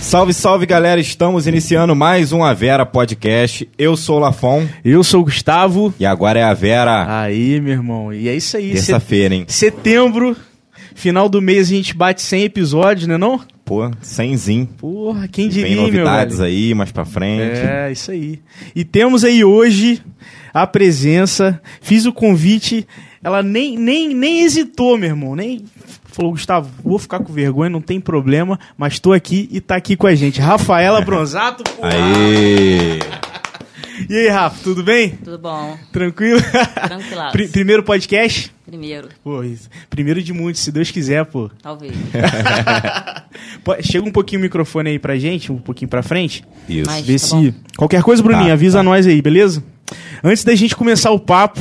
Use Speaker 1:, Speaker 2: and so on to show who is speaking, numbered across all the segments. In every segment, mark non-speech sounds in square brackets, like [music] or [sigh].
Speaker 1: Salve, salve galera, estamos iniciando mais um A Vera Podcast. Eu sou o Lafon
Speaker 2: Eu sou o Gustavo.
Speaker 1: e agora é a Vera,
Speaker 2: Aí, meu irmão. Ah, E é isso aí. set-
Speaker 1: terça-feira, hein?
Speaker 2: Setembro, final do mês a gente bate 100 episódios, né não?
Speaker 1: Pô, semzinho.
Speaker 2: Porra, quem diria,
Speaker 1: Tem novidades
Speaker 2: meu
Speaker 1: aí mais pra
Speaker 2: velho?
Speaker 1: frente.
Speaker 2: É, isso aí. E temos aí hoje a presença. Fiz o convite. Ela nem, nem, nem hesitou, meu irmão. Nem falou, Gustavo, vou ficar com vergonha, não tem problema, mas tô aqui e tá aqui com a gente. Rafaela Bronzato. porra.
Speaker 1: Aê!
Speaker 2: E aí, Rafa, tudo bem?
Speaker 3: Tudo bom?
Speaker 2: Tranquilo?
Speaker 3: Tranquilaço.
Speaker 2: Pri- primeiro podcast?
Speaker 3: Primeiro,
Speaker 2: Pô, isso. primeiro de muitos, se Deus quiser,
Speaker 1: [laughs]
Speaker 2: pô.
Speaker 3: talvez.
Speaker 2: Po- Chega um pouquinho o microfone aí pra gente, um pouquinho pra frente.
Speaker 1: Isso.
Speaker 3: Mas-
Speaker 2: Vê
Speaker 3: tá
Speaker 2: se. Qualquer coisa, Bruninho,
Speaker 1: Tá,
Speaker 2: avisa
Speaker 1: tá.
Speaker 2: nós aí, beleza? Antes da gente começar o papo,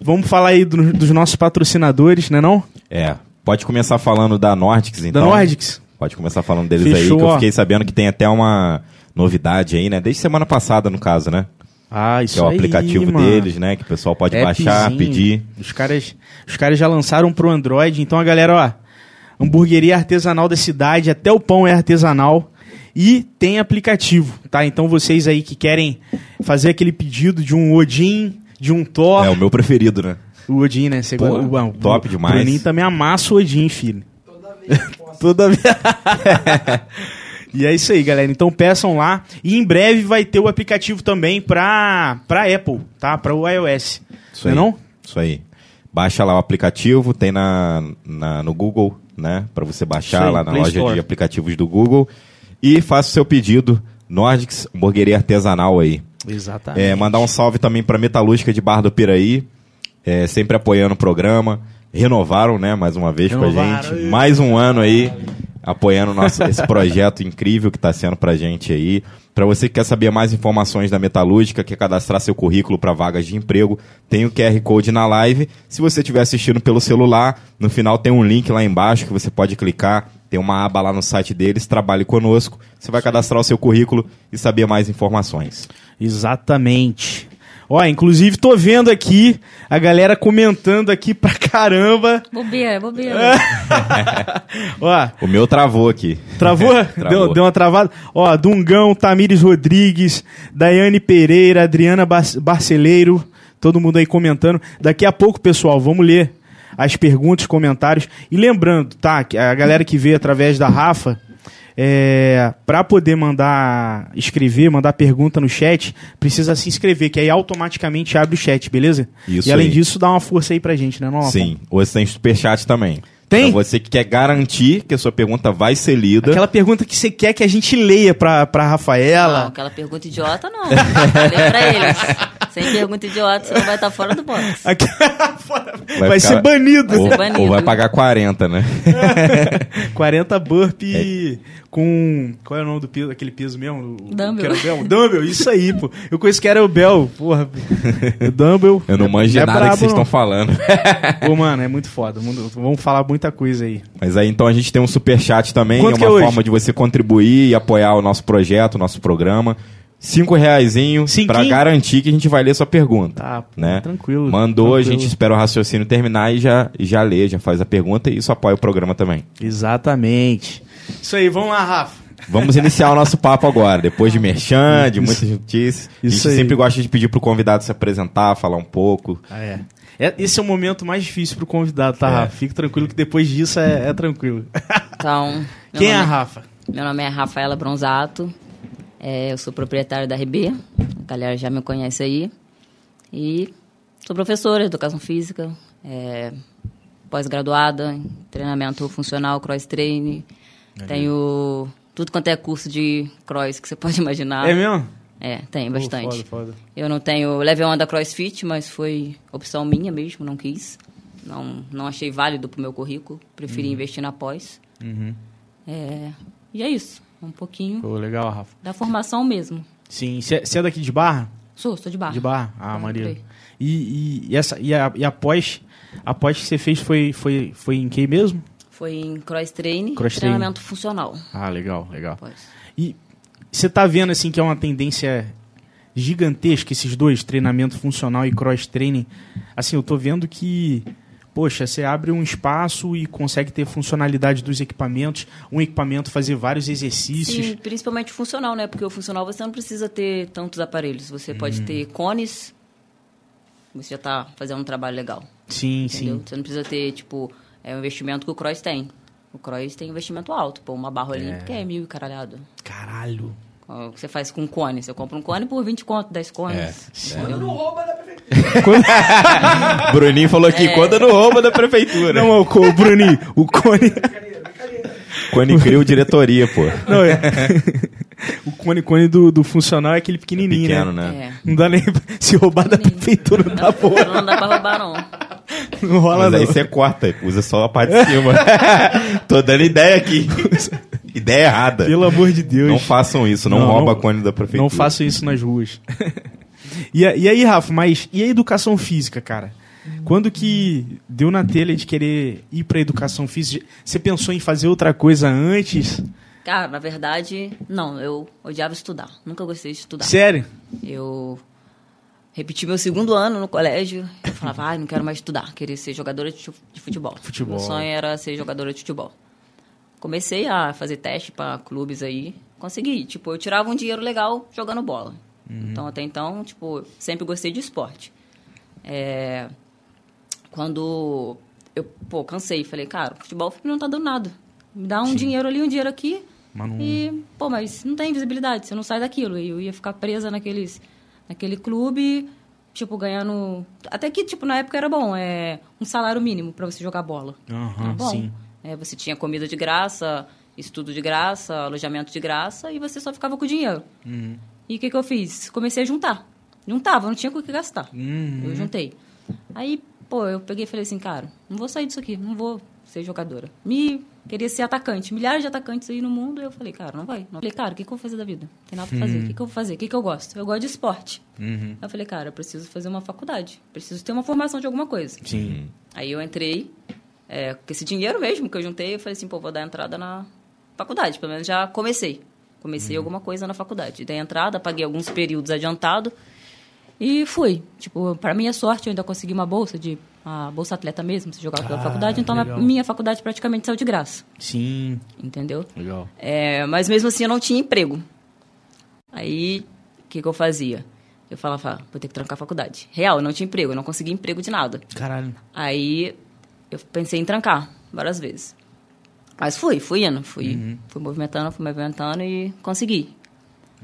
Speaker 2: vamos falar aí do- dos nossos patrocinadores, né não?
Speaker 1: É. Pode começar falando da Nordics,
Speaker 2: Da
Speaker 1: então.
Speaker 2: Nordics.
Speaker 1: Pode começar falando deles
Speaker 2: Fechou,
Speaker 1: aí, que eu
Speaker 2: ó.
Speaker 1: fiquei sabendo que tem até uma novidade aí, né? Desde semana passada, no caso, né?
Speaker 2: Ah, isso
Speaker 1: que é o
Speaker 2: aí,
Speaker 1: aplicativo
Speaker 2: mano.
Speaker 1: deles, né? Que o pessoal pode
Speaker 2: Appzinho.
Speaker 1: baixar, pedir.
Speaker 2: Os caras, os caras já lançaram pro Android, então a galera, ó, hamburgueria artesanal da cidade, até o pão é artesanal e tem aplicativo, tá? Então vocês aí que querem fazer aquele pedido de um Odin, de um Thor,
Speaker 1: É o meu preferido, né?
Speaker 2: o Odin, né? Você
Speaker 1: Pô,
Speaker 2: gosta- o, o,
Speaker 1: top
Speaker 2: o
Speaker 1: demais.
Speaker 2: Bruninho também amassa o Odin, filho. Toda vez. e é isso aí, galera. Então peçam lá. E em breve vai ter o aplicativo também pra, pra Apple, tá? Pra o iOS.
Speaker 1: Isso
Speaker 2: Não é
Speaker 1: aí.
Speaker 2: não?
Speaker 1: Isso aí. Baixa lá o aplicativo, tem na, na- no Google, né? Pra você
Speaker 2: Isso
Speaker 1: baixar
Speaker 2: aí,
Speaker 1: lá na
Speaker 2: Play
Speaker 1: loja
Speaker 2: Store.
Speaker 1: de aplicativos do Google. E faça o seu pedido, Nordics Hamburgueria Artesanal aí.
Speaker 2: Exatamente.
Speaker 1: É, mandar um salve também pra Metalúrgica de Barra do Piraí, é, sempre apoiando o programa. Renovaram, né, mais uma vez com a
Speaker 2: Renovaram.
Speaker 1: gente. Mais um ano aí, apoiando o nosso, esse projeto incrível que tá sendo pra gente aí. Pra você que quer saber mais informações da Metalúrgica, quer cadastrar seu currículo pra vagas de emprego, tem o QR Code na live. Se você estiver assistindo pelo celular, no final tem um link lá embaixo que você pode clicar. Tem uma aba lá no site deles, trabalhe conosco. Você vai cadastrar o seu currículo e saber mais informações.
Speaker 2: Exatamente. Ó, inclusive tô vendo aqui a galera comentando aqui pra [laughs] caramba.
Speaker 3: Bobeira, bobeira.
Speaker 2: Ó,
Speaker 1: O meu travou aqui.
Speaker 2: travou?
Speaker 1: É, Travou.
Speaker 2: Deu, deu uma travada? Ó, Dungão, Tamires Rodrigues, Daiane Pereira, Adriana Bar Barceleiro, todo mundo aí comentando. Daqui a pouco, pessoal, vamos ler as perguntas, comentários. E lembrando, tá, que a galera que veio através da Rafa, é, para poder mandar escrever, mandar pergunta no chat, precisa se inscrever, que aí automaticamente abre o chat, beleza?
Speaker 1: Isso
Speaker 2: e além
Speaker 1: aí.
Speaker 2: disso, dá uma força aí pra gente, né, Nola?
Speaker 1: Sim, hoje tem superchat também.
Speaker 2: Tem?
Speaker 1: Pra você que quer garantir que a sua pergunta vai ser lida.
Speaker 2: Aquela pergunta que você quer que a gente leia pra, pra Rafaela.
Speaker 3: Não, aquela pergunta idiota, não. Falei pra eles. Sem pergunta idiota, você não vai estar fora do box.
Speaker 2: Aqui- [laughs] fora-
Speaker 1: ficar-
Speaker 2: vai ser banido. [laughs]
Speaker 3: Vai
Speaker 1: Ou,
Speaker 3: ser banido.
Speaker 1: ou vai pagar 40, né?
Speaker 2: 40 burp
Speaker 1: É.
Speaker 2: com. Qual é o nome do peso? Aquele peso mesmo? O-
Speaker 3: Dumbbell.
Speaker 2: que era o Bell? Dumbbell, isso aí, pô. Eu conheço que era o Bell,
Speaker 1: [laughs]
Speaker 2: porra. O Dumbbell.
Speaker 1: Eu não manjo de
Speaker 2: é
Speaker 1: nada
Speaker 2: brabo,
Speaker 1: que vocês
Speaker 2: não.
Speaker 1: estão falando. [laughs]
Speaker 2: Pô, mano, é muito foda. Mundo- Vamos falar muita coisa aí.
Speaker 1: Mas aí então a gente tem um superchat também,
Speaker 2: Quanto
Speaker 1: é
Speaker 2: que
Speaker 1: uma
Speaker 2: é hoje?
Speaker 1: forma de você contribuir e apoiar o nosso projeto, o nosso programa. Cinco reaisinho
Speaker 2: Cinquinho?
Speaker 1: pra garantir que a gente vai ler sua pergunta.
Speaker 2: Tá, pô,
Speaker 1: Né?
Speaker 2: tranquilo.
Speaker 1: Mandou, a
Speaker 2: tranquilo.
Speaker 1: gente espera o raciocínio terminar e já, já lê, já faz a pergunta e isso apoia o programa também.
Speaker 2: Exatamente. Isso aí, vamos lá, Rafa.
Speaker 1: Vamos iniciar o nosso papo agora, depois de merchan, de muitas notícias.
Speaker 2: isso
Speaker 1: a gente
Speaker 2: aí.
Speaker 1: sempre gosta de pedir pro convidado se apresentar, falar um pouco.
Speaker 2: Ah, é. É- Esse é o momento mais difícil pro convidado, tá,
Speaker 1: É.
Speaker 2: Rafa? Fica tranquilo que depois disso é, é tranquilo.
Speaker 3: Então. meu
Speaker 2: Quem é a
Speaker 3: nome
Speaker 2: Rafa?
Speaker 3: Meu nome é Rafaela Bronzato. É, eu sou proprietária da RB. A galera já me conhece aí. E sou professora de educação física, é, pós-graduada em treinamento funcional, cross training. Tenho tudo quanto é curso de cross que você pode imaginar.
Speaker 2: É mesmo?
Speaker 3: É, tem bastante.
Speaker 2: Pô, foda, foda.
Speaker 3: Eu não tenho level 1 da CrossFit, mas foi opção minha mesmo, não quis. Não, não achei válido pro meu currículo.
Speaker 2: Uhum.
Speaker 3: Preferi investir na pós. É, e é isso. Um pouquinho
Speaker 2: Pô, legal, Rafa.
Speaker 3: da formação mesmo.
Speaker 2: Sim, você é daqui de Barra?
Speaker 3: Sou, sou de barra.
Speaker 2: De barra? Ah,
Speaker 3: Barra do
Speaker 2: maneiro.
Speaker 3: Pei.
Speaker 2: E, e, e essa, e, a, e a pós, a pós que você fez foi, foi, foi em quem mesmo?
Speaker 3: Foi em cross training,
Speaker 2: Cross training.
Speaker 3: treinamento funcional.
Speaker 2: Ah, legal, legal.
Speaker 3: Pois.
Speaker 2: E você tá vendo assim que é uma tendência gigantesca esses dois, treinamento funcional e cross training. Assim, eu tô vendo que poxa, você abre um espaço e consegue ter funcionalidade dos equipamentos, um equipamento fazer vários exercícios.
Speaker 3: Sim, principalmente funcional, né? Porque o funcional você não precisa ter tantos aparelhos. Você
Speaker 2: Hum.
Speaker 3: pode ter cones, você já está fazendo um trabalho legal.
Speaker 2: Sim, sim.
Speaker 3: Entendeu? Você não precisa ter, tipo, é um investimento que o Cross tem. O Cross tem investimento alto. Pô, uma barra olímpica é mil e caralhado.
Speaker 2: Caralho.
Speaker 3: O que você faz com um cone? Você compra um cone por 20 conto, 10 cones. Entendeu?
Speaker 1: [laughs] Bruninho falou aqui, quando não rouba da prefeitura.
Speaker 2: Não, é o, co- o Bruninho, o [laughs] Cone.
Speaker 1: Quando criou diretoria, pô.
Speaker 2: Não, é. [laughs] O Cone Cone do, do funcional é aquele pequenininho,
Speaker 1: Pequeno,
Speaker 2: né?
Speaker 1: né?
Speaker 3: É.
Speaker 2: Não dá nem pra, se roubar da prefeitura, não dá porra.
Speaker 3: Não dá pra roubar, não.
Speaker 2: Não rola
Speaker 1: Mas aí
Speaker 2: não.
Speaker 1: você corta, usa só a parte de cima. [laughs] Tô dando ideia aqui. ideia errada.
Speaker 2: Pelo amor de Deus.
Speaker 1: Não façam isso, não,
Speaker 2: Não,
Speaker 1: rouba
Speaker 2: não-
Speaker 1: cone da prefeitura.
Speaker 2: Não faço isso nas ruas. [laughs] e, a- e aí, Rafa, mas e a educação física, cara? Quando que deu na telha de querer ir pra educação física? Você pensou em fazer outra coisa antes?
Speaker 3: Cara, na verdade, não. Eu odiava estudar. Nunca gostei de estudar.
Speaker 2: Sério?
Speaker 3: Eu repeti meu segundo ano no colégio. Eu falava, ai, não quero mais estudar, queria ser jogadora de chu- de futebol.
Speaker 2: Futebol.
Speaker 3: Meu sonho era ser jogadora de futebol. Comecei a fazer teste para clubes aí, consegui. Tipo, eu tirava um dinheiro legal jogando bola. Então, até então, tipo, sempre gostei de esporte. É, Quando eu, pô, cansei, falei, cara, futebol não tá dando nada. Me dá um dinheiro ali, um dinheiro aqui.
Speaker 2: Mas não-
Speaker 3: E, pô, mas não tem visibilidade, você não sai daquilo. E eu ia ficar presa naqueles, naquele clube, tipo, ganhando. Até que, tipo, na época era bom, é um salário mínimo pra você jogar bola.
Speaker 2: Aham,
Speaker 3: Era bom.
Speaker 2: sim.
Speaker 3: É, você tinha comida de graça, estudo de graça, alojamento de graça, e você só ficava com o dinheiro.
Speaker 2: Uhum.
Speaker 3: E o que, que eu fiz? Comecei a juntar. Juntava, não tinha com o que gastar.
Speaker 2: Uhum.
Speaker 3: Eu juntei. Aí, pô, eu peguei e falei assim, cara, não vou sair disso aqui, não vou ser jogadora. Me queria ser atacante, milhares de atacantes aí no mundo. Eu falei, cara, não vai. Não. Falei, cara, o que, que eu vou fazer da vida? Não tem nada pra fazer. O
Speaker 2: Uhum.
Speaker 3: que, que eu vou fazer? O que, que eu gosto? Eu gosto de esporte. Eu falei, cara, eu preciso fazer uma faculdade. Preciso ter uma formação de alguma coisa.
Speaker 1: Uhum.
Speaker 2: Sim.
Speaker 3: Aí eu entrei, é, com esse dinheiro mesmo que eu juntei, eu falei assim, pô, vou dar entrada na faculdade. Pelo menos já comecei. Comecei
Speaker 2: Uhum.
Speaker 3: alguma coisa na faculdade. Dei entrada, paguei alguns períodos adiantado e fui. Tipo, para minha sorte, eu ainda consegui uma bolsa de... A bolsa atleta mesmo, se jogava pela
Speaker 2: Ah,
Speaker 3: faculdade. Então, a
Speaker 2: legal.
Speaker 3: minha faculdade praticamente saiu de graça.
Speaker 2: Sim.
Speaker 3: Entendeu?
Speaker 2: Legal.
Speaker 3: É, mas mesmo assim eu não tinha emprego. Aí, o que, que eu fazia? Eu falava, "Ah, vou ter que trancar a faculdade. Real, eu não tinha emprego, eu não conseguia emprego de nada.
Speaker 2: Caralho.
Speaker 3: Aí eu pensei em trancar várias vezes. Mas fui, fui indo, fui, fui movimentando, fui movimentando e consegui.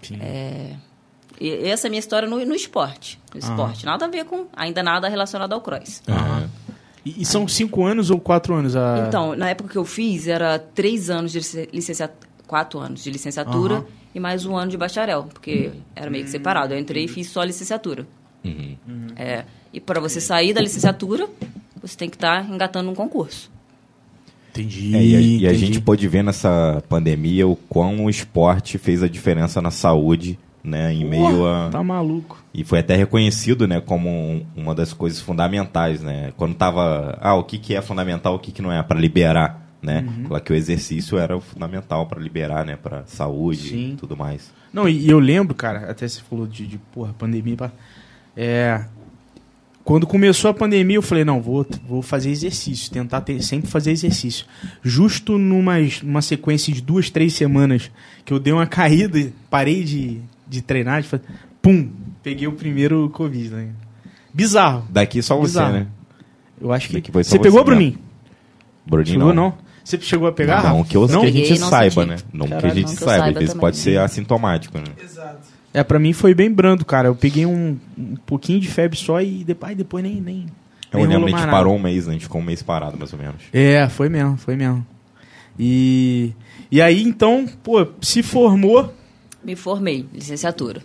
Speaker 2: Sim.
Speaker 3: E e essa é a minha história no, no esporte. No esporte. Nada a ver com. Ainda nada relacionado ao cross.
Speaker 2: Ah.
Speaker 1: Aham.
Speaker 2: E, e são cinco anos ou quatro anos? Ah, A...
Speaker 3: Então, na época que eu fiz, era três anos de licenciatura. Quatro anos de licenciatura
Speaker 2: Aham.
Speaker 3: e mais um ano de bacharel, porque era meio que separado. Eu entrei e fiz só a licenciatura.
Speaker 1: Uhum.
Speaker 3: É, e para você sair da licenciatura, você tem que estar engatando um concurso.
Speaker 2: Entendi.
Speaker 1: É, e, a, e a
Speaker 2: entendi.
Speaker 1: gente pôde ver nessa pandemia o quão o esporte fez a diferença na saúde, né? Em meio a.
Speaker 2: Tá maluco.
Speaker 1: E foi até reconhecido, né, como um- uma das coisas fundamentais, né? Quando tava, ah, o que que é fundamental, o que que não é para liberar, né?
Speaker 2: Uhum.
Speaker 1: Lá que o exercício era o fundamental para liberar, né, para saúde
Speaker 2: Sim.
Speaker 1: e tudo mais.
Speaker 2: Não, e, e eu lembro, cara, até você falou de, de, porra, pandemia. pá. É, quando começou a pandemia, eu falei, não, vou, vou fazer exercício, tentar ter- sempre fazer exercício. Justo numa, numa sequência de duas, três semanas que eu dei uma caída, e parei de, de treinar, de fazer, pum, peguei o primeiro Covid, né? Bizarro.
Speaker 1: Daqui só você,
Speaker 2: Bizarro.
Speaker 1: né?
Speaker 2: Eu acho que.
Speaker 1: Daqui foi só
Speaker 2: Você pegou,
Speaker 1: você, né?
Speaker 2: Bruninho?
Speaker 1: Bruninho
Speaker 2: Chegou, não? Você chegou a pegar?
Speaker 1: não,
Speaker 2: Rafa?
Speaker 1: que, eu, que a gente
Speaker 3: Peguei, não
Speaker 1: saiba,
Speaker 3: senti.
Speaker 1: né? Não que a
Speaker 2: Caralho,
Speaker 1: gente
Speaker 3: não que eu
Speaker 1: saiba, às
Speaker 3: saiba
Speaker 1: vezes
Speaker 3: também.
Speaker 1: pode ser assintomático, né?
Speaker 4: Exato.
Speaker 2: É, pra mim foi bem brando, cara. Eu peguei um, um pouquinho de febre só e depois, ai, depois nem. nem
Speaker 1: Eu
Speaker 2: nem
Speaker 1: lembro,
Speaker 2: rolou
Speaker 1: a
Speaker 2: mais
Speaker 1: gente
Speaker 2: nada.
Speaker 1: parou um mês, né? A gente ficou um mês parado, mais ou menos.
Speaker 2: É, foi mesmo, foi mesmo. E, e aí, então, pô, se formou.
Speaker 3: Me formei, licenciatura.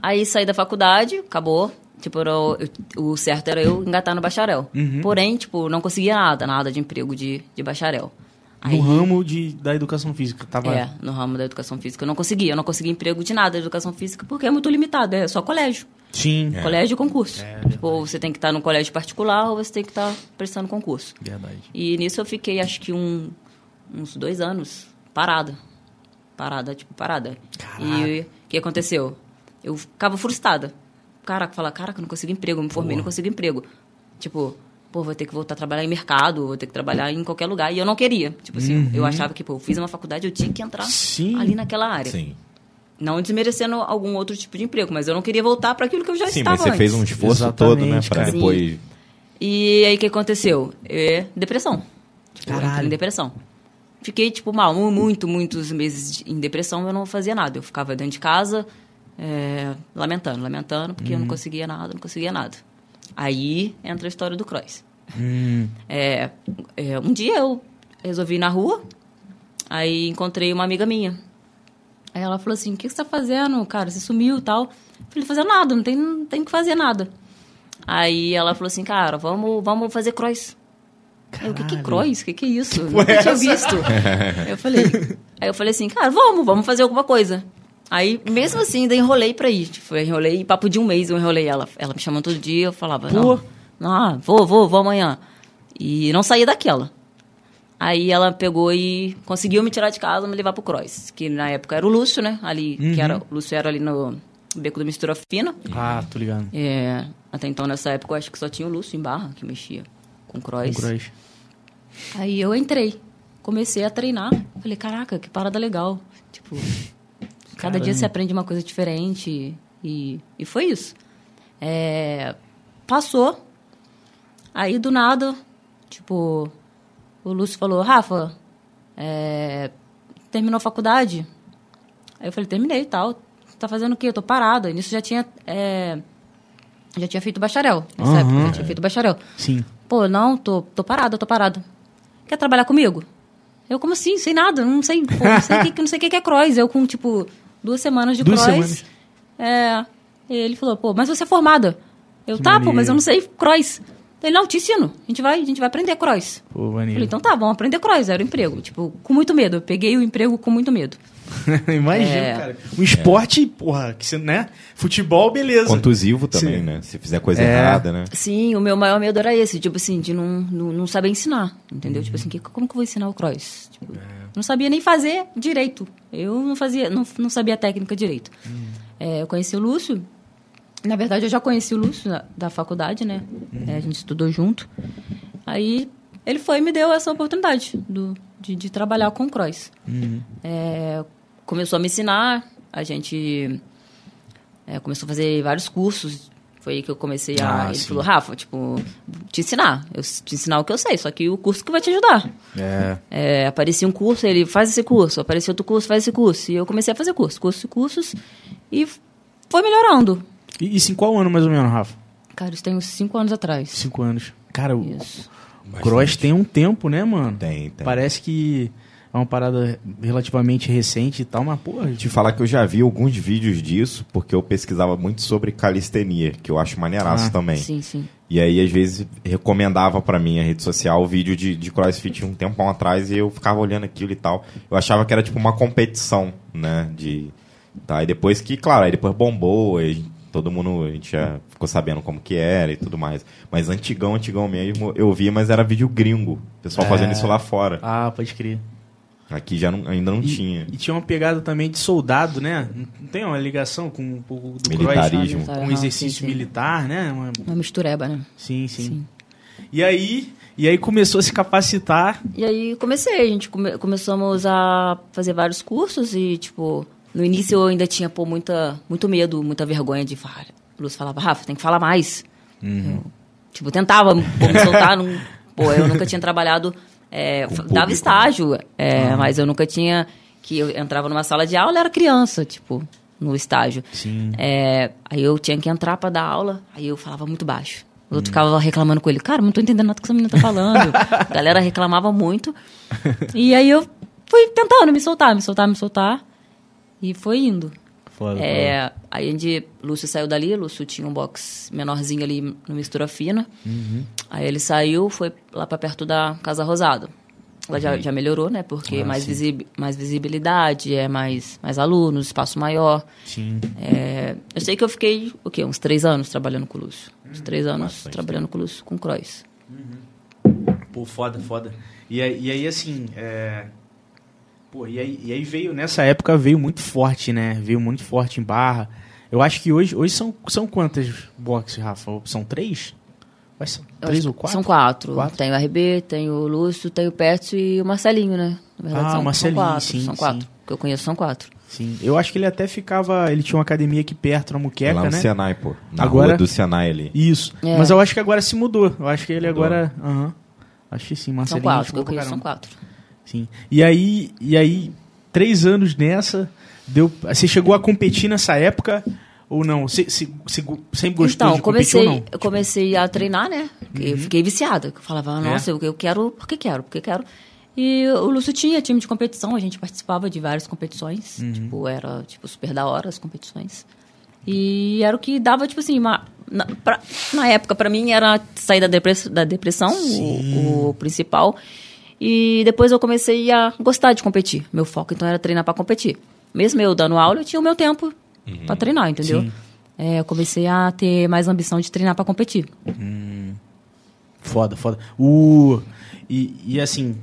Speaker 3: Aí saí da faculdade, acabou. Tipo, era o- eu- o certo era eu engatar no bacharel. Porém, tipo, não conseguia nada, nada de emprego de, de bacharel. Aí-
Speaker 2: no ramo de, da educação física. Tava...
Speaker 3: É, no ramo da educação física. Eu não conseguia, eu não conseguia emprego de nada de educação física, porque é muito limitado, é só colégio.
Speaker 2: Sim.
Speaker 3: Colégio e concurso. tipo, ou você tem que estar num colégio particular ou você tem que estar prestando concurso.
Speaker 2: Verdade.
Speaker 3: E nisso eu fiquei, acho que um- uns dois anos, parada. Parada, tipo, parada. E o que aconteceu? Eu ficava frustrada. Caraca, falar, caraca, não consigo emprego, eu me formei, não consigo emprego. Tipo, pô, vou ter que voltar a trabalhar em mercado, vou ter que trabalhar em qualquer lugar. E eu não queria. Tipo assim, eu
Speaker 1: Uhum.
Speaker 3: achava que, pô, eu fiz uma faculdade, eu tinha que entrar
Speaker 2: Sim.
Speaker 3: ali naquela área.
Speaker 1: Sim.
Speaker 3: Não desmerecendo algum outro tipo de emprego, mas eu não queria voltar para aquilo que eu já
Speaker 1: Sim,
Speaker 3: estava
Speaker 1: mas você
Speaker 3: antes.
Speaker 1: fez um esforço
Speaker 2: Exatamente,
Speaker 1: todo, né? Pra
Speaker 2: cara.
Speaker 1: depois.
Speaker 3: E aí o que aconteceu? É depressão. Tipo, eu
Speaker 2: Caralho.
Speaker 3: entrei em depressão. Fiquei, tipo, mal, mu- muito, muitos meses de- em depressão, eu não fazia nada. Eu ficava dentro de casa, é, lamentando, lamentando, porque eu não conseguia nada, não conseguia nada. Aí entra a história do Cross. É, é, um dia eu resolvi ir na rua, aí encontrei uma amiga minha. Aí ela falou assim, o que que você tá fazendo, cara? Você sumiu e tal. Eu falei, fazer nada, não tem, não tem que fazer nada. Aí ela falou assim, cara, vamos, vamos fazer cross. Aí Eu, o que que é
Speaker 2: Caralho.
Speaker 3: cross? O que que é isso? Eu Nunca tinha visto. [laughs] eu falei, aí eu falei assim, cara, vamos, vamos fazer alguma coisa. Aí, mesmo assim, ainda enrolei pra ir. Tipo, eu enrolei, papo de um mês eu enrolei ela. Ela me chamando todo dia, eu falava, não, não, ah, vou, vou, vou amanhã. E não saía daquela. Aí ela pegou e conseguiu me tirar de casa e me levar pro Cross, que na época era o Lúcio, né? Ali, que era, o Lúcio era ali no Beco do Mistura Fina.
Speaker 2: [laughs] Ah, tô ligado.
Speaker 3: É, até então, nessa época, eu acho que só tinha o Lúcio em Barra que mexia com Cross.
Speaker 2: Cross.
Speaker 3: Aí eu entrei, comecei a treinar. Falei, caraca, que parada legal. Tipo, cada dia você aprende uma coisa diferente. E, e foi isso. É, passou. Aí do nada, tipo, o Lúcio falou, Rafa, é, terminou a faculdade? Aí eu falei, terminei e tal. Tá fazendo o quê? Eu tô parada. E nisso já tinha. é, já tinha feito bacharel. Nessa
Speaker 2: Aham.
Speaker 3: época, já tinha feito bacharel.
Speaker 2: Sim.
Speaker 3: Pô, não, tô, tô parado, tô parado. Quer trabalhar comigo? Eu, como assim? Sei nada, não sei, pô, não sei o
Speaker 2: [laughs]
Speaker 3: que, que- não sei o que que é cross. Eu com, tipo, duas semanas de
Speaker 2: Duas
Speaker 3: cross.
Speaker 2: semanas.
Speaker 3: É. E ele falou, pô, mas você é formada. Eu,
Speaker 2: Que
Speaker 3: tá, pô, mas
Speaker 2: maneiro.
Speaker 3: eu não sei cross. Ele, não, te ensino. A gente vai, a gente vai aprender cross.
Speaker 2: Pô,
Speaker 3: Eu falei,
Speaker 2: maneiro.
Speaker 3: então tá, vamos aprender cross. Era o emprego. Tipo, com muito medo. Eu peguei o emprego com muito medo.
Speaker 2: [laughs] Imagina,
Speaker 3: É.
Speaker 2: cara. Um esporte, porra, que você, né? Futebol, beleza.
Speaker 1: Contusivo também,
Speaker 2: Sim.
Speaker 1: né? Se fizer coisa
Speaker 2: É.
Speaker 1: errada, né?
Speaker 3: Sim, o meu maior medo era esse, tipo assim, de não, não, não saber ensinar, entendeu? Tipo assim, que, como que eu vou ensinar o cross? Tipo, Não sabia nem fazer direito. Eu não fazia, não, não sabia a técnica direito. É, eu conheci o Lúcio, na verdade eu já conheci o Lúcio da, da faculdade, né? É, a gente estudou junto. Aí ele foi e me deu essa oportunidade do, de, de trabalhar com o cross. É, começou a me ensinar, a gente é, começou a fazer vários cursos. Foi aí que eu comecei a.
Speaker 2: Ah,
Speaker 3: ele
Speaker 2: sim.
Speaker 3: falou, Rafa, tipo, te ensinar. Eu s- te ensinar o que eu sei, só que o curso que vai te ajudar.
Speaker 2: É.
Speaker 3: É, aparecia um curso, ele faz esse curso, aparecia outro curso, faz esse curso. E eu comecei a fazer curso, cursos e cursos. E f- foi melhorando.
Speaker 2: E isso em qual ano, mais ou menos, Rafa?
Speaker 3: Cara, isso tem uns cinco anos atrás.
Speaker 2: Cinco anos. Cara, o
Speaker 3: Isso.
Speaker 2: o cross tem um tempo, né, mano?
Speaker 1: Tem, tem.
Speaker 2: Parece que é uma parada relativamente recente e tal, mas, porra,
Speaker 1: te
Speaker 2: tipo,
Speaker 1: falar que eu já vi alguns vídeos disso, porque eu pesquisava muito sobre calistenia, que eu acho maneiraço
Speaker 2: Ah,
Speaker 1: também.
Speaker 3: Sim, sim.
Speaker 1: E aí, às vezes, recomendava pra mim a rede social o vídeo de, de crossfit um tempão atrás e eu ficava olhando aquilo e tal. Eu achava que era tipo uma competição, né? De, tá? E depois que, claro, aí depois bombou, aí todo mundo, a gente já ficou sabendo como que era e tudo mais. Mas antigão, antigão mesmo, eu via, mas era vídeo gringo. O pessoal
Speaker 2: É.
Speaker 1: fazendo isso lá fora.
Speaker 2: ah, pode crer.
Speaker 1: Aqui já não- ainda não
Speaker 2: E-
Speaker 1: tinha.
Speaker 2: E tinha uma pegada também de soldado, né? Não tem uma ligação com um pouco do
Speaker 1: Militarismo.
Speaker 2: cross, com um exercício militar, né? Uma-
Speaker 3: Uma mistureba, né?
Speaker 2: Sim, sim,
Speaker 3: Sim.
Speaker 2: E aí, e aí começou a se capacitar.
Speaker 3: E aí comecei, a gente come- começamos a fazer vários cursos e, tipo, no início eu ainda tinha, pô, muita, muito medo, muita vergonha de falar. O Lúcio falava, Rafa, tem que falar mais.
Speaker 1: Uhum.
Speaker 3: Eu, tipo, tentava pô, me soltar. não- pô, eu nunca tinha trabalhado. é,
Speaker 1: Com
Speaker 3: fa-
Speaker 1: público,
Speaker 3: dava
Speaker 1: né?
Speaker 3: estágio, é, mas eu nunca tinha. Que eu entrava numa sala de aula, eu era criança, tipo, no estágio.
Speaker 2: Sim.
Speaker 3: É, aí eu tinha que entrar pra dar aula, aí eu falava muito baixo. O outro ficava reclamando com ele, cara, não tô entendendo nada que essa menina tá falando. A galera reclamava muito. E aí eu fui tentando me soltar, me soltar, me soltar. E foi indo.
Speaker 2: Foda,
Speaker 3: É, aí a gente, Lúcio saiu dali, Lúcio tinha um box menorzinho ali
Speaker 2: Uhum.
Speaker 3: no Mistura Fina. Aí ele saiu, foi lá pra perto da Casa Rosado. Ela
Speaker 2: Uhum.
Speaker 3: já, já melhorou, né? Porque
Speaker 2: Ah,
Speaker 3: mais, visib mais visibilidade, é mais, mais alunos, espaço maior.
Speaker 4: Sim.
Speaker 3: É, eu sei que eu fiquei, o quê? Uns três anos trabalhando com o Lúcio.
Speaker 2: Hum,
Speaker 3: Uns três anos
Speaker 1: Bastante
Speaker 3: trabalhando com o Lúcio, com o Croix.
Speaker 4: Pô, foda, foda.
Speaker 2: E aí, e aí, assim, é... Pô, e aí, e aí veio, nessa época veio muito forte, né? Veio muito forte em barra. Eu acho que hoje, hoje são, são quantas boxes, Rafa? São três? Mas são
Speaker 3: Eu
Speaker 2: três
Speaker 3: acho
Speaker 2: ou
Speaker 3: que
Speaker 2: quatro?
Speaker 3: São quatro.
Speaker 2: Quatro?
Speaker 3: Tem o RB, tem o Lúcio, tem o Pércio e o Marcelinho, né? Na
Speaker 2: Ah, o
Speaker 3: são,
Speaker 2: Marcelinho,
Speaker 3: são quatro,
Speaker 2: sim,
Speaker 3: São
Speaker 2: sim.
Speaker 3: quatro. Que eu conheço são quatro.
Speaker 2: Sim. Eu acho que ele até ficava... Ele tinha uma academia aqui perto, na Muqueca,
Speaker 1: Lá no
Speaker 2: né?
Speaker 1: Senai, pô. Na
Speaker 2: Agora-
Speaker 1: rua do Senai ali.
Speaker 2: Isso.
Speaker 3: É.
Speaker 2: Mas eu acho que agora se mudou. Eu acho que ele
Speaker 1: Mudou.
Speaker 2: agora... Aham. Acho que sim,
Speaker 3: São
Speaker 2: Marcelinho.
Speaker 3: quatro, que
Speaker 2: ficou
Speaker 3: eu
Speaker 2: pra
Speaker 3: conheço são
Speaker 2: caramba.
Speaker 3: quatro.
Speaker 2: Sim. E aí, e aí, três anos nessa, deu. Você chegou a competir nessa época ou não? Você, você- você go- sempre gostou
Speaker 3: então,
Speaker 2: de competir ou
Speaker 3: comecei,
Speaker 2: não? Uhum.
Speaker 3: eu comecei a treinar, né? Porque Eu fiquei viciada. que Eu
Speaker 2: É.
Speaker 3: falava, nossa, eu, eu quero, porque quero, porque quero. E o Lúcio tinha time de competição, a gente participava de várias competições. Tipo, era tipo, super da hora as competições. E era o que dava, tipo assim, uma, na, pra- na época, pra mim, era sair da, depress, da depressão, o, o principal. E depois eu comecei a gostar de competir. Meu foco, então, era treinar pra competir. Mesmo eu dando aula, eu tinha o meu tempo pra treinar, entendeu? É, eu comecei a ter mais ambição de treinar pra competir.
Speaker 2: Foda, foda. O e, e assim,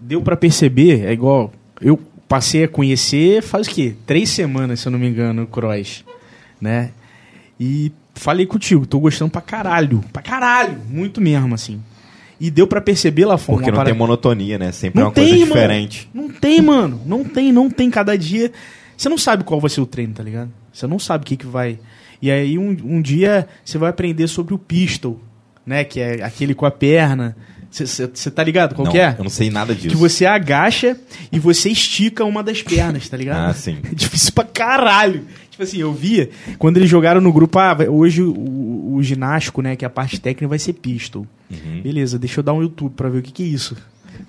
Speaker 2: deu pra perceber, é igual eu passei a conhecer faz o quê? Três semanas, se eu não me engano, o Cross, né? E falei contigo, tô gostando pra caralho, pra caralho, muito mesmo assim. E deu pra perceber lá fora
Speaker 1: Porque não tem monotonia, né? Sempre é
Speaker 2: Não
Speaker 1: uma coisa
Speaker 2: tem, mano.
Speaker 1: diferente.
Speaker 2: Não tem, mano. Não tem, não tem. Cada dia. Você não sabe qual vai ser o treino, tá ligado? Você não sabe o que, que vai. E aí um, um dia você vai aprender sobre o pistol, né? Que é aquele com a perna. Você tá ligado? Qual
Speaker 1: não,
Speaker 2: que é?
Speaker 1: Eu não sei nada disso.
Speaker 2: Que você agacha e você estica uma das pernas, tá ligado?
Speaker 1: Ah, sim.
Speaker 2: É [laughs] difícil pra caralho. Tipo assim, eu via quando eles jogaram no grupo, ah, vai- hoje o, o- o ginástico, né, que é a parte técnica vai ser pistol.
Speaker 1: Uhum.
Speaker 2: Beleza, deixa eu dar um YouTube pra ver o que que é isso.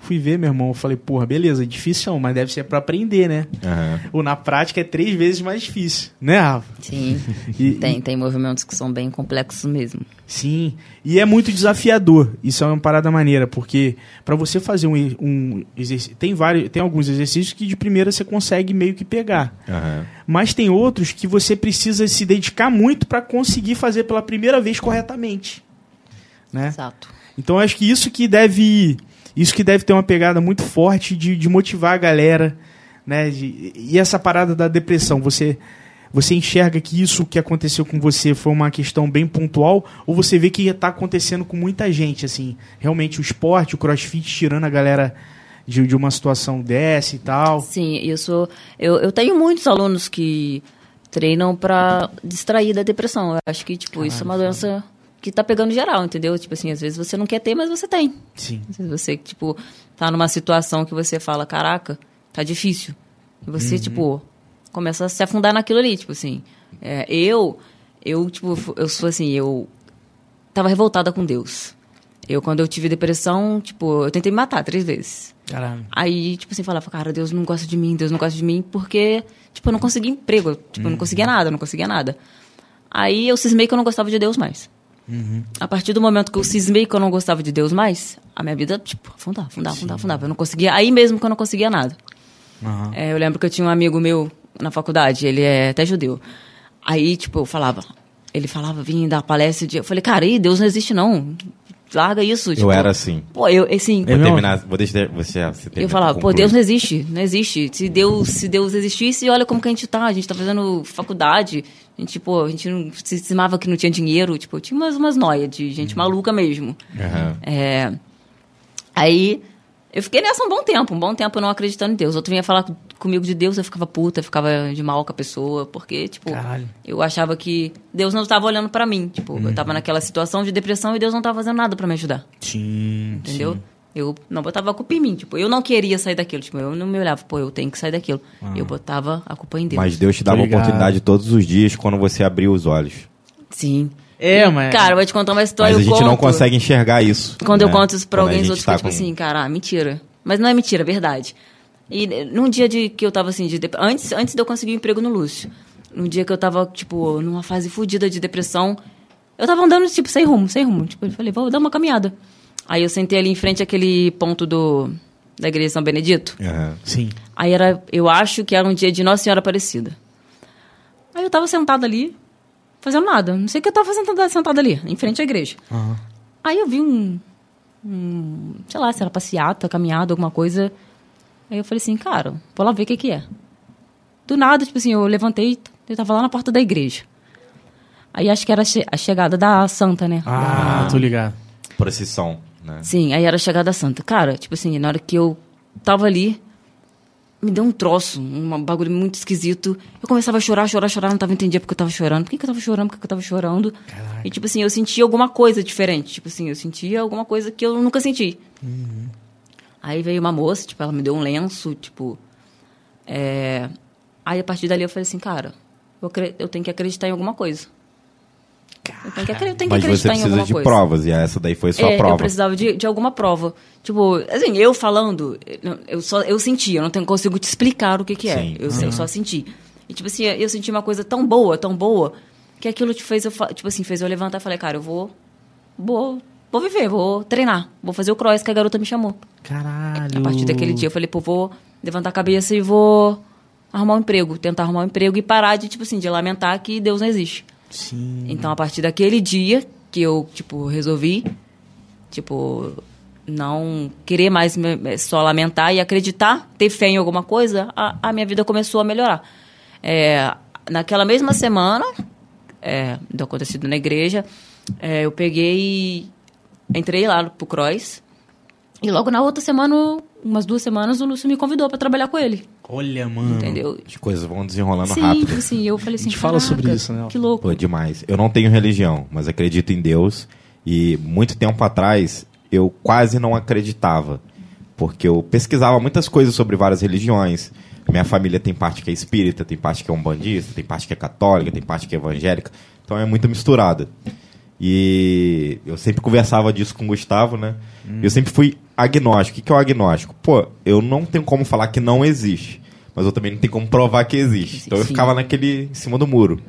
Speaker 2: Fui ver, meu irmão, eu falei, porra, beleza, difícil, mas deve ser pra aprender, né?
Speaker 1: Aham.
Speaker 2: Ou na prática é três vezes mais difícil, né, Rafa?
Speaker 3: Sim.
Speaker 2: E-
Speaker 3: tem, tem movimentos que são bem complexos mesmo.
Speaker 2: Sim, e é muito desafiador. Isso é uma parada maneira, porque para você fazer um, e- um exercício, tem vários, tem alguns exercícios que de primeira você consegue meio que pegar,
Speaker 1: Aham.
Speaker 2: mas tem outros que você precisa se dedicar muito para conseguir fazer pela primeira vez corretamente, né?
Speaker 3: Exato.
Speaker 2: Então eu acho que isso que deve. Isso que deve ter uma pegada muito forte de, de motivar a galera, né? De- e essa parada da depressão, você você enxerga que isso que aconteceu com você foi uma questão bem pontual ou você vê que está acontecendo com muita gente, assim, realmente o esporte, o CrossFit tirando a galera de, de uma situação dessa e tal.
Speaker 3: Sim, isso. Eu, eu tenho muitos alunos que treinam pra distrair da depressão. Eu acho que, tipo, isso é uma doença que tá pegando geral, entendeu? Tipo assim, às vezes você não quer ter, mas você tem.
Speaker 2: Sim.
Speaker 3: Às vezes você, tipo, tá numa situação que você fala, caraca, tá difícil. E você, tipo, começa a se afundar naquilo ali, tipo assim. É, eu, eu, tipo, fu- eu sou assim, eu tava revoltada com Deus. Eu, quando eu tive depressão, tipo, eu tentei me matar três vezes.
Speaker 2: Caralho.
Speaker 3: Aí, tipo assim, falava, cara, Deus não gosta de mim, Deus não gosta de mim, porque, tipo, eu não conseguia emprego, eu, tipo, eu não conseguia
Speaker 1: Uhum.
Speaker 3: nada, eu não conseguia nada. Aí eu cismei que eu não gostava de Deus mais.
Speaker 1: Uhum.
Speaker 3: A partir do momento que eu cismei que eu não gostava de Deus mais, a minha vida, tipo, afundava, afundava, afundava, afundava. Eu não conseguia, aí mesmo que eu não conseguia nada.
Speaker 2: Aham.
Speaker 3: É, eu lembro que eu tinha um amigo meu na faculdade, ele é até judeu. Aí, tipo, eu falava, ele falava, vinha dar palestra, de, eu falei, cara, ih, Deus não existe não, larga isso. tipo,
Speaker 1: era assim.
Speaker 3: Pô, eu, assim...
Speaker 1: Vou
Speaker 2: mesmo?
Speaker 1: terminar. Vou deixar você, você terminar
Speaker 3: Eu
Speaker 1: de
Speaker 3: falava, pô,
Speaker 1: concluir.
Speaker 3: Deus não existe, não existe. Se Deus, se Deus existisse, olha como que a gente tá. A gente tá fazendo faculdade, a gente, pô, a gente não se estimava que não tinha dinheiro, tipo, tinha umas, umas noias de gente maluca mesmo.
Speaker 1: Uhum. Aham.
Speaker 3: É, aí eu fiquei nessa um bom tempo, um bom tempo não acreditando em Deus. Outro vinha falar com- comigo de Deus, eu ficava puta, eu ficava de mal com a pessoa, porque, tipo,
Speaker 2: Caralho.
Speaker 3: eu achava que Deus não tava olhando pra mim. Tipo, eu
Speaker 1: Uhum.
Speaker 3: tava naquela situação de depressão e Deus não tava fazendo nada pra me ajudar
Speaker 2: Sim.
Speaker 3: entendeu? Eu não botava a culpa em mim, tipo, eu não queria sair daquilo, tipo, eu não me olhava, pô, eu tenho que sair daquilo. Eu botava a culpa em Deus.
Speaker 1: Ah. Mas Deus te dava
Speaker 2: Tô ligado.
Speaker 1: oportunidade todos os dias quando você abriu os olhos.
Speaker 3: Sim.
Speaker 2: É, mas
Speaker 3: Cara, eu vou te contar uma história,
Speaker 1: Mas a
Speaker 3: Então eu
Speaker 1: gente
Speaker 3: conto,
Speaker 1: não consegue enxergar isso.
Speaker 3: Quando eu
Speaker 1: né?
Speaker 3: conto isso pra
Speaker 1: Quando a
Speaker 3: alguém, os
Speaker 1: gente
Speaker 3: outros
Speaker 1: tá
Speaker 3: ficam, tipo
Speaker 1: com-
Speaker 3: assim, cara, ah, mentira. Mas não é mentira, é verdade. E eh, num dia de que eu tava assim, de dep- antes, antes de eu conseguir um emprego no Lúcio, num dia que eu tava, tipo, numa fase fodida de depressão, eu tava andando, tipo, sem rumo, sem rumo. Tipo, eu falei, vou dar uma caminhada. Aí eu sentei ali em frente àquele ponto do da igreja de São Benedito.
Speaker 1: Aham.
Speaker 2: Sim.
Speaker 3: Aí era, eu acho que era um dia de Nossa Senhora Aparecida. Aí eu tava sentada ali, fazendo nada. Não sei o que eu tava sentada, sentada ali, em frente à igreja. Aí eu vi um, um, sei lá, se era passeata, caminhada, alguma coisa. Aí eu falei assim, cara, vou lá ver o que que é. Do nada, tipo assim, eu levantei, eu tava lá na porta da igreja. Aí acho que era a che- a chegada da santa, né?
Speaker 2: Ah, tô ligado.
Speaker 1: Procissão, né?
Speaker 3: Sim, aí era a chegada santa. Cara, tipo assim, na hora que eu tava ali, me deu um troço, um bagulho muito esquisito. Eu começava a chorar, chorar, chorar, não tava entendendo porque eu tava chorando. Por que, que eu tava chorando? Por que, que eu tava chorando? E tipo assim, eu sentia alguma coisa diferente. Tipo assim, eu sentia alguma coisa que eu nunca senti.
Speaker 1: Uhum.
Speaker 3: Aí veio uma moça, tipo, ela me deu um lenço, tipo. é, Aí a partir dali eu falei assim, cara, eu, acre- eu tenho que acreditar em alguma coisa. Eu tenho que, acre- eu tenho que
Speaker 1: Mas você
Speaker 3: acreditar em
Speaker 1: precisa
Speaker 3: alguma
Speaker 1: de
Speaker 3: coisa.
Speaker 1: provas, e essa daí foi a sua
Speaker 3: É, Eu
Speaker 1: prova.
Speaker 3: precisava de, de alguma prova. Tipo, assim, eu falando, eu só eu senti, eu não tenho, consigo te explicar o que, que é.
Speaker 1: Sim. Uhum.
Speaker 3: Eu, eu só senti. E tipo assim, eu senti uma coisa tão boa, tão boa, que aquilo te fez eu fa- tipo assim, fez eu levantar e falei, cara, eu vou vou vou viver, vou treinar, vou fazer o cross que a garota me chamou.
Speaker 2: Caralho.
Speaker 3: A partir daquele dia eu falei, pô, vou levantar a cabeça e vou arrumar um emprego, tentar arrumar um emprego e parar de tipo assim, de lamentar que Deus não existe.
Speaker 2: Sim.
Speaker 3: Então, a partir daquele dia que eu, tipo, resolvi, tipo, não querer mais me- me- só lamentar e acreditar, ter fé em alguma coisa, a, a minha vida começou a melhorar. É, naquela mesma semana, é, do acontecido na igreja, é, eu peguei e entrei lá pro Cross. E logo na outra semana, umas duas semanas, o Lúcio me convidou para trabalhar com ele,
Speaker 2: Olha, mano.
Speaker 3: entendeu?
Speaker 1: As coisas vão desenrolando
Speaker 3: Sim,
Speaker 1: rápido.
Speaker 3: assim, eu falei assim,
Speaker 2: gente fala sobre
Speaker 3: "Caraca,
Speaker 2: isso, né?
Speaker 3: Que louco.
Speaker 1: Pô, demais. Eu não tenho religião, mas acredito em Deus. E muito tempo atrás, eu quase não acreditava. Porque eu pesquisava muitas coisas sobre várias religiões. Minha família tem parte que é espírita, tem parte que é umbandista, tem parte que é católica, tem parte que é evangélica. Então é muito misturada. E eu sempre conversava disso com o Gustavo, né? Eu sempre fui agnóstico. O que que é o agnóstico? Pô, eu não tenho como falar que não existe. Mas eu também não tenho como provar que existe. Então eu
Speaker 3: Sim.
Speaker 1: ficava naquele em cima do muro,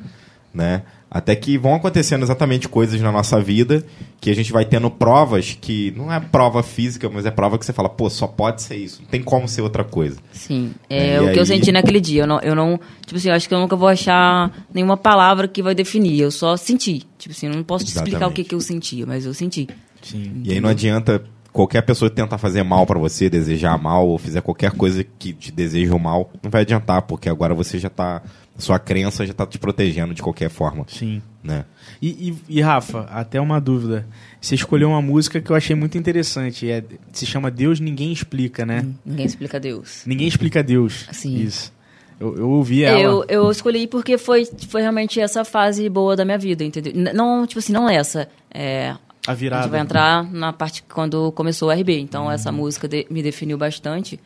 Speaker 1: né? Até que vão acontecendo exatamente coisas na nossa vida que a gente vai tendo provas que não é prova física, mas é prova que você fala, pô, só pode ser isso, não tem como ser outra coisa.
Speaker 3: Sim, é
Speaker 1: E
Speaker 3: o que eu
Speaker 1: aí?
Speaker 3: senti naquele dia. Eu não, eu não, tipo assim, eu acho que eu nunca vou achar nenhuma palavra que vai definir. Eu só senti. Tipo assim, eu não posso te explicar o
Speaker 1: Exatamente.
Speaker 3: que, que eu senti, mas eu senti.
Speaker 2: Sim.
Speaker 1: E aí não adianta qualquer pessoa tentar fazer mal pra você, desejar mal ou fizer qualquer coisa que te deseja o mal, não vai adiantar, porque agora você já tá sua crença já tá te protegendo de qualquer forma,
Speaker 2: Sim.
Speaker 1: né?
Speaker 2: E, e- e, Rafa, até uma dúvida. Você escolheu uma música que eu achei muito interessante. É, se chama Deus Ninguém Explica, né?
Speaker 3: Ninguém explica Deus.
Speaker 2: Ninguém explica Deus.
Speaker 3: Hum. Sim.
Speaker 2: Isso. Eu, eu ouvi ela.
Speaker 3: Eu, eu escolhi porque foi, foi realmente essa fase boa da minha vida, entendeu? N- Não, tipo assim, não essa. É,
Speaker 2: A
Speaker 3: a
Speaker 2: virada.
Speaker 3: gente vai entrar na parte que quando começou o RB. Então, essa música de- me definiu bastante,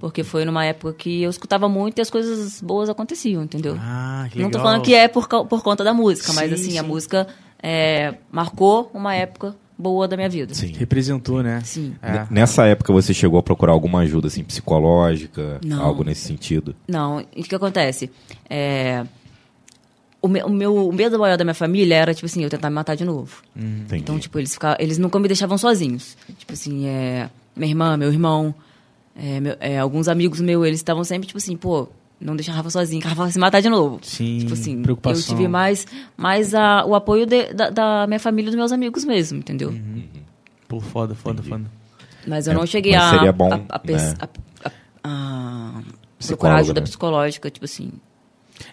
Speaker 3: porque foi numa época que eu escutava muito e as coisas boas aconteciam, entendeu?
Speaker 2: Ah, que
Speaker 3: Não
Speaker 2: legal.
Speaker 3: tô falando que é por, cau- por conta da música, mas
Speaker 2: Sim,
Speaker 3: assim, a
Speaker 2: sim.
Speaker 3: música é, marcou uma época boa da minha vida.
Speaker 1: Sim.
Speaker 2: Representou, né?
Speaker 3: Sim.
Speaker 2: É.
Speaker 1: N- Nessa época você chegou a procurar alguma ajuda assim psicológica,
Speaker 3: Não.
Speaker 1: algo nesse sentido?
Speaker 3: Não, e o que acontece? É, o, me- o meu o medo maior da minha família era, tipo assim, eu tentar me matar de novo.
Speaker 2: Hum,
Speaker 1: Entendi.
Speaker 3: Então, tipo, eles, ficavam, eles nunca me deixavam sozinhos. Tipo assim, é, minha irmã, meu irmão, é, meu- é, alguns amigos meus, eles estavam sempre, tipo assim, pô, não deixa a Rafa sozinha, que a Rafa vai se matar de novo.
Speaker 2: Sim,
Speaker 3: tipo assim,
Speaker 2: preocupação.
Speaker 3: eu tive mais, mais a- o apoio de- da, da minha família e dos meus amigos mesmo, entendeu?
Speaker 2: Hum. Pô, foda, foda, foda.
Speaker 3: Mas eu
Speaker 1: É,
Speaker 3: não cheguei
Speaker 1: mas
Speaker 3: a,
Speaker 1: seria bom,
Speaker 3: a, a, pers-
Speaker 1: né?
Speaker 3: a- a- a procurar
Speaker 1: Psicólogo,
Speaker 3: ajuda
Speaker 1: né?
Speaker 3: psicológica, tipo assim.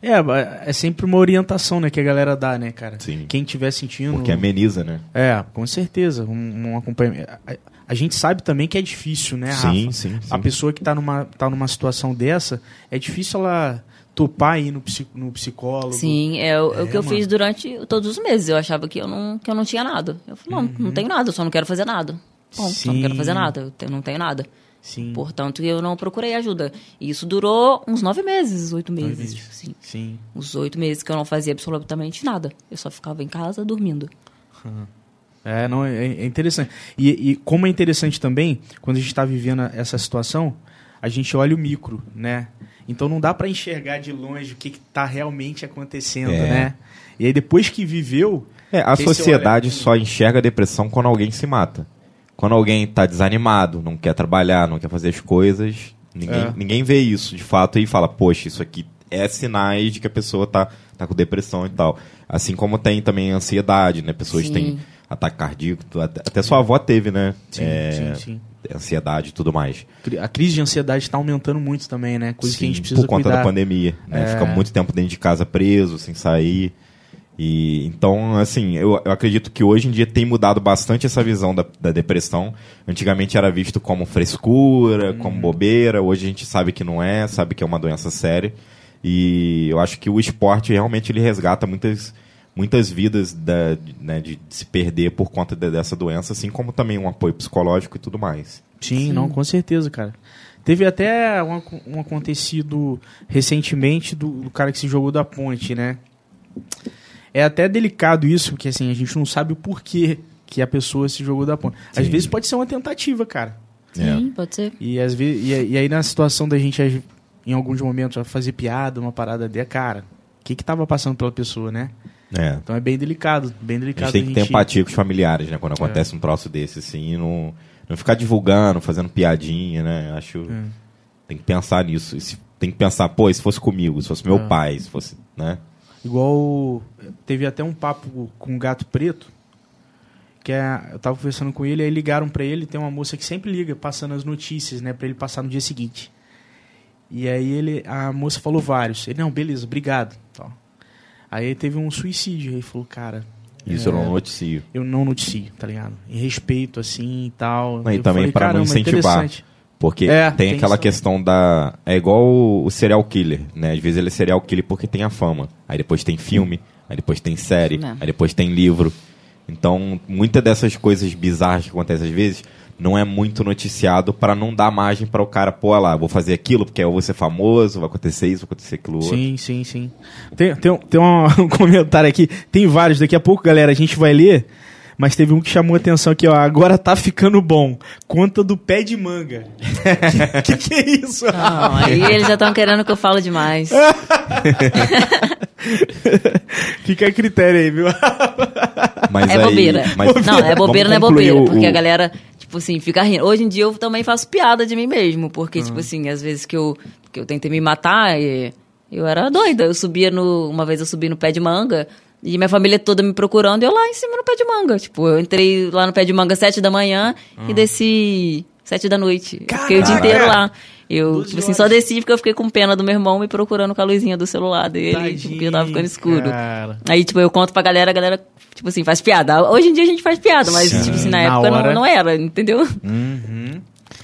Speaker 2: É, ba- é sempre uma orientação, né, que a galera dá, né, cara?
Speaker 1: Sim.
Speaker 2: Quem tiver sentindo.
Speaker 1: Porque ameniza, né?
Speaker 2: É, com certeza. Um, um acompanhamento. A, a gente sabe também que é difícil, né, Rafa?
Speaker 1: Sim, sim,
Speaker 2: A
Speaker 1: sim.
Speaker 2: pessoa que tá numa, tá numa situação dessa, é difícil ela topar aí no, psi- no psicólogo.
Speaker 3: Sim, é o, é o que eu
Speaker 2: mano.
Speaker 3: fiz durante todos os meses. Eu achava que eu não, que eu não tinha nada. Eu falei, não, não tenho nada, eu só não quero fazer nada. Bom, só não quero
Speaker 2: Sim.
Speaker 3: fazer nada, eu te- não tenho nada.
Speaker 2: Sim.
Speaker 3: Portanto, eu não procurei ajuda. E isso durou uns nove meses, oito meses,
Speaker 2: Talvez.
Speaker 3: tipo assim.
Speaker 2: então é Sim.
Speaker 3: Uns oito meses que eu não fazia absolutamente nada. Eu só ficava em casa dormindo.
Speaker 2: É, não, é, é interessante. E, e como é interessante também, quando a gente está vivendo essa situação, a gente olha o micro, né? Então não dá para enxergar de longe o que está realmente acontecendo,
Speaker 1: É.
Speaker 2: né? E aí depois que viveu,
Speaker 1: É, a
Speaker 2: Porque se eu
Speaker 1: sociedade
Speaker 2: olhar-
Speaker 1: só enxerga a depressão quando alguém se mata. Quando alguém tá desanimado, não quer trabalhar, não quer fazer as coisas, ninguém,
Speaker 2: É.
Speaker 1: ninguém vê isso de fato e fala, poxa, isso aqui é sinais de que a pessoa tá, tá com depressão e tal. Assim como tem também ansiedade, né? Pessoas
Speaker 3: Sim.
Speaker 1: têm ataque cardíaco, tu- até, até sua avó teve, né?
Speaker 2: Sim,
Speaker 1: É,
Speaker 2: sim, sim.
Speaker 1: Ansiedade e tudo mais.
Speaker 2: Cri- A crise de ansiedade está aumentando muito também, né? Coisa que a gente
Speaker 1: Sim,
Speaker 2: precisa
Speaker 1: por conta
Speaker 2: cuidar. É.
Speaker 1: da pandemia, né? Fica muito tempo dentro de casa preso, sem sair. E então, assim, eu, eu acredito que hoje em dia tem mudado bastante essa visão da, da depressão. Antigamente era visto como frescura,
Speaker 2: Uhum.
Speaker 1: como bobeira. Hoje a gente sabe que não é, sabe que é uma doença séria. E eu acho que o esporte realmente ele resgata muitas muitas vidas da, né, de se perder por conta de- dessa doença, assim como também um apoio psicológico e tudo mais.
Speaker 2: Sim, não, com certeza, cara. Teve até um, ac- um acontecido recentemente do, do cara que se jogou da ponte, né? É até delicado isso, porque assim, a gente não sabe o porquê que a pessoa se jogou da ponte. Às
Speaker 1: Sim.
Speaker 2: vezes pode ser uma tentativa, cara.
Speaker 1: É.
Speaker 3: Sim, pode ser.
Speaker 2: E, às vezes, e, aí- e aí na situação da gente, às- em alguns momentos, vai fazer piada, uma parada de cara, o que que tava passando pela pessoa, né?
Speaker 1: É.
Speaker 2: Então é bem delicado, bem
Speaker 1: A
Speaker 2: delicado
Speaker 1: gente tem que ter empatia com os familiares, né? Quando acontece um troço desse, assim, e não, não ficar divulgando, fazendo piadinha, né? Acho. Tem que pensar nisso. E se- tem que pensar, pô, e se fosse comigo, se fosse meu
Speaker 2: É.
Speaker 1: pai, se fosse. né?
Speaker 2: Igual teve até um papo com o gato preto, que é, eu tava conversando com ele, aí ligaram pra ele, tem uma moça que sempre liga passando as notícias, né, para ele passar no dia seguinte. E aí ele, a moça falou vários. Ele não, beleza, obrigado, tal. Aí teve um suicídio, aí ele falou, cara, é,
Speaker 1: Isso eu não noticio.
Speaker 2: eu não noticio, tá ligado? Em respeito assim e tal.
Speaker 1: Não, e
Speaker 2: Eu
Speaker 1: também pra não
Speaker 2: "Caramba,
Speaker 1: incentivar."
Speaker 2: interessante.
Speaker 1: Porque
Speaker 2: É,
Speaker 1: tem
Speaker 2: tem
Speaker 1: aquela
Speaker 2: isso
Speaker 1: questão da. É igual o, o serial killer, né? Às vezes ele é serial killer porque tem a fama. Aí depois tem filme, aí depois tem série,
Speaker 3: Isso mesmo.
Speaker 1: aí depois tem livro. Então, muitas dessas coisas bizarras que acontecem às vezes não é muito noticiado pra não dar margem para o cara, pô, olha lá, vou fazer aquilo porque eu vou ser famoso, vai acontecer isso, vai acontecer aquilo outro.
Speaker 2: Sim, sim, sim. Tem, tem, um- tem um, [laughs] um comentário aqui, tem vários. Daqui a pouco, galera, a gente vai ler. Mas teve um que chamou a atenção aqui, ó. Agora tá ficando bom. Conta do pé de manga. [laughs] que, que é isso? [laughs]
Speaker 3: Não, aí eles já estão querendo que eu
Speaker 1: [laughs]
Speaker 3: falo demais.
Speaker 2: Fica a critério aí, viu?
Speaker 1: Mas
Speaker 3: É
Speaker 1: aí-
Speaker 3: bobeira.
Speaker 1: mas-
Speaker 3: Não, é bobeira, não
Speaker 1: [laughs]
Speaker 3: é
Speaker 1: Vamos concluir
Speaker 3: bobeira.
Speaker 1: o-
Speaker 3: Porque a
Speaker 1: o-
Speaker 3: galera, tipo assim, fica rindo. Hoje em dia eu também faço piada de mim mesmo. Porque,
Speaker 1: Ah.
Speaker 3: tipo assim, às vezes que eu, que eu tentei me matar, e eu era doida. Eu subia no. Uma vez eu subi no pé de manga. E minha família toda me procurando, e eu lá em cima no pé de manga. Tipo, eu entrei lá no pé de manga sete da manhã
Speaker 1: Ah.
Speaker 3: e desci sete da noite. Eu Fiquei o dia
Speaker 2: Caraca!
Speaker 3: inteiro lá.
Speaker 1: É.
Speaker 3: Eu,
Speaker 2: Doze
Speaker 3: tipo assim, só
Speaker 2: horas.
Speaker 3: desci porque eu fiquei com pena do meu irmão me procurando com a luzinha do celular dele,
Speaker 2: [laughs]
Speaker 3: tipo, porque tava ficando escuro.
Speaker 2: Cara.
Speaker 3: Aí, tipo, eu conto pra galera, a galera, tipo assim, faz piada. Hoje em dia a gente faz piada, mas,
Speaker 2: Sim. É.
Speaker 3: tipo assim, na,
Speaker 2: Na
Speaker 3: época
Speaker 2: hora.
Speaker 3: não, não era, entendeu?
Speaker 2: Uhum.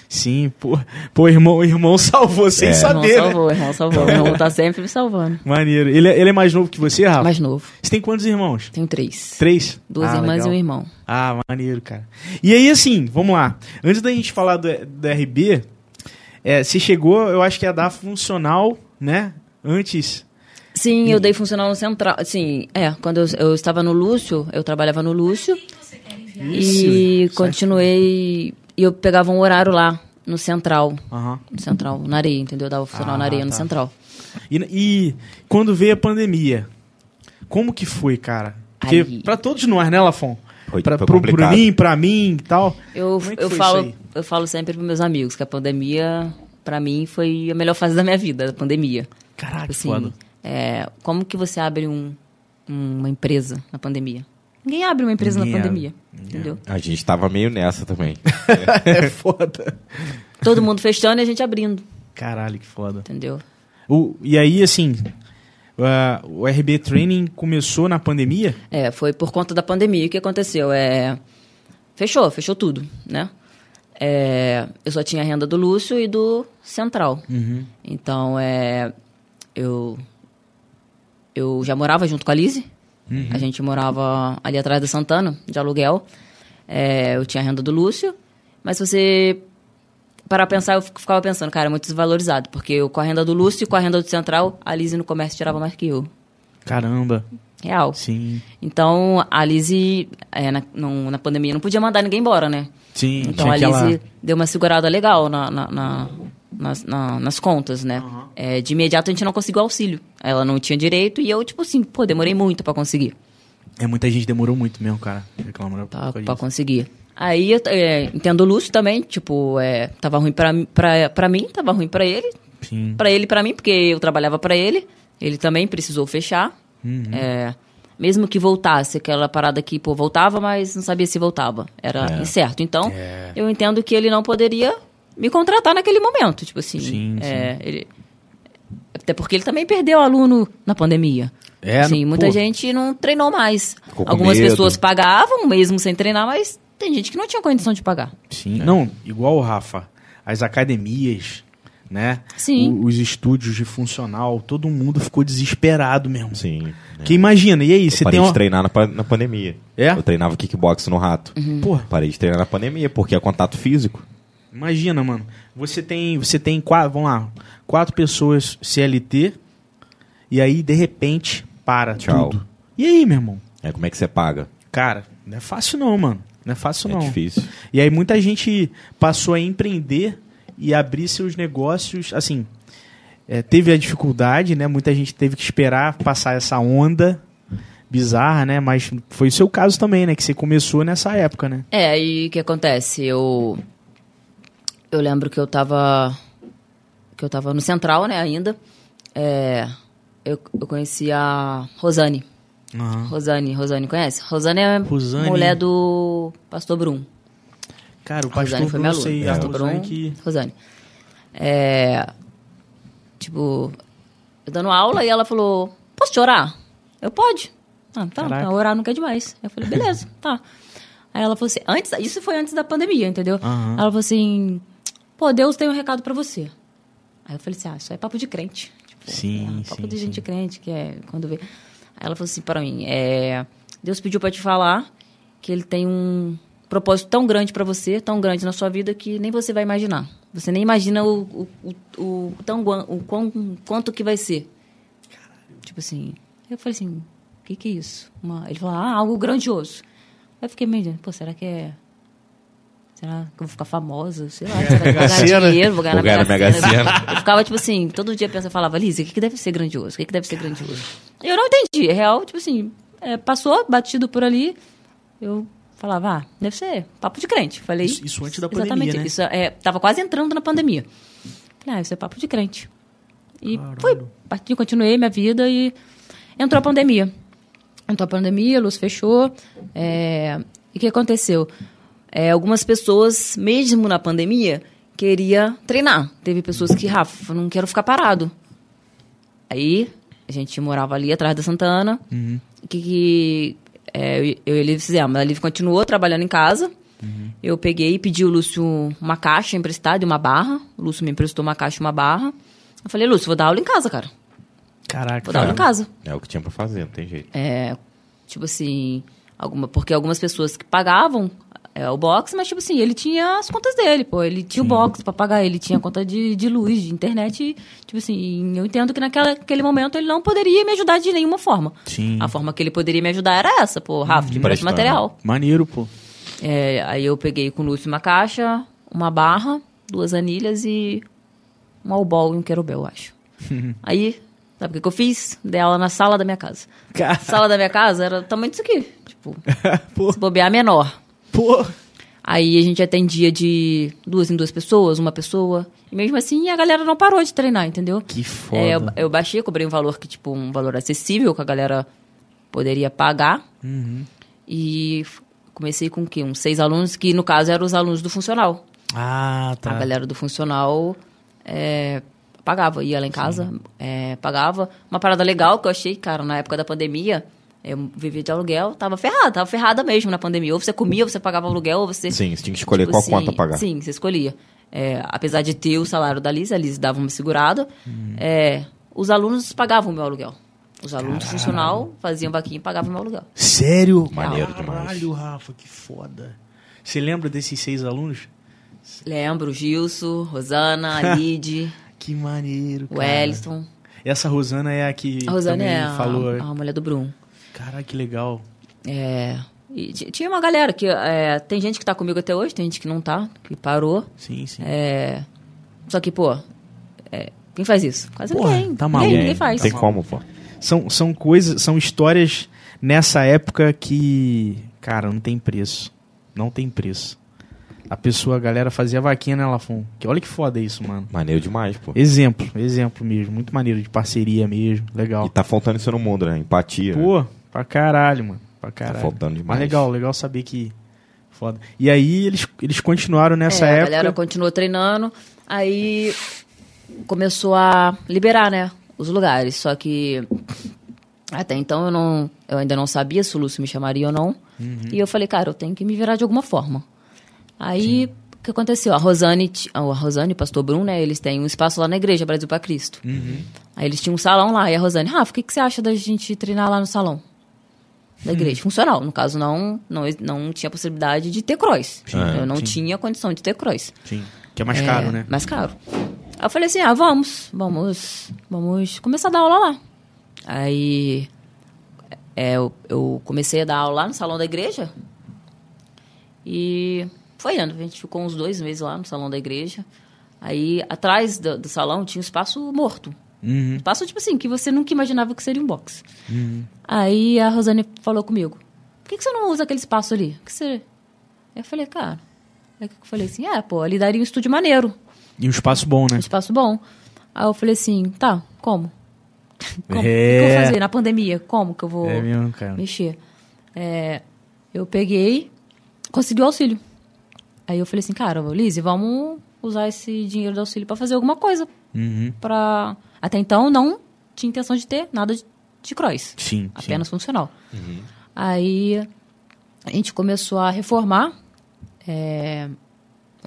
Speaker 2: Sim, pô. Pô, irmão, irmão salvou sem
Speaker 1: É.
Speaker 2: saber.
Speaker 3: irmão
Speaker 2: né?
Speaker 3: salvou, irmão salvou.
Speaker 2: [laughs]
Speaker 3: Meu irmão tá sempre me salvando.
Speaker 2: Maneiro. Ele, é- ele é mais novo que você, Rafa?
Speaker 3: Mais novo.
Speaker 2: Você tem quantos irmãos?
Speaker 3: Tenho três.
Speaker 2: Três?
Speaker 3: Duas
Speaker 2: Ah,
Speaker 3: irmãs
Speaker 2: legal.
Speaker 3: e um irmão.
Speaker 2: Ah, maneiro, cara. E aí, assim, vamos lá. Antes da gente falar do, do RB, é, você chegou, eu acho que ia dar funcional, né? Antes.
Speaker 3: Sim,
Speaker 2: Hum.
Speaker 3: eu dei funcional no central. Sim, é. Quando eu, eu estava no Lúcio, eu trabalhava no Lúcio. E
Speaker 2: Isso.
Speaker 3: continuei. E eu pegava um horário lá, no central.
Speaker 2: Aham.
Speaker 3: No central, na areia, entendeu? Eu dava funcional
Speaker 2: Ah,
Speaker 3: na areia, no
Speaker 2: tá.
Speaker 3: central.
Speaker 2: E, e quando veio a pandemia, como que foi, cara? Porque
Speaker 3: Aí.
Speaker 2: pra todos nós, né, Lafon?
Speaker 1: Foi-
Speaker 2: Pra,
Speaker 1: foi
Speaker 2: pro
Speaker 1: complicado.
Speaker 2: Bruninho, pra mim e tal.
Speaker 3: Eu,
Speaker 2: Como é que
Speaker 3: eu,
Speaker 2: foi isso
Speaker 3: falo,
Speaker 2: aí?
Speaker 3: eu falo sempre pros meus amigos que a pandemia, pra mim, foi a melhor fase da minha vida, a pandemia.
Speaker 2: Caraca,
Speaker 3: Assim,
Speaker 2: Ah,
Speaker 3: [laughs]
Speaker 2: foda.
Speaker 3: é, como que você abre um- uma empresa na pandemia? Ninguém abre uma empresa
Speaker 2: Ninguém
Speaker 3: na
Speaker 2: abre.
Speaker 3: pandemia, entendeu?
Speaker 1: A gente tava meio nessa também.
Speaker 2: [laughs] é foda. [laughs]
Speaker 3: Todo mundo fechando e a gente abrindo,
Speaker 2: Caralho, que foda.
Speaker 3: entendeu?
Speaker 2: O- e aí, assim, ah, o RB Training começou na pandemia?
Speaker 3: É, foi por conta da pandemia. O que aconteceu? É, fechou, fechou tudo, né? É, eu só tinha a renda do Lúcio e do Central. Então, é, eu, eu já morava junto com a Lise. A gente morava ali atrás da Santana, de aluguel. É, eu tinha a renda do Lúcio. Mas se você parar pra pensar, eu fico- ficava pensando, cara, é muito desvalorizado. Porque eu com a renda do Lúcio e com a renda do Central, a Lise no comércio tirava mais que eu.
Speaker 2: Caramba.
Speaker 3: Real.
Speaker 2: Sim.
Speaker 3: Então, a Lizzie, é, na, não- na pandemia, não podia mandar ninguém embora, né?
Speaker 2: Sim,
Speaker 3: Então,
Speaker 2: tinha
Speaker 3: a
Speaker 2: aquela-
Speaker 3: Lizzie deu uma segurada legal na, na- na- nas, na- nas contas, né? É, de imediato, a gente não conseguiu auxílio. Ela não tinha direito e eu, tipo assim, pô, demorei muito pra conseguir.
Speaker 2: É, muita gente demorou muito mesmo, cara, reclamando
Speaker 3: Pra,
Speaker 2: por causa
Speaker 3: Tá pra
Speaker 2: disso.
Speaker 3: conseguir. Aí eu é, entendo o Lúcio também, tipo, é, tava ruim pra, pra, pra mim, tava ruim pra ele.
Speaker 2: Sim.
Speaker 3: Pra ele e pra mim, porque eu trabalhava pra ele. Ele também precisou fechar.
Speaker 5: Uhum.
Speaker 3: É, mesmo que voltasse, aquela parada que, pô, voltava, mas não sabia se voltava. Era
Speaker 5: É.
Speaker 3: incerto. Então, eu entendo que ele não poderia me contratar naquele momento. Tipo assim,
Speaker 5: Sim,
Speaker 3: é, ele- até porque ele também perdeu aluno na pandemia.
Speaker 5: É,
Speaker 3: Sim,
Speaker 5: no-
Speaker 3: muita
Speaker 5: pô.
Speaker 3: gente não treinou mais.
Speaker 1: Ficou com
Speaker 3: Algumas
Speaker 1: medo.
Speaker 3: pessoas pagavam mesmo sem treinar, mas tem gente que não tinha condição de pagar.
Speaker 5: Sim.
Speaker 2: Não, igual o Rafa. As academias, né?
Speaker 3: Sim.
Speaker 2: O- os estúdios de funcional, todo mundo ficou desesperado mesmo.
Speaker 1: Sim. né?
Speaker 2: Que imagina, e aí,
Speaker 1: Eu
Speaker 2: você
Speaker 1: parei
Speaker 2: tem uma...
Speaker 1: de treinar na, pa- na pandemia.
Speaker 2: É? Uhum.
Speaker 1: Eu treinava kickbox no rato.
Speaker 2: Porra,
Speaker 1: Parei de treinar na pandemia, porque é contato físico.
Speaker 2: imagina, mano. Você tem, você tem quatro, vamos lá, quatro pessoas CLT e aí de repente para
Speaker 1: Tchau.
Speaker 2: tudo. E aí, meu irmão?
Speaker 1: É como é que você paga?
Speaker 2: Cara, não é fácil não, mano. Não é fácil
Speaker 1: É
Speaker 2: não.
Speaker 1: difícil.
Speaker 2: E aí muita gente passou a empreender e abrir seus negócios, assim, é, teve a dificuldade, né? Muita gente teve que esperar passar essa onda bizarra, né? Mas foi o seu caso também, né? Que você começou nessa época, né?
Speaker 3: É, aí o que acontece? Eu eu lembro que eu tava que eu tava no Central, né, ainda. É, eu, eu conheci a Rosane. Rosane, Rosane conhece? Rosane é
Speaker 2: Rosane?
Speaker 3: mulher do pastor Brum.
Speaker 2: Cara, o
Speaker 3: A Rosane
Speaker 2: pastor Bruno,
Speaker 3: foi minha
Speaker 2: eu
Speaker 3: aluna.
Speaker 2: sei, a
Speaker 3: Pastor
Speaker 2: Rosane
Speaker 3: Bruno,
Speaker 2: que...
Speaker 3: Rosane. É, tipo, eu dando aula e ela falou, posso te orar? Eu, pode. Ah, tá,
Speaker 2: Caraca.
Speaker 3: tá, orar nunca é demais. Eu
Speaker 2: [laughs]
Speaker 3: falei, beleza, tá. Aí ela falou assim, antes, isso foi antes da pandemia, entendeu?
Speaker 2: Aham.
Speaker 3: Ela falou assim, pô, Deus tem um recado pra você. Aí eu falei assim, ah, isso é papo de crente. Tipo,
Speaker 2: Sim,
Speaker 3: é, papo
Speaker 2: sim,
Speaker 3: de gente crente, que é quando vê. Aí ela falou assim pra mim, é, Deus pediu pra te falar que ele tem um propósito tão grande pra você, tão grande na sua vida que nem você vai imaginar. Você nem imagina o, o, o, o tão guan- o quão- quanto que vai ser. Tipo assim, eu falei assim, o que que é isso? Uma- ele falou, ah, algo grandioso. Aí eu fiquei meio, pô, será que é... Será que eu vou ficar famosa?
Speaker 2: [laughs]
Speaker 3: Sei lá, será que eu vou ganhar
Speaker 2: Sena.
Speaker 3: dinheiro, vou ganhar
Speaker 1: Vou ganhar
Speaker 3: na
Speaker 1: na
Speaker 3: Mega Sena.
Speaker 1: Mega Sena.
Speaker 3: Eu ficava, tipo assim, todo dia pensava, falava, Lisa, o que, que deve ser grandioso? O que, que deve ser grandioso? E Eu não entendi, é real, tipo assim, é, passou, batido por ali, eu falava, ah, deve ser papo de crente. Falei,
Speaker 2: Isso- isso antes da
Speaker 3: exatamente,
Speaker 2: pandemia, né?
Speaker 3: Isso, é, tava quase entrando na pandemia. Falei, ah, isso é papo de crente. E fui, parti, continuei minha vida e entrou a pandemia. Entrou a pandemia, a luz fechou. é, E o que aconteceu? É, algumas pessoas, mesmo na pandemia, queria treinar. Teve pessoas que, Rafa, não quero ficar parado. Aí, a gente morava ali atrás da Santana. Que, que é, eu- eu e a Liv fizemos. A Liv continuou trabalhando em casa. Eu peguei e pedi o Lúcio uma caixa emprestada e uma barra. O Lúcio me emprestou uma caixa e uma barra. Eu falei, Lúcio, vou dar aula em casa, cara.
Speaker 2: Caraca,
Speaker 3: Vou dar aula em
Speaker 2: cara.
Speaker 3: casa.
Speaker 1: É o que tinha pra fazer, não tem jeito.
Speaker 3: É, tipo assim, alguma, porque algumas pessoas que pagavam é, o box, mas tipo assim, ele tinha as contas dele, pô, ele tinha o box pra pagar, ele tinha conta de, de luz, de internet, e, tipo assim, eu entendo que naquela- naquele momento ele não poderia me ajudar de nenhuma forma.
Speaker 2: Sim.
Speaker 3: A forma que ele poderia me ajudar era essa, pô, Rafa, de me presta
Speaker 1: Emprestando.
Speaker 3: material.
Speaker 2: Maneiro, pô.
Speaker 3: É, aí eu peguei com o Lúcio uma caixa, uma barra, duas anilhas e um albol e um querubel, eu acho. aí, sabe o que, que eu fiz? Dei aula na sala da minha casa.
Speaker 2: [laughs]
Speaker 3: A sala da minha casa era do tamanho disso aqui. Tipo, se bobear menor.
Speaker 2: Pô.
Speaker 3: Aí a gente atendia de duas em duas pessoas, uma pessoa. E mesmo assim a galera não parou de treinar, entendeu?
Speaker 2: Que foda.
Speaker 3: É, eu, eu baixei, cobrei um valor que, tipo, um valor acessível que a galera poderia pagar. E f- comecei com o quê? Uns seis alunos, que no caso eram os alunos do funcional.
Speaker 2: Ah,
Speaker 3: A
Speaker 2: tá.
Speaker 3: galera do funcional é, pagava, ia lá em casa, é, pagava. Uma parada legal que eu achei, cara, na época da pandemia, eu vivia de aluguel, tava ferrada, tava ferrada mesmo na pandemia. Ou você comia, ou você pagava aluguel, ou você.
Speaker 1: Sim, você tinha que escolher
Speaker 3: Tipo
Speaker 1: qual
Speaker 3: assim,
Speaker 1: conta pagar.
Speaker 3: Sim, você escolhia. É, apesar de ter o salário da Liz, a Liz dava uma segurada,
Speaker 1: Uhum.
Speaker 3: é, os alunos pagavam o meu aluguel. Os alunos funcional faziam vaquinha e pagavam o meu aluguel.
Speaker 2: Sério?
Speaker 1: Maneiro demais.
Speaker 2: Caralho, Rafa, que foda. Você lembra desses seis alunos?
Speaker 3: Lembro, Gilson, Rosana,
Speaker 1: [laughs]
Speaker 3: a Lid,
Speaker 2: Que maneiro,
Speaker 3: o
Speaker 2: cara.
Speaker 3: Wellington.
Speaker 2: Essa Rosana é a que
Speaker 3: A Rosana
Speaker 2: também
Speaker 3: é a,
Speaker 2: falou.
Speaker 3: a mulher do Brum.
Speaker 2: Cara, que legal.
Speaker 3: É, e ti- tinha uma galera que... é, tem gente que tá comigo até hoje, tem gente que não tá, que parou.
Speaker 2: Sim, sim.
Speaker 3: É, só que, pô... é, quem faz isso? Quase
Speaker 2: Porra,
Speaker 3: ninguém.
Speaker 2: tá
Speaker 3: ninguém,
Speaker 2: maluco.
Speaker 3: ninguém faz.
Speaker 1: Tem como, pô.
Speaker 2: São, são coisas, são histórias nessa época que, cara, não tem preço. Não tem preço. A pessoa, a galera fazia vaquinha, né, Lafon? Que olha que foda isso, mano.
Speaker 1: Maneiro demais, pô.
Speaker 2: Exemplo, exemplo mesmo. Muito maneiro, de parceria mesmo. Legal.
Speaker 1: E tá faltando isso no mundo, né? Empatia. né?
Speaker 2: Pô, pra caralho, mano. Pra caralho.
Speaker 1: faltando demais.
Speaker 2: Mas legal, legal saber que. Foda. E aí eles, eles continuaram nessa
Speaker 3: é,
Speaker 2: época.
Speaker 3: A galera continuou treinando, aí começou a liberar, né, os lugares. Só que até então eu não, eu ainda não sabia se o Lúcio me chamaria ou não.
Speaker 2: Uhum.
Speaker 3: E eu falei, cara, eu tenho que me virar de alguma forma. Aí o que aconteceu? A Rosane, ti- a Rosane, o pastor Bruno, né, eles têm um espaço lá na igreja Brasil para Cristo.
Speaker 2: Uhum.
Speaker 3: Aí eles tinham um salão lá e a Rosane, Rafa, o que, que você acha da gente treinar lá no salão? Da
Speaker 2: Uhum.
Speaker 3: igreja funcional. No caso, não, não, não tinha possibilidade de ter cross.
Speaker 1: Ah,
Speaker 3: eu não
Speaker 2: sim.
Speaker 3: tinha condição de ter cross.
Speaker 2: Sim. Que é mais caro,
Speaker 3: É,
Speaker 2: né?
Speaker 3: Mais caro. Aí eu falei assim, ah, vamos, vamos, vamos começar a dar aula lá. Aí é, eu, eu comecei a dar aula lá no salão da igreja e foi indo. A gente ficou uns dois meses lá no salão da igreja. Aí atrás do, do salão tinha um espaço morto.
Speaker 2: Uhum.
Speaker 3: Espaço, tipo assim, que você nunca imaginava que seria um box. Aí a Rosane falou comigo, por que, que você não usa aquele espaço ali? Por que você... Eu falei, cara... Aí eu falei assim, é, pô, ali daria um estúdio maneiro
Speaker 2: E um espaço bom,
Speaker 3: um
Speaker 2: né?
Speaker 3: espaço bom. Aí eu falei assim, tá, como? [laughs] Como? O que eu
Speaker 2: É.
Speaker 3: vou fazer na pandemia? Como que eu vou
Speaker 2: É mesmo, cara.
Speaker 3: mexer? É, eu peguei, consegui o auxílio. Aí eu falei assim, cara, Lise, vamos usar esse dinheiro do auxílio pra fazer alguma coisa.
Speaker 2: Uhum.
Speaker 3: Pra... Até então, não tinha intenção de ter nada de, de cross.
Speaker 2: Sim, sim. Uhum.
Speaker 3: Apenas funcional. Aí a gente começou a reformar é,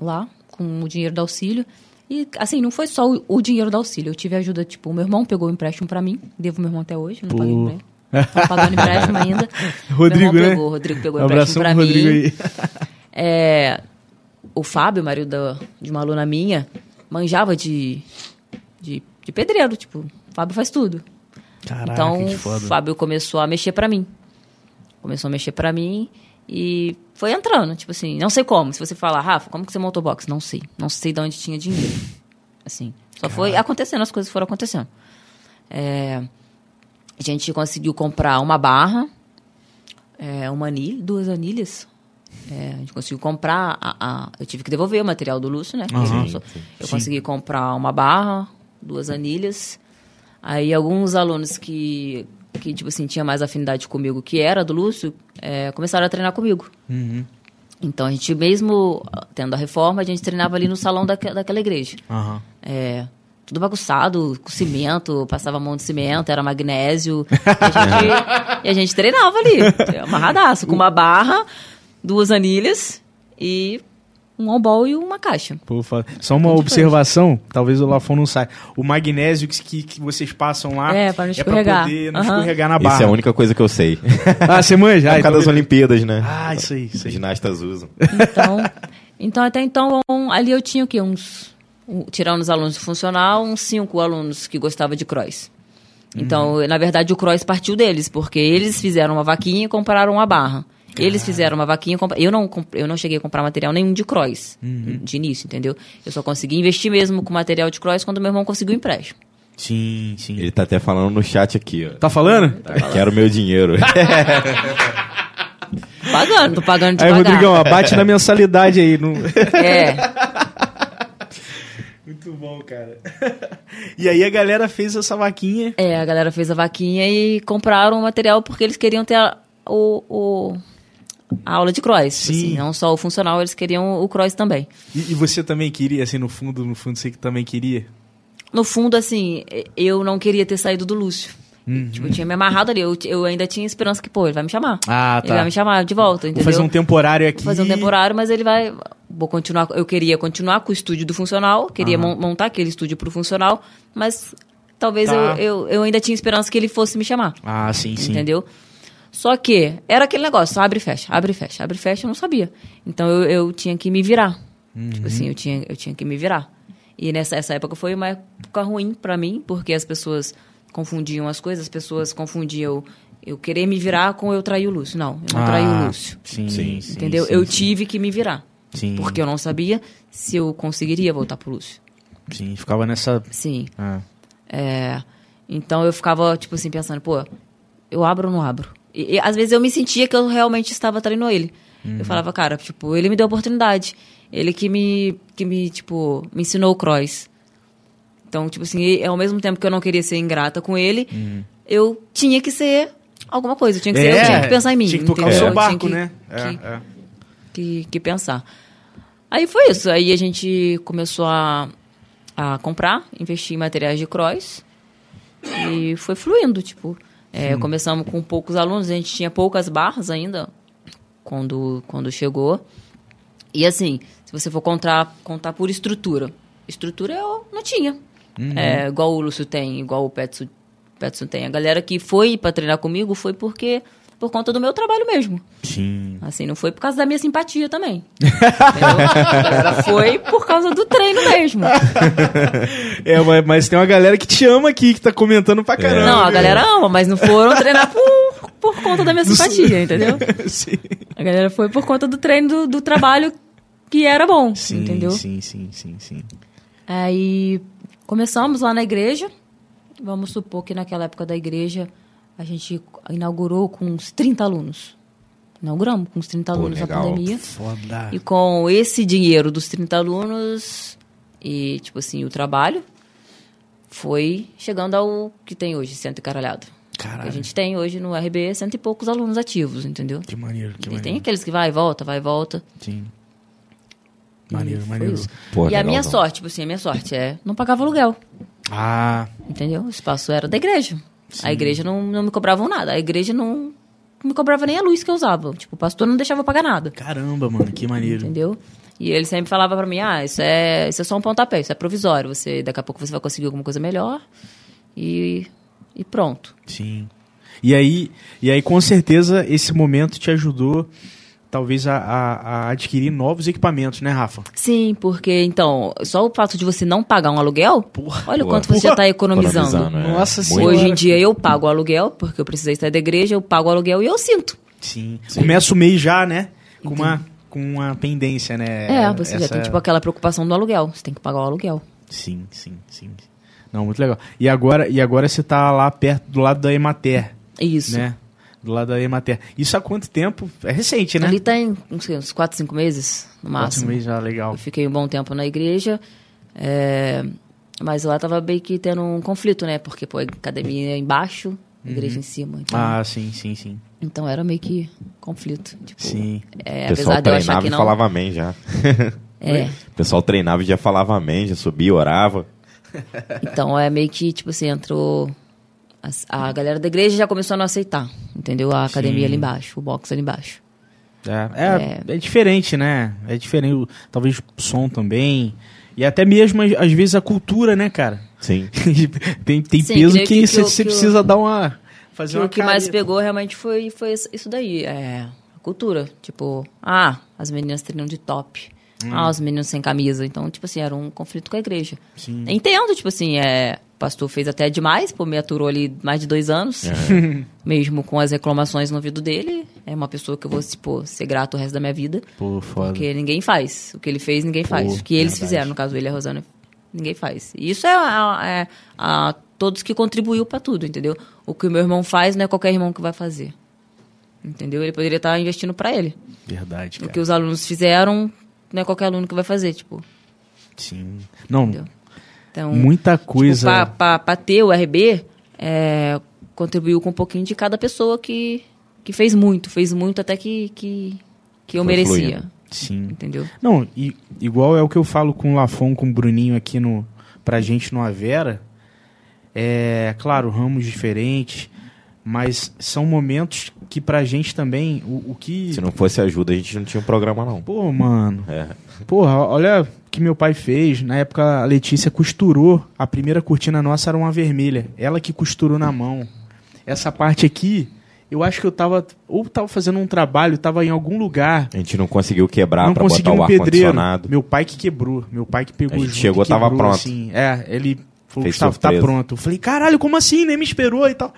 Speaker 3: lá com o dinheiro do auxílio. E assim, não foi só o, o dinheiro do auxílio. Eu tive ajuda, tipo, o meu irmão pegou o empréstimo pra mim. Devo meu irmão até hoje, não
Speaker 2: Pô.
Speaker 3: paguei pra ele. Tô pagando empréstimo ainda.
Speaker 2: [laughs] Rodrigo,
Speaker 3: meu irmão
Speaker 2: né?
Speaker 3: pegou, o Rodrigo pegou o
Speaker 2: Um abração
Speaker 3: empréstimo pra
Speaker 2: pro Rodrigo
Speaker 3: mim.
Speaker 2: aí.
Speaker 3: É, o Fábio, marido da- de uma aluna minha, manjava de, de, de pedreiro, tipo, o Fábio faz tudo.
Speaker 2: [laughs] Caraca,
Speaker 3: Então,
Speaker 2: Ah, que
Speaker 3: o
Speaker 2: foda.
Speaker 3: Fábio começou a mexer pra mim. Começou a mexer pra mim e foi entrando, tipo assim, não sei como. Se você falar, Rafa, como que você montou box? Não sei. Não sei de onde tinha dinheiro. Assim, só foi acontecendo, as coisas foram acontecendo. É, a gente conseguiu comprar uma barra, é, uma anilha, duas anilhas. É, a gente conseguiu comprar. A, a- eu tive que devolver o material do Lúcio, né? que ele
Speaker 2: Aham.
Speaker 3: lançou. Eu
Speaker 2: Sim.
Speaker 3: consegui comprar uma barra, duas anilhas. Aí alguns alunos que, que tipo assim, tinha mais afinidade comigo, que era do Lúcio, é, começaram a treinar comigo.
Speaker 2: Uhum.
Speaker 3: Então a gente, mesmo ah, tendo a reforma, a gente treinava ali no salão daque- daquela igreja.
Speaker 2: Aham.
Speaker 3: É, tudo bagunçado, com cimento, passava mão de cimento, era magnésio. E a gente, e a gente treinava ali, amarradaço, com uma barra, duas anilhas e um on-ball e uma caixa.
Speaker 2: Pô, foda. Só uma observação, talvez o Lafon não saiba. O magnésio que, que, que vocês passam lá
Speaker 3: É, pra não
Speaker 2: pra
Speaker 3: escorregar.
Speaker 2: poder não
Speaker 3: Aham.
Speaker 2: escorregar na barra.
Speaker 1: Isso é a única coisa que eu
Speaker 2: [laughs]
Speaker 1: sei. É
Speaker 2: Ah, você manja? Ah,
Speaker 1: Por causa
Speaker 2: então
Speaker 1: das Olimpíadas, né?
Speaker 2: Ah, isso aí, isso
Speaker 1: Os
Speaker 2: aí.
Speaker 1: ginastas usam.
Speaker 3: Então, então até então, um- ali eu tinha o quê? Uns. um- tirando os alunos do funcional, uns cinco alunos que gostavam de cross. Então,
Speaker 2: Uhum.
Speaker 3: na verdade, o cross partiu deles, porque eles fizeram uma vaquinha e compraram uma barra. Eles fizeram uma vaquinha. e compa- Eu não, comp- eu não cheguei a comprar material nenhum de cross
Speaker 2: Uhum.
Speaker 3: de início, entendeu? Eu só consegui investir mesmo com material de cross quando meu irmão conseguiu o empréstimo.
Speaker 2: [laughs] Sim, sim.
Speaker 1: Ele tá até falando no chat aqui, ó.
Speaker 2: Tá falando?
Speaker 1: Quero meu
Speaker 2: [laughs]
Speaker 1: dinheiro.
Speaker 3: Pagando, tô pagando de
Speaker 2: Aí,
Speaker 3: pagar.
Speaker 2: Rodrigão, abate
Speaker 3: [laughs]
Speaker 2: na mensalidade aí. No...
Speaker 3: É.
Speaker 2: [laughs] Muito bom, cara. E aí a galera fez essa vaquinha.
Speaker 3: É, a galera fez a vaquinha e compraram o material porque eles queriam ter a, o, o- a aula de cross.
Speaker 2: Sim.
Speaker 3: Assim, não só o funcional, eles queriam o cross também.
Speaker 2: E, e você também queria, assim, no fundo, no fundo, você que também queria?
Speaker 3: No fundo, assim, e- eu não queria ter saído do Lúcio.
Speaker 2: Uhum.
Speaker 3: Tipo, eu tinha me amarrado ali. Eu, t- eu ainda tinha esperança que, pô, ele vai me chamar.
Speaker 2: Ah,
Speaker 3: Ele vai me chamar de volta,
Speaker 2: Vou
Speaker 3: entendeu?
Speaker 2: fazer um temporário aqui.
Speaker 3: Vou fazer um temporário, mas ele vai. Vou continuar. Eu queria continuar com o estúdio do funcional, queria mon- montar aquele estúdio pro funcional, mas talvez
Speaker 2: Tá.
Speaker 3: eu, eu, eu ainda tinha esperança que ele fosse me chamar.
Speaker 2: Ah, sim, sim.
Speaker 3: Entendeu? Só que era aquele negócio, abre e fecha, abre e fecha, abre e fecha, eu não sabia. Então eu, eu tinha que me virar.
Speaker 2: Uhum.
Speaker 3: Tipo assim, eu tinha, eu tinha que me virar. E nessa essa época foi uma época ruim pra mim, porque as pessoas confundiam as coisas, as pessoas confundiam eu querer me virar com eu trair o Lúcio. Não, eu não traí o Lúcio.
Speaker 2: Sim,
Speaker 1: Sim,
Speaker 2: Ah, sim,
Speaker 3: entendeu?
Speaker 2: sim,
Speaker 3: eu
Speaker 2: sim.
Speaker 3: tive que me virar.
Speaker 2: Sim.
Speaker 3: Porque eu não sabia se eu conseguiria voltar pro Lúcio.
Speaker 2: Sim, ficava nessa.
Speaker 3: Sim.
Speaker 2: Ah.
Speaker 3: É, então eu ficava, tipo assim, pensando, pô, eu abro ou não abro? E, e às vezes eu me sentia que eu realmente estava traindo ele.
Speaker 2: Uhum.
Speaker 3: Eu falava, cara, tipo, ele me deu a oportunidade. Ele que me, que me tipo, me ensinou o cross. Então, tipo assim, e- ao mesmo tempo que eu não queria ser ingrata com ele,
Speaker 2: Uhum.
Speaker 3: eu tinha que ser alguma coisa. Eu tinha que, ser, eu tinha que pensar em mim.
Speaker 2: É, Tinha que tocar o
Speaker 3: entendeu?
Speaker 2: seu
Speaker 3: Eu tinha
Speaker 2: barco,
Speaker 3: que-
Speaker 2: né?
Speaker 3: que- que, que pensar. Aí foi isso. Aí a gente começou a, a comprar, investir em materiais de cross e foi fluindo, tipo. É, começamos com poucos alunos, a gente tinha poucas barras ainda quando, quando chegou. E assim, se você for contar, contar por estrutura, estrutura eu não tinha. É, igual o Lúcio tem, igual o Petson, Petson tem. A galera que foi para treinar comigo foi porque por conta do meu trabalho mesmo.
Speaker 2: Sim.
Speaker 3: Assim, não foi por causa da minha simpatia também. Entendeu? Ela foi por causa do treino mesmo.
Speaker 2: [laughs] É, mas, mas tem uma galera que te ama aqui, que tá comentando pra caramba.
Speaker 3: Não, a
Speaker 2: viu?
Speaker 3: galera ama, mas não foram treinar por, por conta da minha simpatia, entendeu?
Speaker 2: [laughs] sim.
Speaker 3: A galera foi por conta do treino, do, do trabalho que era bom,
Speaker 2: Sim,
Speaker 3: entendeu?
Speaker 2: sim, sim, sim, sim.
Speaker 3: Aí começamos lá na igreja. Vamos supor que naquela época da igreja a gente inaugurou com uns 30 alunos. Inauguramos com uns 30
Speaker 1: Pô,
Speaker 3: alunos
Speaker 1: legal.
Speaker 3: na pandemia.
Speaker 2: Foda.
Speaker 3: E com esse dinheiro dos 30 alunos e, tipo assim, o trabalho, foi chegando ao que tem hoje, cento e caralhado. Que
Speaker 2: Caralho.
Speaker 3: a gente tem hoje no RB cento e poucos alunos ativos, entendeu?
Speaker 2: Que maneiro, que
Speaker 3: E
Speaker 2: maneiro.
Speaker 3: tem aqueles que vai e volta, vai e volta.
Speaker 2: Sim.
Speaker 3: E
Speaker 2: Maneiro,
Speaker 3: foi
Speaker 2: maneiro.
Speaker 3: isso.
Speaker 1: Pô,
Speaker 3: e a
Speaker 1: legal,
Speaker 3: minha
Speaker 1: então.
Speaker 3: sorte, tipo assim, a minha sorte é não pagava aluguel,
Speaker 2: Ah,
Speaker 3: entendeu? O espaço era da igreja. A igreja não, não me cobravam nada. A igreja não me cobrava nem a luz que eu usava. Tipo, o pastor não deixava eu pagar nada.
Speaker 2: caramba, mano, que maneiro.
Speaker 3: Entendeu? E ele sempre falava pra mim, ah, isso é, isso é só um pontapé, isso é provisório. Você, daqui a pouco você vai conseguir alguma coisa melhor e, e pronto.
Speaker 2: Sim. E aí, e aí, com certeza, esse momento te ajudou, talvez, a, a- a adquirir novos equipamentos, né, Rafa?
Speaker 3: Sim, porque então, só o fato de você não pagar um aluguel, olha o
Speaker 1: Boa.
Speaker 3: quanto você já tá economizando.
Speaker 1: Economizando, é.
Speaker 2: Nossa
Speaker 1: Muito.
Speaker 2: Senhora.
Speaker 3: Hoje em dia eu pago o aluguel, porque eu precisei sair da igreja, eu pago o aluguel e eu sinto.
Speaker 2: Sim. Começa o mês já, né? Com uma, com uma pendência, né?
Speaker 3: É, você já
Speaker 2: Essa-
Speaker 3: tem tipo aquela preocupação do aluguel, você tem que pagar o aluguel.
Speaker 2: Sim, sim, sim. Não, muito legal. E agora, e agora você tá lá perto, do lado da Emater,
Speaker 3: Isso.
Speaker 2: né? Do lado da Emater. Isso há quanto tempo? É recente, né?
Speaker 3: Ali tem não sei, uns 4, 5 meses no
Speaker 2: Próximo
Speaker 3: máximo.
Speaker 2: mês já, legal.
Speaker 3: Eu fiquei um bom tempo na igreja, é, mas lá tava meio que tendo um conflito, né? Porque, pô, a academia é embaixo,
Speaker 1: Uhum.
Speaker 3: a igreja em cima. Então,
Speaker 2: Ah, sim, sim, sim.
Speaker 3: então era meio que conflito. Tipo,
Speaker 2: Sim.
Speaker 3: é,
Speaker 1: O pessoal
Speaker 3: apesar de eu achar
Speaker 1: treinava
Speaker 3: que
Speaker 1: e
Speaker 3: não.
Speaker 1: falava amém já. [laughs]
Speaker 3: É,
Speaker 1: O pessoal treinava e já falava amém, já subia, orava.
Speaker 3: então é meio que, tipo assim, entrou. A, a galera da igreja já começou a não aceitar, entendeu? A academia
Speaker 2: Sim.
Speaker 3: ali embaixo, o box ali embaixo.
Speaker 2: É, é, é diferente, né? É diferente. o- Talvez o som também. E até mesmo, às- às vezes, a cultura, né, cara? [laughs]
Speaker 1: Sim.
Speaker 2: tem tem
Speaker 3: Sim,
Speaker 2: peso que,
Speaker 3: creio que- que
Speaker 2: você,
Speaker 3: o-
Speaker 2: você
Speaker 3: que o-
Speaker 2: precisa dar uma. Fazer
Speaker 3: que
Speaker 2: uma
Speaker 3: o que mais
Speaker 2: careta.
Speaker 3: pegou realmente foi, foi isso- isso daí, é, a cultura. Tipo, ah, as meninas treinam de top. Ah, os meninos sem camisa. Então, tipo assim, era um conflito com a igreja.
Speaker 2: Sim.
Speaker 3: Entendo, tipo assim, é, o pastor fez até demais, pô, me aturou ali mais de dois anos. [laughs] Mesmo com as reclamações no ouvido dele. É uma pessoa que eu vou, tipo, ser grato o resto da minha vida.
Speaker 2: Pô, foda.
Speaker 3: Porque ninguém faz. O que ele fez, ninguém faz. o que eles
Speaker 2: verdade.
Speaker 3: fizeram, no caso ele e a Rosana, ninguém faz. E Isso é a, é a todos que contribuiu pra tudo, entendeu? O que o meu irmão faz não é qualquer irmão que vai fazer. Entendeu? Ele poderia estar investindo pra ele.
Speaker 2: Verdade,
Speaker 3: O
Speaker 2: cara.
Speaker 3: que os alunos fizeram não é qualquer aluno que vai fazer, tipo.
Speaker 2: Sim. Não,
Speaker 3: Entendeu? Então,
Speaker 2: muita coisa.
Speaker 3: Tipo, pra, pra- pra ter o RB, é, contribuiu com um pouquinho de cada pessoa que, que fez muito. Fez muito até que, que, que eu
Speaker 1: Foi
Speaker 3: merecia.
Speaker 1: fluindo.
Speaker 2: Sim.
Speaker 3: Entendeu?
Speaker 2: Não, e, igual é o que eu falo com o Lafon, com o Bruninho aqui no, pra gente no Avera. É, claro, ramos diferentes, mas são momentos que pra gente também, o, o que...
Speaker 1: Se não fosse ajuda, a gente não tinha um programa, não.
Speaker 2: Pô, mano,
Speaker 1: É.
Speaker 2: porra, olha o que meu pai fez. Na época a Letícia costurou, a primeira cortina nossa era uma vermelha. Ela que costurou na mão. Essa parte aqui, eu acho que eu tava, ou tava fazendo um trabalho, tava em algum lugar...
Speaker 1: A gente não conseguiu quebrar
Speaker 2: não
Speaker 1: pra botar
Speaker 2: conseguiu
Speaker 1: o
Speaker 2: um pedreiro.
Speaker 1: ar-condicionado.
Speaker 2: Meu pai que quebrou. Meu pai que pegou
Speaker 1: A gente
Speaker 2: junto
Speaker 1: chegou,
Speaker 2: e
Speaker 1: tava
Speaker 2: quebrou,
Speaker 1: pronto.
Speaker 2: Assim. É, ele falou,
Speaker 1: Fez
Speaker 2: Gustavo, tá
Speaker 1: surpresa.
Speaker 2: pronto. Eu falei, caralho, como assim? Nem me esperou e tal.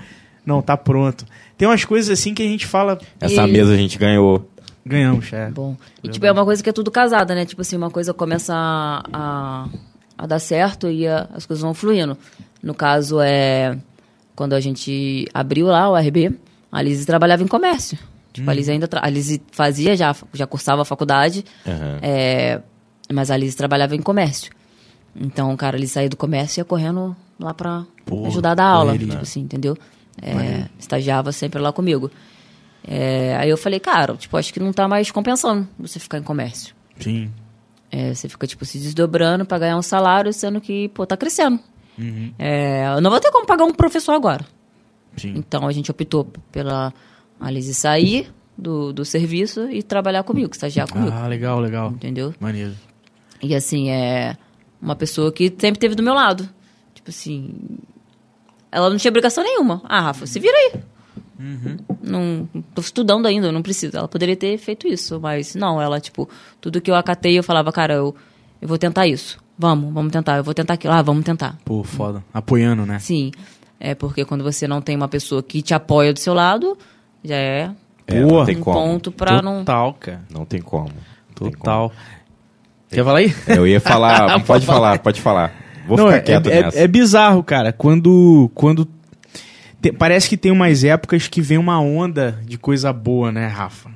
Speaker 2: Não, tá pronto. Tem umas coisas assim que a gente fala,
Speaker 1: Essa
Speaker 3: E-
Speaker 1: mesa a gente ganhou.
Speaker 2: ganhamos, é.
Speaker 3: Bom. E, tipo, é uma coisa que é tudo casada, né? Tipo assim, uma coisa começa a, a, a dar certo e a- as coisas vão fluindo. No caso, é... Quando a gente abriu lá o RB, a Lise trabalhava em comércio. Tipo, a Liz ainda tra... a Liz fazia já, já cursava a faculdade,
Speaker 1: Aham.
Speaker 3: é, mas a Liz trabalhava em comércio. Então, cara, ele saía do comércio e ia correndo lá pra
Speaker 4: Pô, né?
Speaker 3: ajudar a dar aula,
Speaker 4: correria.
Speaker 3: tipo assim, entendeu? É, estagiava sempre lá comigo. É, aí eu falei, cara, tipo, acho que não tá mais compensando você ficar em comércio.
Speaker 4: Sim.
Speaker 3: É, você fica, tipo, se desdobrando pra ganhar um salário, sendo que, pô, tá crescendo.
Speaker 4: Uhum.
Speaker 3: É, eu não vou ter como pagar um professor agora.
Speaker 4: Sim.
Speaker 3: Então a gente optou pela Alice sair do, do serviço e trabalhar comigo, estagiar comigo.
Speaker 4: Ah, legal, legal.
Speaker 3: Entendeu?
Speaker 4: Maneiro.
Speaker 3: E assim, é uma pessoa que sempre esteve do meu lado. Tipo assim. Ela não tinha obrigação nenhuma. Ah, Rafa, se vira aí. Não, tô estudando ainda, eu não preciso. Ela poderia ter feito isso, mas não, ela, tipo, tudo que eu acatei, eu falava, cara, eu, eu vou tentar isso. Vamos, vamos tentar, eu vou tentar aquilo. Ah, vamos tentar.
Speaker 4: Pô, foda. Apoiando, né?
Speaker 3: Sim. É porque quando você não tem uma pessoa que te apoia do seu lado, já é
Speaker 1: É, não
Speaker 4: Boa.
Speaker 1: tem
Speaker 3: um
Speaker 1: como. Então tá.
Speaker 3: ponto pra não.
Speaker 4: Total, cara.
Speaker 1: Não tem como. Não tem
Speaker 4: Total. Quer falar aí?
Speaker 1: como. [laughs] Eu ia
Speaker 3: [laughs]
Speaker 1: falar, pode falar, pode falar. Vou
Speaker 2: Não,
Speaker 1: ficar
Speaker 2: é,
Speaker 1: quieto
Speaker 2: é,
Speaker 1: nessa.
Speaker 2: é bizarro, cara. Quando. quando te- parece que tem umas épocas que vem uma onda de coisa boa, né, Rafa?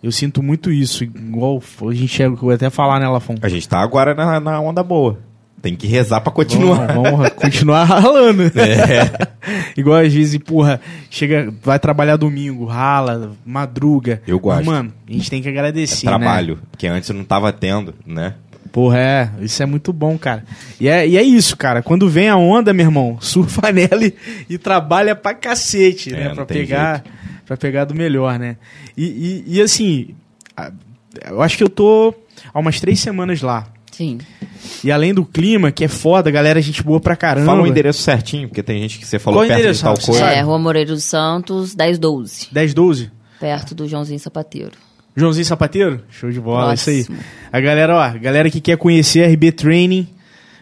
Speaker 2: Eu sinto muito isso. Igual a gente chega, eu vou até falar, né, Lafon?
Speaker 1: A gente tá agora na, na onda boa. Tem que rezar pra continuar. [laughs]
Speaker 2: Vamos, vamos continuar [laughs] ralando.
Speaker 1: É.
Speaker 2: [laughs] Igual às vezes, porra, chega, vai trabalhar domingo, rala, madruga.
Speaker 1: Eu gosto. É
Speaker 2: Mano, a gente tem que agradecer. né?
Speaker 1: Trabalho, porque antes não tava tendo, né?
Speaker 2: Porra, é, isso é muito bom, cara. E é, e é isso, cara. Quando vem a onda, meu irmão, [laughs] surfa nela e, e trabalha pra cacete,
Speaker 1: É,
Speaker 2: né?
Speaker 1: não
Speaker 2: Pra
Speaker 1: tem
Speaker 2: pegar, pra pegar do melhor, né? E, e- e, assim, a- eu acho que eu tô há umas três semanas lá.
Speaker 3: Sim.
Speaker 2: E além do clima, que é foda, galera, gente boa pra caramba.
Speaker 1: Fala o endereço certinho, porque tem gente que você falou
Speaker 2: Qual o
Speaker 1: perto de
Speaker 2: endereço,
Speaker 1: tal
Speaker 2: Rafa? Você
Speaker 1: coisa.
Speaker 2: sabe?
Speaker 3: É, Rua Moreira dos Santos, 1012,
Speaker 2: 10, 12?
Speaker 3: perto do Joãozinho Sapateiro.
Speaker 2: Joãozinho Sapateiro? Show de bola,
Speaker 3: Próximo.
Speaker 2: isso aí. A galera, ó, a galera que quer conhecer a RB Training,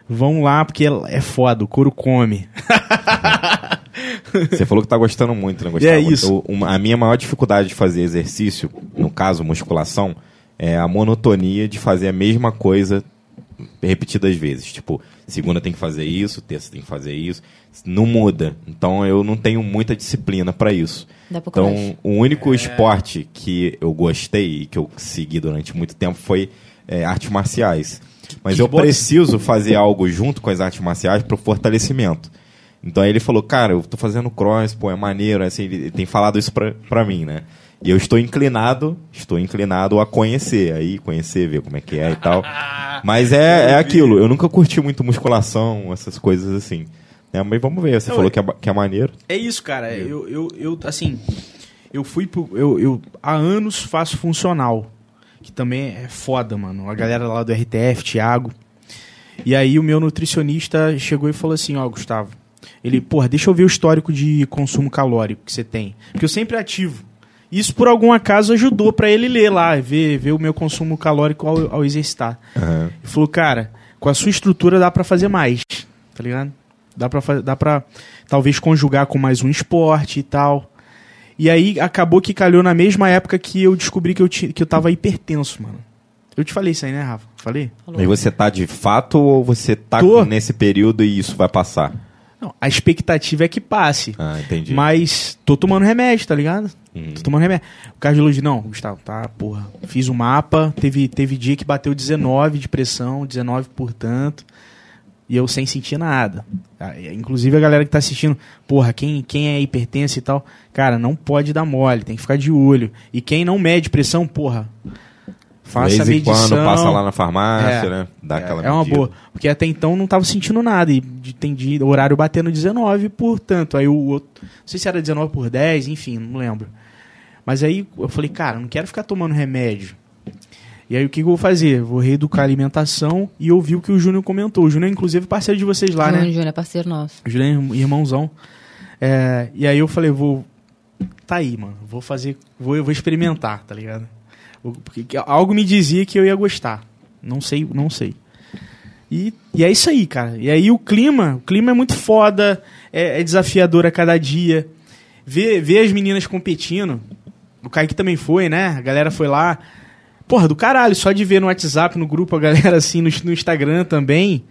Speaker 2: vão lá, porque é foda, o couro come.
Speaker 1: Você falou que tá gostando muito, né? Gostava.
Speaker 2: É isso.
Speaker 1: Eu- uma- a minha maior dificuldade de fazer exercício, no caso musculação, é a monotonia de fazer a mesma coisa repetidas vezes. Tipo, segunda tem que fazer isso, terça tem que fazer isso. Não muda. Então eu não tenho muita disciplina para isso.
Speaker 3: Dá pra coragem.
Speaker 1: Então, o único esporte que eu gostei e que eu segui durante muito tempo foi é, artes marciais. Mas eu
Speaker 2: Kickboxing?
Speaker 1: preciso fazer algo junto com as artes marciais para o fortalecimento. Então aí ele falou, cara, eu tô fazendo cross, pô, é maneiro, assim, ele ele tem falado isso pra, pra mim, né? E eu estou inclinado, estou inclinado a conhecer, aí conhecer, ver como é que é e tal. Mas é, é aquilo, eu nunca curti muito musculação, essas coisas assim. né? mas vamos ver, você
Speaker 2: Não,
Speaker 1: falou
Speaker 2: é-
Speaker 1: que é, ba- que é maneiro.
Speaker 2: É isso, cara. Eu, eu, eu assim, eu fui pro. Eu, eu há anos faço funcional. Que também é foda, mano. A galera lá do RTF, Thiago. E aí o meu nutricionista chegou e falou assim, ó, Gustavo. Ele, porra, deixa eu ver o histórico de consumo calórico que você tem. Porque eu sempre ativo. Isso, por algum acaso, ajudou pra ele ler lá, ver, ver o meu consumo calórico ao, ao exercitar.
Speaker 1: Aham.
Speaker 2: Ele falou, cara, com a sua estrutura dá pra fazer mais, tá ligado? Dá pra, fa- dá pra talvez conjugar com mais um esporte e tal. E aí acabou que calhou na mesma época que eu descobri que eu, ti- que eu tava hipertenso, mano. Eu te falei isso aí, né, Rafa? Falei?
Speaker 1: E você tá de fato ou você tá
Speaker 2: Tô.
Speaker 1: nesse período e isso vai passar?
Speaker 2: Não, a expectativa é que passe.
Speaker 1: Ah, entendi.
Speaker 2: Mas tô tomando remédio, tá ligado?
Speaker 1: Hum.
Speaker 2: Tô tomando remédio. O cardiologista, não, Gustavo, tá, porra. Fiz o mapa, teve, teve dia que bateu 19 de pressão, 19 por tanto, e eu sem sentir nada. Ah, e- Inclusive a galera que tá assistindo, porra, quem, quem é hipertenso e tal, cara, não pode dar mole, tem que ficar de olho. E quem não mede pressão, porra, faça
Speaker 1: De
Speaker 2: a
Speaker 1: vez em
Speaker 2: medição.
Speaker 1: quando passa lá na farmácia,
Speaker 2: É.
Speaker 1: né? Dá
Speaker 2: É,
Speaker 1: aquela
Speaker 2: é uma
Speaker 1: medida.
Speaker 2: boa. Porque até então não tava sentindo nada. E de- tem dia, horário batendo 19, portanto. Aí o outro. Não sei se era 19 por 10, enfim, não lembro. Mas aí eu falei, cara, não quero ficar tomando remédio. E aí o que, que eu vou fazer? Vou reeducar a alimentação e ouvir o que o Júnior comentou. O Júnior, inclusive, é parceiro de vocês lá, né?
Speaker 3: Júnior é parceiro nosso.
Speaker 2: O Júnior é irm- irmãozão. É, e aí eu falei, vou. Tá aí, mano. Vou fazer. Vou, eu vou experimentar, tá ligado? O- Porque que- algo me dizia que eu ia gostar. Não sei, não sei. E, e é isso aí, cara. E aí o clima, o clima é muito foda, é, é desafiador a cada dia. Ver, ver as meninas competindo. O Kaique também foi, né? A galera foi lá. Porra, do caralho, só de ver no WhatsApp, no grupo, a galera [laughs] assim, no, no Instagram também.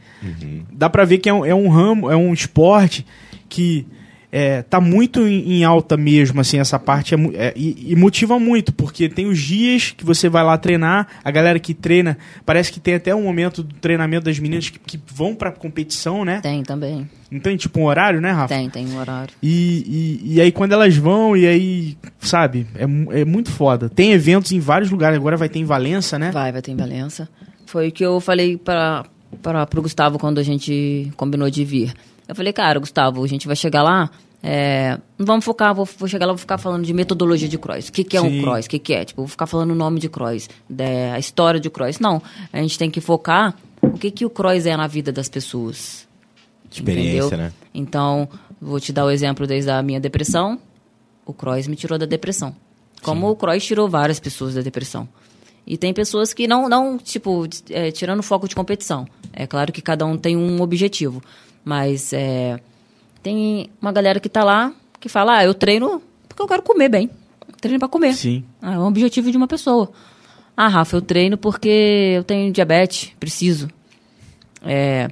Speaker 2: Dá pra ver que é um, é um ramo, é um esporte que é, tá muito em, em alta mesmo, assim, essa parte. é mu- é, e, e motiva muito, porque tem os dias que você vai lá treinar, a galera que treina, parece que tem até um momento do treinamento das meninas que, que vão pra competição, né?
Speaker 3: Tem também.
Speaker 2: Não tem tipo um horário, né, Rafa?
Speaker 3: Tem, tem um horário.
Speaker 2: E, e, e aí quando elas vão, e aí, sabe, é, mu- é muito foda. Tem eventos em vários lugares, agora vai ter em Valença, né?
Speaker 3: Vai, vai ter em Valença. Foi o que eu falei para para pro Gustavo quando a gente combinou de vir. Eu falei, cara, Gustavo, a gente vai chegar lá, é, não vamos focar, vou, vou chegar lá, vou ficar falando de metodologia de cross. O que, que é
Speaker 2: Sim.
Speaker 3: um cross? O que, que é? Tipo, vou ficar falando o nome de cross, da- a história de cross. Não, a gente tem que focar o que, que o cross é na vida das pessoas.
Speaker 1: Experiência,
Speaker 3: entendeu?
Speaker 1: né?
Speaker 3: Então, vou te dar o exemplo desde a minha depressão. O Croix me tirou da depressão. Como o Croix tirou várias pessoas da depressão. E tem pessoas que não, não tipo, t- é, tirando o foco de competição. É claro que cada um tem um objetivo. Mas é, tem uma galera que tá lá que fala, ah, eu treino porque eu quero comer bem. Eu treino pra comer.
Speaker 4: Sim.
Speaker 3: Ah, é um objetivo de uma pessoa. Ah, Rafa, eu treino porque eu tenho diabetes, preciso. É,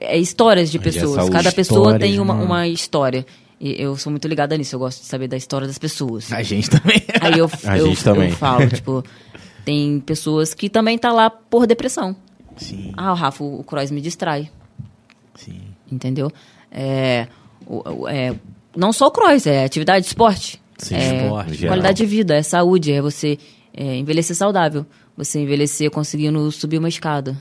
Speaker 3: é histórias de
Speaker 1: Aí já
Speaker 3: pessoas.
Speaker 1: saúde.
Speaker 3: Cada pessoa
Speaker 4: Histórias,
Speaker 3: tem uma,
Speaker 1: né?
Speaker 4: mano.
Speaker 3: uma história. E eu sou muito ligada nisso, eu gosto de saber da história das pessoas.
Speaker 4: A gente também.
Speaker 3: Aí eu,
Speaker 1: [laughs] A
Speaker 3: eu,
Speaker 1: gente também.
Speaker 3: eu falo, tipo, tem pessoas que também tá lá por depressão.
Speaker 4: Sim,
Speaker 3: Ah, Rafa, o, o Cross me distrai
Speaker 4: sim.
Speaker 3: entendeu? É, o- o- é, não só o cross, é atividade, esporte.
Speaker 1: Sim,
Speaker 3: é,
Speaker 4: esporte,
Speaker 1: geral.
Speaker 3: Qualidade de vida, é saúde, é você é, envelhecer saudável. Você envelhecer conseguindo subir uma escada.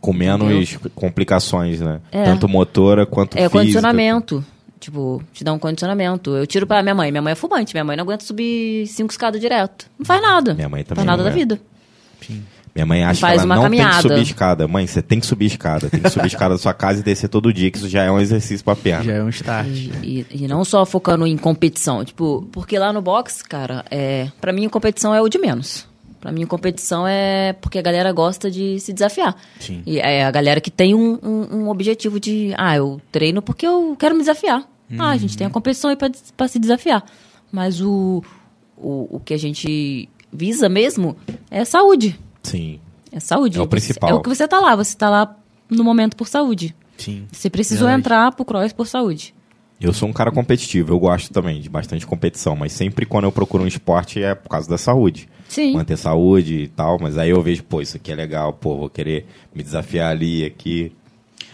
Speaker 1: Com menos complicações, né? Tanto motora quanto
Speaker 3: É
Speaker 1: física.
Speaker 3: condicionamento. Tipo, te dá um condicionamento. Eu tiro pra minha mãe. Minha mãe é fumante. Minha mãe não aguenta subir cinco escadas direto. Não faz nada.
Speaker 1: Minha mãe também
Speaker 3: Faz nada
Speaker 1: não
Speaker 3: da
Speaker 1: é.
Speaker 3: vida.
Speaker 1: Minha mãe acha
Speaker 3: Faz
Speaker 1: que ela
Speaker 3: uma
Speaker 1: não tem que
Speaker 3: caminhada.
Speaker 1: subir escada. Mãe, você tem que subir escada. Tem que subir escada da sua casa e descer todo dia, que isso já é um exercício pra perna.
Speaker 4: Já é um start.
Speaker 3: E, e- e não só focando em competição. Tipo, porque lá no box, cara, é, para mim competição é o de menos. Pra mim competição é porque a galera gosta de se desafiar.
Speaker 4: Sim.
Speaker 3: E é a galera que tem um, um- um objetivo de, ah, eu treino porque eu quero me desafiar. Ah, a
Speaker 1: Uhum.
Speaker 3: gente tem a competição aí pra, des- pra se desafiar. Mas o, o, o que a gente visa mesmo é saúde.
Speaker 1: Sim.
Speaker 3: É saúde.
Speaker 1: É o principal.
Speaker 3: É o que você tá lá. Você tá lá no momento por saúde.
Speaker 4: Sim.
Speaker 3: Você precisou
Speaker 4: Verdade.
Speaker 3: entrar pro cross por saúde.
Speaker 1: Eu sou um cara competitivo, eu gosto também de bastante competição, mas sempre quando eu procuro um esporte é por causa da saúde.
Speaker 3: Sim.
Speaker 1: Manter saúde e tal, mas aí eu vejo, pô, isso aqui é legal, pô, vou querer me desafiar ali, aqui.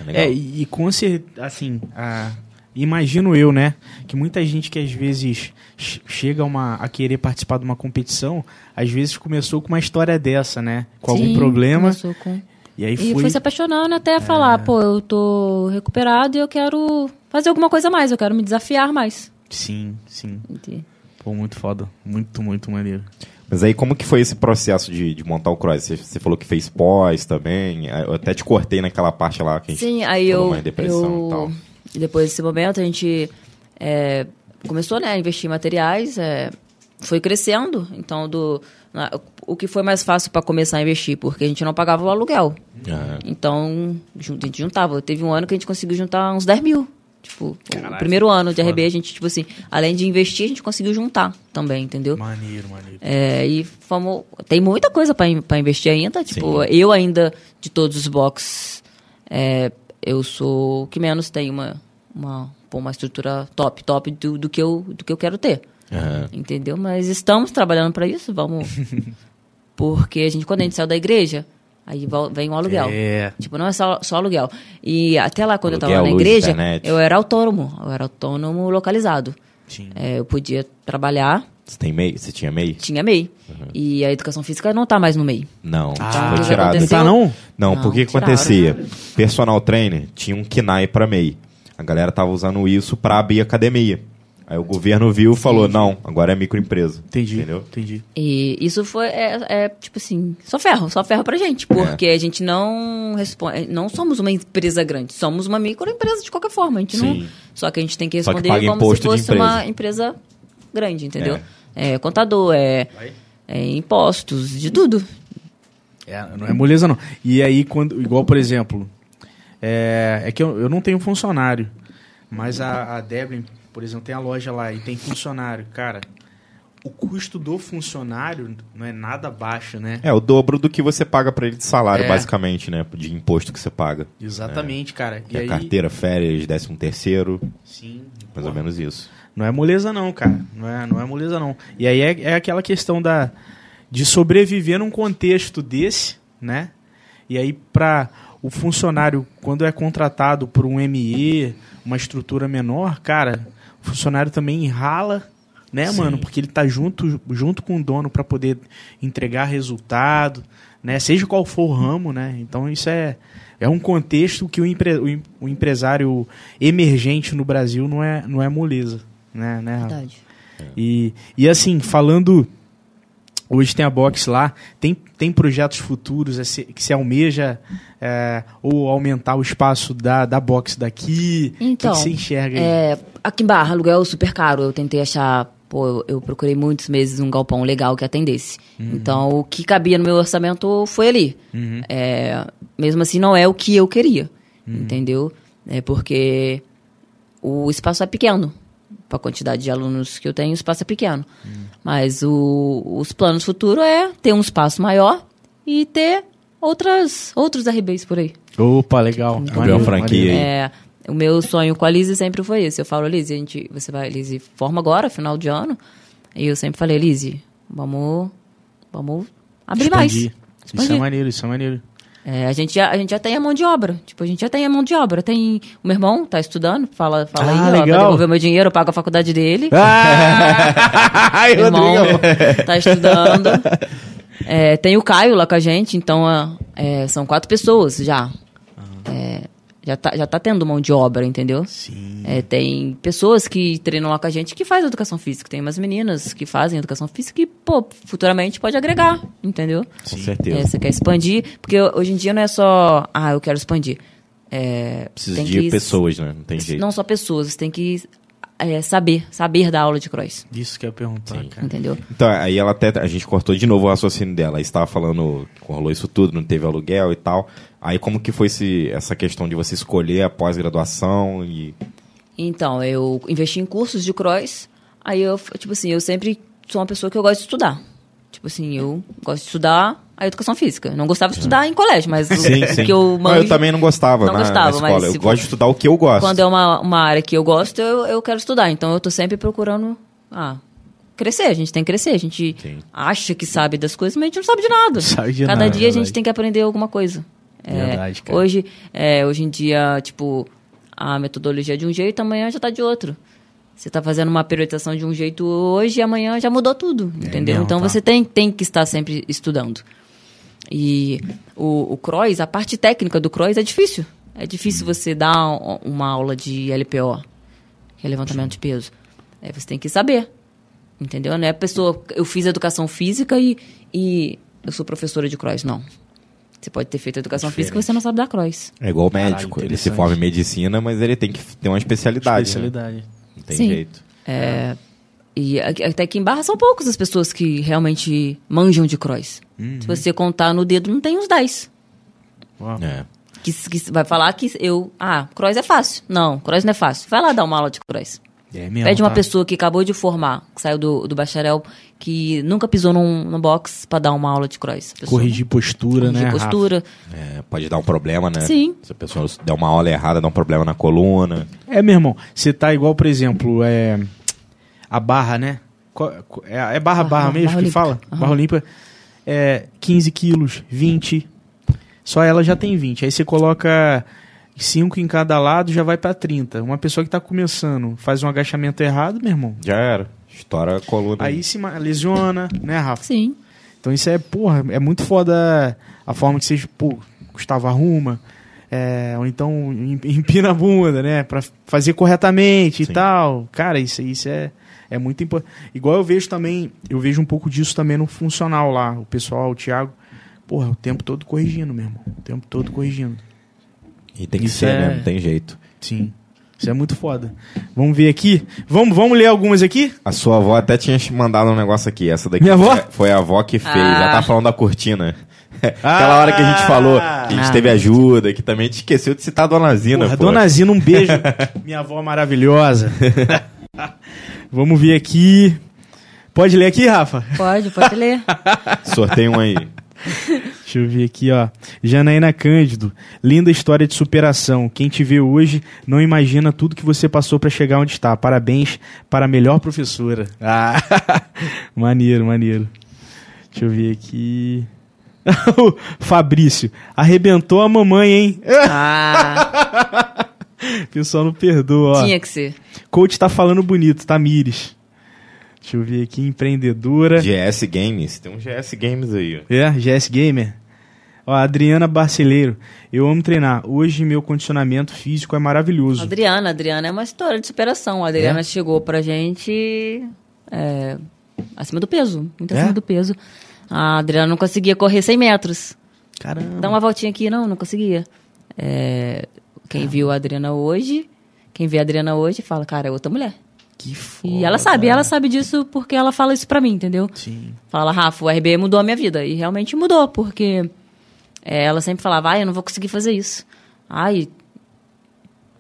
Speaker 1: É legal.
Speaker 2: É, e, e com certeza, assim, a- imagino eu, né? Que muita gente que às vezes ch- chega a uma, a querer participar de uma competição, às vezes começou com uma história dessa, né? Com algum
Speaker 3: Sim,
Speaker 2: problema.
Speaker 3: começou com-
Speaker 2: E É. aí
Speaker 3: E
Speaker 2: foi.
Speaker 3: foi se apaixonando até falar, pô, eu tô recuperado e eu quero fazer alguma coisa a mais, eu quero me desafiar mais.
Speaker 4: Sim, sim.
Speaker 3: Entendi.
Speaker 4: Pô, muito foda. Muito, muito maneiro.
Speaker 1: Mas aí como que foi esse processo de, de montar o cross? Você, você falou que fez pós também, eu até te cortei naquela parte lá que a gente
Speaker 3: Sim, aí
Speaker 1: falou
Speaker 3: eu.
Speaker 1: mais depressão
Speaker 3: eu-
Speaker 1: e tal.
Speaker 3: Depois desse momento, a gente é, começou né, a investir em materiais, é, foi crescendo. Então, do, na- o que foi mais fácil para começar a investir? Porque a gente não pagava o aluguel.
Speaker 1: Aham.
Speaker 3: Então, jun- a gente juntava. Teve um ano que a gente conseguiu juntar uns 10 mil. Tipo, o primeiro ano de RB, a gente, tipo assim, além de investir, a gente conseguiu juntar também, entendeu?
Speaker 4: Maneiro, maneiro.
Speaker 3: É, e fomos, tem muita coisa para investir ainda. Tipo, eu ainda, de todos os boxes, é, eu sou o que menos tem uma, uma, pô, uma estrutura top, top do, do, que eu, do que eu quero ter.
Speaker 1: Aham.
Speaker 3: Entendeu? Mas estamos trabalhando para isso, vamos. Porque a gente, quando a gente saiu da igreja, aí vol- vem o aluguel.
Speaker 4: É.
Speaker 3: Tipo, não é só, só aluguel. E até lá, quando eu
Speaker 1: Aluguel,
Speaker 3: tava na
Speaker 1: luz,
Speaker 3: igreja,
Speaker 1: internet.
Speaker 3: eu era autônomo. Eu era autônomo localizado.
Speaker 4: Sim.
Speaker 3: É, eu podia trabalhar,
Speaker 1: Você tem MEI? Você tinha MEI?
Speaker 3: tinha MEI.
Speaker 1: Uhum.
Speaker 3: E a educação física não tá mais no MEI.
Speaker 1: Não,
Speaker 4: Ah,
Speaker 1: foi tirado.
Speaker 3: aconteceu?
Speaker 2: Tá não?
Speaker 1: Não,
Speaker 3: Não,
Speaker 1: porque que
Speaker 3: tiraram.
Speaker 1: acontecia? Personal trainer tinha um KNAI pra MEI. A galera tava usando isso pra abrir academia. Aí o governo viu e falou, não, agora é microempresa.
Speaker 4: Entendi.
Speaker 1: Entendeu?
Speaker 4: Entendi.
Speaker 3: E isso foi, é, é, tipo assim, só ferro, só ferro pra gente.
Speaker 1: É.
Speaker 3: Porque a gente não responde, não somos uma empresa grande, somos uma microempresa de qualquer forma. A gente
Speaker 1: Sim.
Speaker 3: não, só que a gente tem que
Speaker 1: Só que
Speaker 3: responder
Speaker 1: paga
Speaker 3: como
Speaker 1: imposto
Speaker 3: se
Speaker 1: de
Speaker 3: fosse uma empresa grande, entendeu? É, contador, é, é impostos, de tudo.
Speaker 4: É,
Speaker 2: Não é moleza, não. E aí, quando. Igual, por exemplo, é, é que eu, eu não tenho funcionário. Mas a, a Deblin, por exemplo, tem a loja lá e tem funcionário. Cara, o custo do funcionário não é nada baixo, né?
Speaker 1: É, o dobro do que você paga pra ele de salário,
Speaker 4: É.
Speaker 1: basicamente, né? De imposto que você paga.
Speaker 2: Exatamente, cara.
Speaker 1: Que
Speaker 2: E
Speaker 1: é
Speaker 2: aí,
Speaker 1: carteira, férias, décimo terceiro.
Speaker 4: Sim.
Speaker 1: Mais ou menos
Speaker 3: [laughs]
Speaker 1: isso.
Speaker 2: Não é moleza não, cara. Não é, não é moleza não. E aí é, é aquela questão da de sobreviver num contexto desse, né? E aí para o funcionário quando é contratado por um ME, uma estrutura menor, cara, o funcionário também rala, né,
Speaker 1: Sim.
Speaker 2: mano? Porque ele tá junto junto com o dono para poder entregar resultado, né? Seja qual for o ramo, né? Então isso é é um contexto que o, empre, o, em- o empresário emergente no Brasil não é não é moleza, né, né? Rafa?
Speaker 3: Verdade.
Speaker 2: E, e assim, falando. Hoje tem a box lá, tem, tem projetos futuros a se- que se almeja é, ou aumentar o espaço da, da box daqui?
Speaker 3: Então,
Speaker 2: o que que você enxerga aí?
Speaker 3: É, aqui em Barra, aluguel é super caro. Eu tentei achar, pô, eu, eu procurei muitos meses um galpão legal que atendesse. Então, o que cabia no meu orçamento foi ali. É, mesmo assim, não é o que eu queria, entendeu? É porque o espaço é pequeno. Para a quantidade de alunos que eu tenho, o espaço é pequeno. Mas o- os planos futuros é ter um espaço maior e ter outras, outros RBs por aí.
Speaker 2: Opa, legal.
Speaker 1: Abriu uma franquia aí.
Speaker 3: É, o meu sonho com a Lizzie sempre foi esse. Eu falo, Lizzie, a gente, você vai, Lizzie, forma agora, final de ano. E eu sempre falei, Lizzie, vamos, vamos abrir
Speaker 2: Expandir.
Speaker 3: mais.
Speaker 2: Isso é
Speaker 3: Expandir.
Speaker 2: maneiro, isso é maneiro.
Speaker 3: É, a, gente já, a gente já tem a mão de obra. Tipo, a gente já tem a mão de obra. Tem o meu irmão, tá estudando, fala,
Speaker 2: Ah,
Speaker 3: fala aí, ó,
Speaker 2: legal. Ah!
Speaker 3: vai devolver meu dinheiro, eu pago a faculdade dele. [laughs]
Speaker 2: Ai,
Speaker 3: Meu irmão tá estudando. É, tem o Caio lá com a gente, então ah, é, são quatro pessoas já. É, já, tá, já tá tendo mão de obra, entendeu?
Speaker 4: Sim.
Speaker 3: É, tem pessoas que treinam lá com a gente que fazem educação física. Tem umas meninas que fazem educação física que, pô, futuramente pode agregar, entendeu?
Speaker 1: Com
Speaker 3: É,
Speaker 1: certeza.
Speaker 3: você quer expandir, porque hoje em dia não é só, ah, eu quero expandir. É,
Speaker 1: Precisa
Speaker 3: tem
Speaker 1: de
Speaker 3: que-
Speaker 1: pessoas, né? Não tem jeito.
Speaker 3: Não só pessoas, você tem que é, saber, saber da aula de cross,
Speaker 4: Isso que eu ia perguntar, cara.
Speaker 3: entendeu?
Speaker 1: Então, aí ela até. A gente cortou de novo o raciocínio dela. Aí estava falando que rolou isso tudo, não teve aluguel e tal. Aí como que foi esse, essa questão de você escolher a pós-graduação
Speaker 3: [laughs]
Speaker 1: e.
Speaker 3: Então, eu investi em cursos de cross. Aí eu, f- tipo assim, eu sempre sou uma pessoa que eu gosto de estudar. Tipo assim, eu gosto de estudar a educação física. Eu Não gostava de estudar em colégio, mas o que eu
Speaker 1: Não, Ah, eu
Speaker 3: manjo-
Speaker 1: também não gostava,
Speaker 3: Não
Speaker 1: na, na
Speaker 3: gostava, mas
Speaker 1: escola.
Speaker 3: se
Speaker 1: Eu gosto de estudar o que eu gosto.
Speaker 3: quando é uma, uma área que eu gosto, eu, eu quero estudar. Então eu tô sempre procurando ah, crescer, a gente tem que crescer. A gente
Speaker 1: Sim.
Speaker 3: acha que sabe das coisas, mas a gente não sabe de nada.
Speaker 4: Sabe de
Speaker 3: Cada
Speaker 4: nada, é
Speaker 3: dia a gente
Speaker 4: verdade.
Speaker 3: tem que aprender alguma coisa. É,
Speaker 4: Verdade, cara.
Speaker 3: Hoje, é, hoje em dia, tipo, a metodologia é de um jeito, amanhã já tá de outro. Você tá fazendo uma periodização de um jeito hoje e amanhã já mudou tudo, entendeu?
Speaker 4: não,
Speaker 3: então
Speaker 4: tá.
Speaker 3: você tem, tem que estar sempre estudando. E o, o CROIS, a parte técnica do CROIS é difícil. É
Speaker 4: Hum.
Speaker 3: difícil você dar um- uma aula de LPO, que é levantamento de peso. É, você tem que saber, entendeu? Não é a pessoa... Eu fiz educação física e, e eu sou professora de CROIS, não. Você pode ter feito educação física e você não sabe dar CROIS.
Speaker 1: É igual o médico.
Speaker 4: Caralho,
Speaker 1: ele se
Speaker 4: interessante.
Speaker 1: forma em medicina, mas ele tem que f- ter uma especialidade. Né?
Speaker 4: Especialidade.
Speaker 1: Não tem
Speaker 3: Sim.
Speaker 1: jeito.
Speaker 3: É, e a- até que em Barra são poucas as pessoas que realmente manjam de cross.
Speaker 4: Uhum.
Speaker 3: Se você contar no dedo, não tem uns 10.
Speaker 4: Ó,
Speaker 1: É.
Speaker 3: Que, s- que s- vai falar que eu... Ah, cross é fácil. Não, cross não é fácil. Vai lá dar uma aula de cross.
Speaker 4: É mesmo,
Speaker 3: Pede uma
Speaker 4: tá?
Speaker 3: pessoa que acabou de formar, que saiu do, do bacharel, que nunca pisou num, num box pra dar uma aula de cross. A pessoa
Speaker 4: Corrigir postura,
Speaker 3: não-
Speaker 4: né?
Speaker 3: de
Speaker 4: Rafa?
Speaker 3: postura.
Speaker 1: É, Pode dar um problema, né?
Speaker 3: Sim.
Speaker 1: Se a pessoa der uma aula errada, dá um problema na coluna.
Speaker 2: É, meu irmão, você tá igual, por exemplo, é,
Speaker 4: A barra, né?
Speaker 2: Co- co- É, é barra, barra,
Speaker 3: Barra-
Speaker 2: mesmo
Speaker 3: barra
Speaker 2: que
Speaker 3: olímpica.
Speaker 2: fala?
Speaker 3: Aham.
Speaker 2: Barra olímpica. É 15 quilos, 20. Só ela já tem 20. Aí você coloca 5 em cada lado, já vai pra 30. Uma pessoa que tá começando, faz um agachamento errado, meu irmão.
Speaker 1: Já era. Estoura a coluna.
Speaker 2: Aí se ma- lesiona, né, Rafa?
Speaker 3: Sim.
Speaker 2: Então isso é, porra, é muito foda a forma que vocês, pô, Gustavo arruma. é, ou então em- [laughs] empina a bunda, né? Pra fazer corretamente
Speaker 1: Sim.
Speaker 2: e tal. Cara, isso, isso é, é muito importante. Igual eu vejo também, eu vejo um pouco disso também no funcional lá. O pessoal, o Thiago, porra, o tempo todo corrigindo, meu irmão. O tempo todo corrigindo.
Speaker 1: E tem que
Speaker 2: Isso
Speaker 1: ser,
Speaker 2: é-
Speaker 1: né? Não tem jeito.
Speaker 2: Sim. Isso é muito foda. Vamos ver aqui. Vamos, vamos ler algumas aqui?
Speaker 1: A sua avó até tinha te mandado um negócio aqui. Essa daqui
Speaker 2: Minha
Speaker 1: foi,
Speaker 2: avó?
Speaker 1: foi a avó que fez.
Speaker 3: Ah.
Speaker 1: Ela tá falando da cortina. [laughs]
Speaker 2: Ah!
Speaker 1: Aquela hora que a gente falou, que a gente
Speaker 3: Ah.
Speaker 1: teve ajuda, que também a gente esqueceu de citar a dona Zina.
Speaker 2: Porra,
Speaker 1: pô.
Speaker 2: dona Zina,
Speaker 1: [laughs]
Speaker 2: um beijo. Minha avó maravilhosa. [laughs] Vamos ver aqui. Pode ler aqui, Rafa?
Speaker 4: [laughs]
Speaker 3: Pode, pode ler.
Speaker 1: [laughs] Sorteio um aí.
Speaker 2: Deixa eu ver aqui, ó. Janaína Cândido, linda história de superação. Quem te vê hoje não imagina tudo que você passou para chegar onde está. Parabéns para a melhor professora. Ah, [laughs] maneiro, maneiro. Deixa eu ver aqui. [laughs] O Fabrício, arrebentou a mamãe, hein? [laughs]
Speaker 3: Ah,
Speaker 2: O pessoal não perdoa, ó.
Speaker 3: tinha que ser.
Speaker 2: Coach tá falando bonito, Tamires. Deixa eu ver aqui, empreendedora.
Speaker 1: GS Games, tem um GS Games aí. ó.
Speaker 2: É, GS Gamer. Ó, Adriana Barceleiro. Eu amo treinar. Hoje meu condicionamento físico é maravilhoso.
Speaker 3: Adriana, Adriana é uma história de superação. A Adriana chegou pra gente é, acima do peso, muito
Speaker 2: É?
Speaker 3: acima do peso. A Adriana não conseguia correr 100 metros.
Speaker 2: Caramba.
Speaker 3: Dá uma voltinha aqui, não, não conseguia. É, quem viu a Adriana hoje, quem vê a Adriana hoje, fala, cara, é outra mulher.
Speaker 4: Que foda.
Speaker 3: E ela
Speaker 2: é.
Speaker 3: sabe, ela sabe disso porque ela fala isso pra mim, entendeu?
Speaker 4: Sim.
Speaker 3: Fala, Rafa, o RB mudou a minha vida. E realmente mudou, porque é, ela sempre falava, ai, eu não vou conseguir fazer isso. Ai,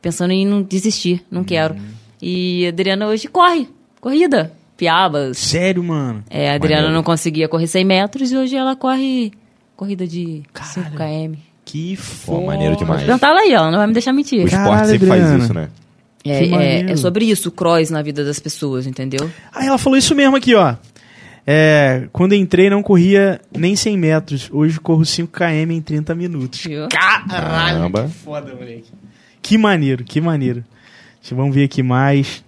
Speaker 3: pensando em não desistir, não quero. E a Adriana hoje corre, corrida, piabas.
Speaker 4: Sério, mano.
Speaker 3: É, a Adriana
Speaker 1: Maneiro.
Speaker 3: não conseguia correr 100 metros e hoje ela corre corrida de 5km.
Speaker 4: Que
Speaker 1: Pô,
Speaker 4: foda.
Speaker 1: maneiro demais.
Speaker 3: Perguntar ela tá aí, ó, não vai me deixar mentir.
Speaker 1: O esporte
Speaker 2: Caralho,
Speaker 1: sempre faz
Speaker 2: Adriana.
Speaker 1: isso, né?
Speaker 3: É, é,
Speaker 2: maneiro.
Speaker 3: é sobre isso, o cross na vida das pessoas, entendeu?
Speaker 2: Ah, ela falou isso mesmo aqui, ó. É, quando entrei não corria nem 100 metros. Hoje corro 5 km em 30 minutos.
Speaker 3: Viu?
Speaker 2: Caralho,
Speaker 1: Caramba.
Speaker 2: que foda, moleque. Que maneiro, que maneiro. Deixa, vamos ver aqui mais.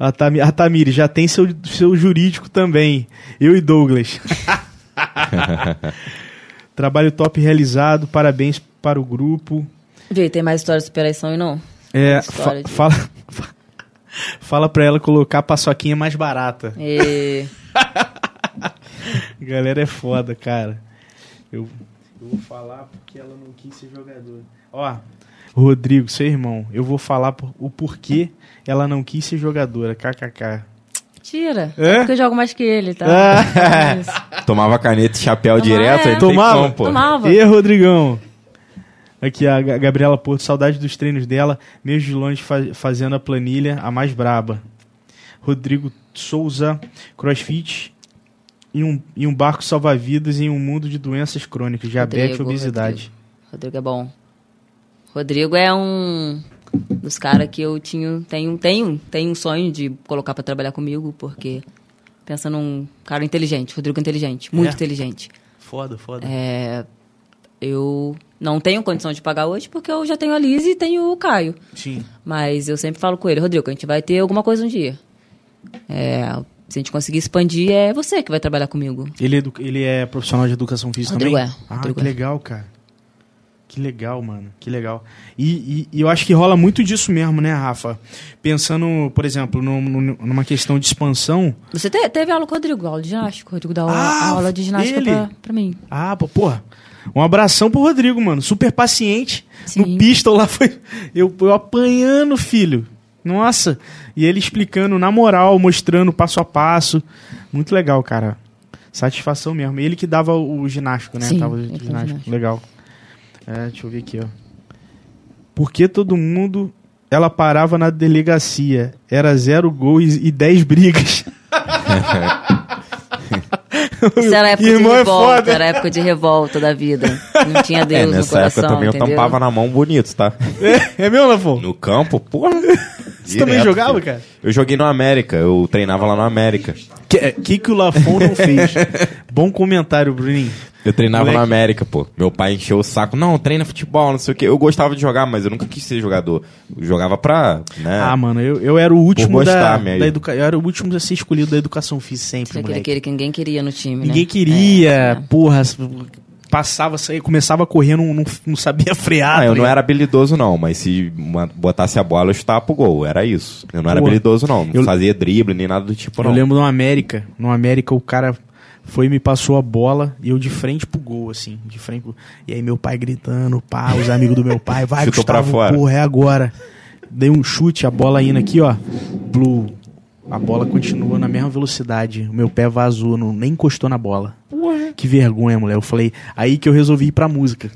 Speaker 2: A, Tam, a Tamiri já tem seu, seu jurídico também. Eu e Douglas. Trabalho top realizado, parabéns para o grupo.
Speaker 3: Vê, tem mais história de superação e não?
Speaker 2: É,
Speaker 3: História
Speaker 2: fa-
Speaker 3: de-
Speaker 2: fala, [laughs] fala pra ela colocar a paçoquinha mais barata.
Speaker 3: É,
Speaker 2: Galera é foda, cara. Eu, eu vou falar porque ela não quis ser jogadora. Ó, Rodrigo, seu irmão, eu vou falar por- o porquê ela não quis ser jogadora. KKK.
Speaker 3: Tira.
Speaker 2: É?
Speaker 3: É? Porque eu jogo mais que ele, tá?
Speaker 2: Ah.
Speaker 3: [laughs] Isso.
Speaker 1: Tomava caneta e chapéu
Speaker 3: Tomava,
Speaker 1: direto,
Speaker 3: é.
Speaker 1: aí não tem
Speaker 2: Tomava?
Speaker 1: como, pô.
Speaker 3: Tomava.
Speaker 2: E Rodrigão. Aqui a Ga- Gabriela Porto, saudade dos treinos dela, mesmo de longe fa- fazendo a planilha, a mais braba. Rodrigo Souza, crossfit em um, em um barco salva-vidas em um mundo de doenças crônicas, diabetes e
Speaker 3: Rodrigo,
Speaker 2: obesidade.
Speaker 3: Rodrigo é bom. Rodrigo é um dos caras que eu tinha, tenho, tenho, tenho um sonho de colocar pra trabalhar comigo, porque pensa num cara inteligente, Rodrigo é inteligente, muito
Speaker 2: É?
Speaker 3: inteligente.
Speaker 4: Foda, foda.
Speaker 3: É, eu não tenho condição de pagar hoje porque eu já tenho a Liz e tenho o Caio.
Speaker 4: Sim.
Speaker 3: Mas eu sempre falo com ele, Rodrigo, a gente vai ter alguma coisa um dia. É, se a gente conseguir expandir, é você que vai trabalhar comigo.
Speaker 2: Ele é, edu- ele é profissional de educação física
Speaker 3: Rodrigo
Speaker 2: também?
Speaker 3: é.
Speaker 2: Ah,
Speaker 3: Rodrigo
Speaker 2: que
Speaker 3: é.
Speaker 2: legal, cara. Que legal, mano. Que legal. E, e- e eu acho que rola muito disso mesmo, né, Rafa? Pensando, por exemplo, num- num- numa questão de expansão.
Speaker 3: Você te- teve aula com o Rodrigo, aula de ginástica. O Rodrigo dá aula,
Speaker 2: Ah,
Speaker 3: aula de ginástica
Speaker 2: ele?
Speaker 3: pra, pra
Speaker 2: [laughs]
Speaker 3: mim.
Speaker 2: Ah, pô, porra. Um abração pro Rodrigo, mano. Super paciente. No
Speaker 3: Sim.
Speaker 2: pistol lá foi. Eu, eu apanhando, filho. Nossa. E ele explicando na moral, mostrando passo a passo. Muito legal, cara. Satisfação mesmo. Ele que dava o ginástico, né?
Speaker 3: Sim,
Speaker 2: Tava o
Speaker 3: ele fazia
Speaker 2: ginástico.
Speaker 3: ginástico.
Speaker 2: Legal. É, deixa eu ver aqui, ó. Por que todo mundo. Ela parava na delegacia. Era zero gols e dez brigas. [laughs]
Speaker 3: Isso era época
Speaker 2: Irmão
Speaker 3: de
Speaker 2: é
Speaker 3: revolta,
Speaker 2: foda.
Speaker 3: era época de revolta da vida.
Speaker 2: [laughs]
Speaker 3: Não tinha Deus
Speaker 1: É,
Speaker 3: no
Speaker 1: nessa
Speaker 3: coração,
Speaker 1: época também
Speaker 3: entendeu?
Speaker 1: eu tampava na mão bonito, tá?
Speaker 2: É, é meu, Lafon?
Speaker 1: No campo, porra.
Speaker 2: [laughs] Você também
Speaker 1: direto,
Speaker 2: jogava,
Speaker 1: filho.
Speaker 2: cara?
Speaker 1: Eu joguei no América, eu treinava lá no América.
Speaker 2: que, é, que que o Lafon não fez? [laughs] Bom comentário, Bruninho.
Speaker 1: Eu treinava
Speaker 2: Moleque.
Speaker 1: no América, pô. Meu pai encheu o saco. Não, treina futebol, não sei o quê. Eu gostava de jogar, mas eu nunca quis ser jogador. Eu jogava pra. Né?
Speaker 2: Ah, mano, eu, eu era o último da,
Speaker 1: gostar mesmo.
Speaker 2: da educa... Eu era o último a ser escolhido da educação física sempre,
Speaker 3: Tinha aquele,
Speaker 2: moleque.
Speaker 3: aquele que ninguém queria no time,
Speaker 2: Ninguém
Speaker 3: né?
Speaker 2: queria, porra, s- passava, saía, começava a correr, não, não, não sabia frear.
Speaker 1: Ah,
Speaker 2: tá
Speaker 1: eu não
Speaker 2: ligado?
Speaker 1: era habilidoso, não, mas se ma- botasse a bola, eu chutava pro gol. Era isso. Eu não era
Speaker 2: Pô,
Speaker 1: habilidoso, não. Não
Speaker 2: eu-
Speaker 1: fazia drible nem nada do tipo, não.
Speaker 2: Eu lembro no América, no América o cara foi e me passou a bola e eu de frente pro gol, assim, de frente pro... E aí meu pai gritando, pá, os amigos do meu pai, vai
Speaker 1: Chutou pra
Speaker 2: Gustavo,
Speaker 1: fora.
Speaker 2: porra, é agora. Dei um chute, a bola indo aqui, ó, blue. A bola continua na mesma velocidade, o meu pé vazou, não, nem encostou na bola. Que vergonha, mulher. Eu falei, aí que eu resolvi ir pra música.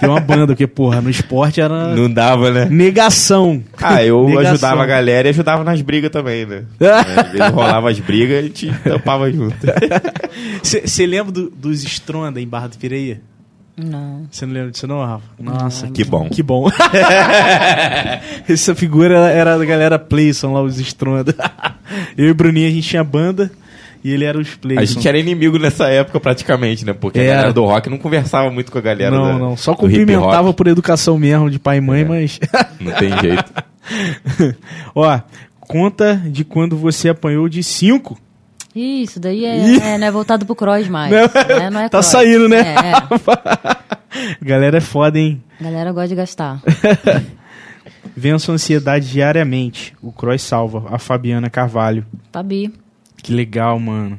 Speaker 2: Tem uma banda, porque, porra, no esporte era
Speaker 1: Não dava, né?
Speaker 2: negação.
Speaker 1: Ah, eu
Speaker 2: [laughs] Negação.
Speaker 1: ajudava a galera e ajudava nas brigas também, né?
Speaker 2: [laughs]
Speaker 1: Às vezes rolava as brigas e a gente tampava junto.
Speaker 2: Você lembra do- dos Stronda em Barra do Pireia?
Speaker 3: Não.
Speaker 2: Você não lembra disso não, Rafa? Nossa,
Speaker 1: [laughs] Que bom.
Speaker 2: que bom. [laughs] Essa figura era da galera Playson lá, os Stronda. [laughs] Eu e o Bruninho, a gente tinha banda e ele era os Playson.
Speaker 1: A gente era inimigo nessa época praticamente, né? Porque a
Speaker 2: Era.
Speaker 1: galera do rock não conversava muito com a galera
Speaker 2: É. Não,
Speaker 1: da-
Speaker 2: não, só
Speaker 1: do hip hop.
Speaker 2: cumprimentava por educação mesmo, de pai e mãe,
Speaker 1: É.
Speaker 2: mas... [laughs]
Speaker 1: Não tem jeito.
Speaker 2: Ó, conta de quando você apanhou de 5.
Speaker 3: Ih, Isso daí é, é, não é voltado pro cross mais.
Speaker 2: Não,
Speaker 3: né? Não é
Speaker 2: tá
Speaker 3: cross.
Speaker 2: saindo, né?
Speaker 3: É, é.
Speaker 2: [laughs] Galera é foda, hein?
Speaker 3: A galera gosta
Speaker 2: [laughs]
Speaker 3: de gastar.
Speaker 2: Venço a ansiedade diariamente. O Cross salva. A Fabiana Carvalho.
Speaker 3: Fabi.
Speaker 2: Que legal, mano.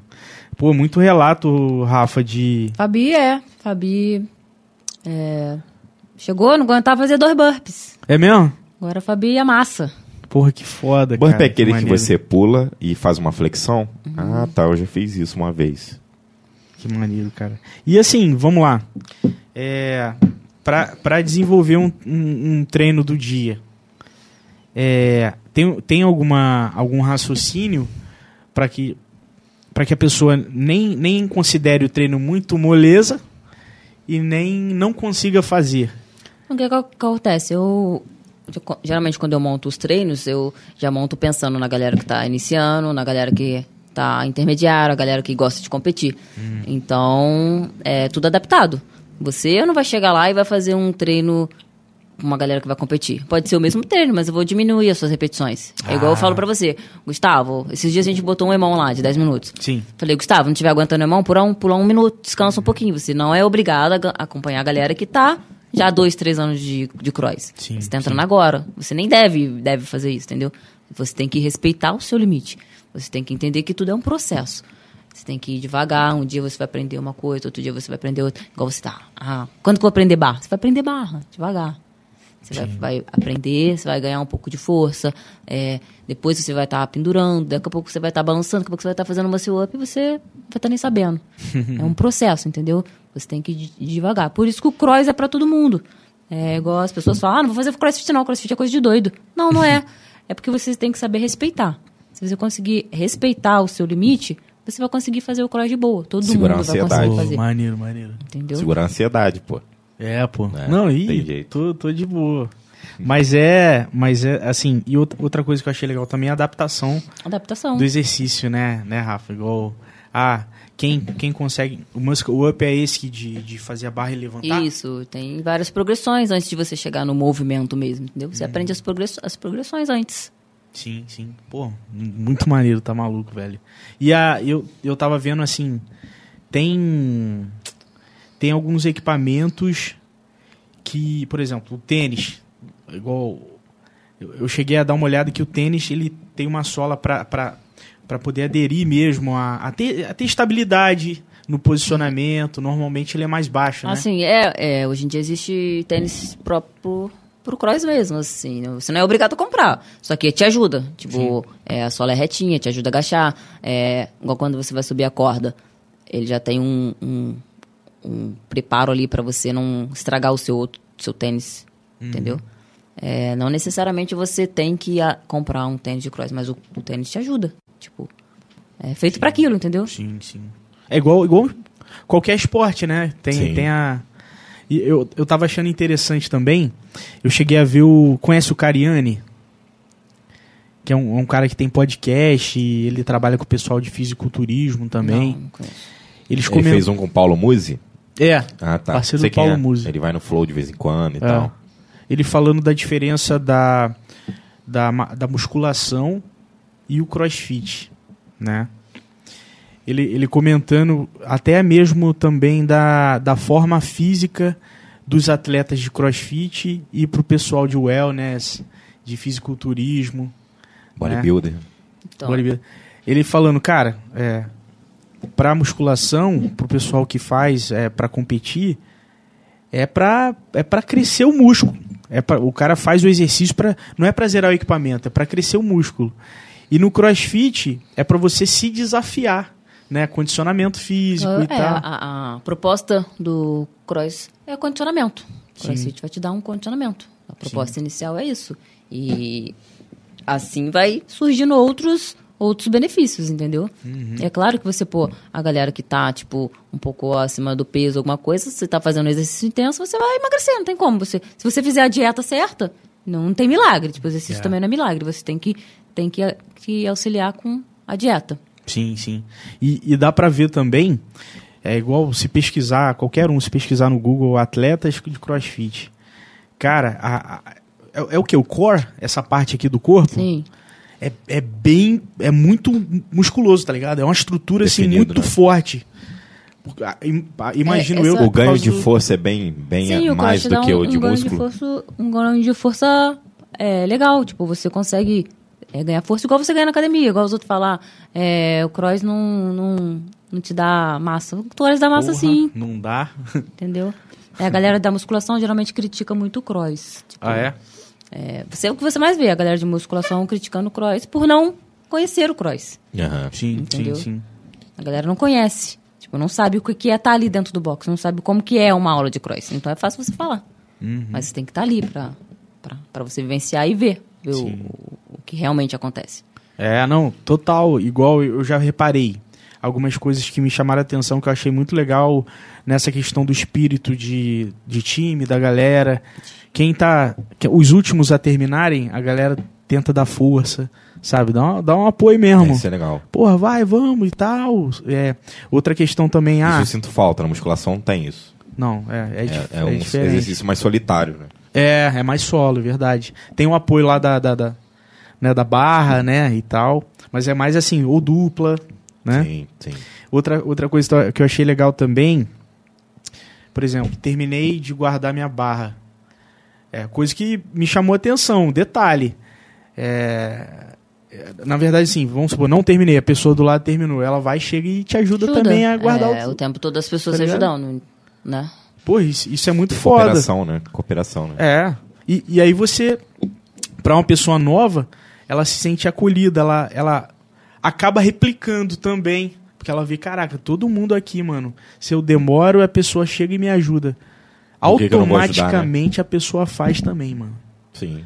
Speaker 2: Pô, muito relato, Rafa, de.
Speaker 3: Fabi é. Fabi. é, chegou, não aguentava fazer dois burpees.
Speaker 2: É mesmo?
Speaker 3: Agora a Fabi amassa.
Speaker 2: Porra, que foda,
Speaker 1: Burp
Speaker 2: cara.
Speaker 1: é aquele que
Speaker 2: maneiro.
Speaker 1: você pula e faz uma flexão? Ah, tá, eu já fiz isso uma vez.
Speaker 2: Que maneiro, cara. E assim, vamos lá. É, pra, pra desenvolver um, um- um treino do dia, é, tem, tem alguma, algum raciocínio para que, pra que a pessoa nem, nem considere o treino muito moleza e nem não consiga fazer?
Speaker 3: O que, que acontece? Eu, eu co- geralmente quando eu monto os treinos, eu já monto pensando na galera que está iniciando, na galera que está intermediária, a galera que gosta de competir. Então, é tudo adaptado. Você não vai chegar lá e vai fazer um treino com uma galera que vai competir. Pode ser o mesmo treino, mas eu vou diminuir as suas repetições. É igual eu falo pra você. Gustavo, esses dias a gente botou um emão lá de 10 minutos.
Speaker 2: Sim.
Speaker 3: Falei, Gustavo, não estiver aguentando a mão, pula um, pula um minuto, descansa um pouquinho. Você não é obrigado a ga- acompanhar a galera que tá já há dois, três anos de, de cross.
Speaker 2: Sim,
Speaker 3: você tá entrando agora. Você nem deve, deve fazer isso, entendeu? Você tem que respeitar o seu limite. Você tem que entender que tudo é um processo. Você tem que ir devagar. Um dia você vai aprender uma coisa, outro dia você vai aprender outra. Igual você tá. Ah, quando que eu vou aprender barra? Você vai aprender barra, devagar. Você vai, vai aprender, você vai ganhar um pouco de força. é, depois você vai estar pendurando, daqui a pouco você vai estar balançando, daqui a pouco você vai estar fazendo uma seu-up e você vai estar
Speaker 2: [laughs]
Speaker 3: nem sabendo. é um processo, entendeu? Você tem que ir de- devagar. Por isso que o cross é para todo mundo. É igual as pessoas falam, ah, não vou fazer crossfit não, crossfit é coisa de doido. Não, não é. é porque você tem que saber respeitar. Se você conseguir respeitar o seu limite, você vai conseguir fazer o cross de boa. Todo
Speaker 1: Segurar a
Speaker 3: mundo vai
Speaker 1: ansiedade.
Speaker 3: conseguir
Speaker 2: Pô,
Speaker 3: fazer.
Speaker 2: maneiro, maneiro.
Speaker 3: Entendeu?
Speaker 1: Segurar a ansiedade, pô.
Speaker 2: É, pô.
Speaker 1: É,
Speaker 2: não,
Speaker 1: tem
Speaker 2: e
Speaker 1: jeito.
Speaker 2: tô, tô de boa. Mas é, mas é assim, e outra outra coisa que eu achei legal também é a adaptação
Speaker 3: Adaptação.
Speaker 2: do exercício, né, né, Rafa? Igual. Ah, quem, quem consegue. O muscle up é esse que de, de fazer a barra e levantar?
Speaker 3: Isso, tem várias progressões antes de você chegar no movimento mesmo, entendeu? Você aprende as, progress as progressões antes.
Speaker 2: Sim, sim. Pô, muito maneiro, tá maluco, velho. E a, eu, eu tava vendo assim. Tem. Tem alguns equipamentos que, por exemplo, o tênis. Igual. Eu, eu cheguei a dar uma olhada que o tênis ele tem uma sola pra, pra, pra poder aderir mesmo, a, a, ter, a ter estabilidade no posicionamento. Normalmente ele é mais baixo, né?
Speaker 3: Assim, é, é, hoje em dia existe tênis próprio pro cross mesmo, assim. né? Você não é obrigado a comprar, só que te ajuda. Tipo, é, a sola é retinha, te ajuda a agachar. É, igual quando você vai subir a corda, ele já tem um, um, um preparo ali pra você não estragar o seu, outro- seu tênis,
Speaker 2: Uhum.
Speaker 3: entendeu? É, não necessariamente você tem que ir a- comprar um tênis de cross, mas o, o tênis te ajuda. Tipo, é feito pra aquilo, entendeu?
Speaker 2: Sim, sim. É igual, igual qualquer esporte, né? Tem,
Speaker 1: Sim.
Speaker 2: tem a. E eu, eu tava achando interessante também. Eu cheguei a ver o. Conhece o Cariani? Que é um, é um cara que tem podcast e ele trabalha com o pessoal de fisiculturismo também.
Speaker 3: Não, não conheço.
Speaker 2: Eles
Speaker 1: Ele
Speaker 2: comentam.
Speaker 1: fez um com o Paulo Musi?
Speaker 2: É,
Speaker 1: Ah, tá.
Speaker 2: Parceiro
Speaker 1: Sei
Speaker 2: do
Speaker 1: quem
Speaker 2: Paulo
Speaker 1: é.
Speaker 2: Musi.
Speaker 1: Ele vai no flow de vez em quando e
Speaker 2: É.
Speaker 1: tal.
Speaker 2: Ele falando da diferença da, da, ma- da musculação e o crossfit, né? Ele, ele comentando até mesmo também da, da forma física dos atletas de crossfit e pro pessoal de wellness, de fisiculturismo.
Speaker 1: É. Bodybuilder.
Speaker 3: Então,
Speaker 2: bodybuilding. Ele falando, cara, é, pra musculação, pro pessoal que faz é, para competir, é pra, é pra crescer o músculo. É pra, o cara faz o exercício para não é pra zerar o equipamento, é pra crescer o músculo. E no CrossFit é pra você se desafiar, né? Condicionamento físico
Speaker 3: Ah,
Speaker 2: e
Speaker 3: é,
Speaker 2: tal.
Speaker 3: a, a proposta do Cross é condicionamento. CrossFit vai te dar um condicionamento. A proposta inicial é isso. E assim vai surgindo outros outros benefícios, entendeu? É claro que você, pô, a galera que tá, tipo, um pouco acima do peso, alguma coisa, você tá fazendo um exercício intenso, você vai emagrecer, não tem como. Você, se você fizer a dieta certa, não tem milagre. Tipo, exercício também não é milagre. Você tem que, tem que, que auxiliar com a dieta.
Speaker 2: Sim, sim. E, e dá pra ver também, é igual se pesquisar, qualquer um se pesquisar no Google atletas de crossfit. Cara, a- a- é, é o que? O core? Essa parte aqui do corpo?
Speaker 3: Sim.
Speaker 2: É, é bem. É muito musculoso, tá ligado? É uma estrutura assim
Speaker 1: Definido,
Speaker 2: muito
Speaker 1: né?
Speaker 2: forte. Por- ah, im- ah, Imagino
Speaker 3: É,
Speaker 2: eu.
Speaker 3: essa-
Speaker 1: O
Speaker 2: por
Speaker 1: ganho
Speaker 2: causa
Speaker 1: de
Speaker 2: do-
Speaker 1: força é bem, bem
Speaker 3: Sim,
Speaker 1: a-
Speaker 3: o
Speaker 1: mais
Speaker 3: crossfit
Speaker 1: do
Speaker 3: dá
Speaker 1: que
Speaker 3: um,
Speaker 1: o de
Speaker 3: um ganho de
Speaker 1: músculo.
Speaker 3: força- um ganho de força é, legal. Tipo, você consegue é, ganhar força igual você ganha na academia. Igual os outros falam, é, o cross não, não, não te dá massa. O cross dá massa
Speaker 2: Porra,
Speaker 3: sim,
Speaker 2: Não dá. [laughs]
Speaker 3: entendeu? É, a galera da musculação geralmente critica muito o cross. Tipo,
Speaker 2: Ah, é?
Speaker 3: é, você, é o que você mais vê, a galera de musculação criticando o cross por não conhecer o cross.
Speaker 1: Aham.
Speaker 2: Sim,
Speaker 3: Entendeu?
Speaker 2: sim, sim.
Speaker 3: A galera não conhece. Tipo, não sabe o que que é estar ali dentro do box, não sabe como que é uma aula de cross. Então é fácil você falar. Mas você tem que estar ali pra, pra, pra você vivenciar e ver, ver o, o- o que realmente acontece.
Speaker 2: É, não, total. Igual eu já reparei algumas coisas que me chamaram a atenção que eu achei muito legal nessa questão do espírito de, de time, da galera. Quem tá. que- Os últimos a terminarem, a galera tenta dar força, sabe? Dá, um- dá um apoio mesmo.
Speaker 1: Isso é legal.
Speaker 2: Porra, vai, vamos e tal. É, outra questão também, ah,
Speaker 1: Isso eu sinto falta. Na musculação tem isso.
Speaker 2: não, é, é, dif-
Speaker 1: É, é um
Speaker 2: é diferente.
Speaker 1: exercício mais solitário, né?
Speaker 2: É, é mais solo, é verdade. Tem o apoio lá da, da, da, né, da barra, né, e tal. Mas é mais assim, ou dupla, né?
Speaker 1: Sim, sim.
Speaker 2: Outra, outra coisa to- que eu achei legal também, por exemplo, terminei de guardar minha barra. É, coisa que me chamou a atenção, detalhe. É, é, na verdade, sim, vamos supor, não terminei, a pessoa do lado terminou. Ela vai, chega e te ajuda, também a guardar
Speaker 3: é,
Speaker 2: o.
Speaker 3: o tempo todo as
Speaker 2: tá
Speaker 3: pessoas se
Speaker 2: ligado?
Speaker 3: ajudando, né?
Speaker 2: Pô, isso, isso é muito foda.
Speaker 1: Cooperação, né? Cooperação, né?
Speaker 2: É. E, e aí você, pra uma pessoa nova, ela se sente acolhida, ela, ela acaba replicando também. Porque ela vê, caraca, todo mundo aqui, mano. Se eu demoro, a pessoa chega e me ajuda.
Speaker 1: Por que que eu não vou ajudar, né?
Speaker 2: Automaticamente a pessoa faz também, mano.
Speaker 1: Sim.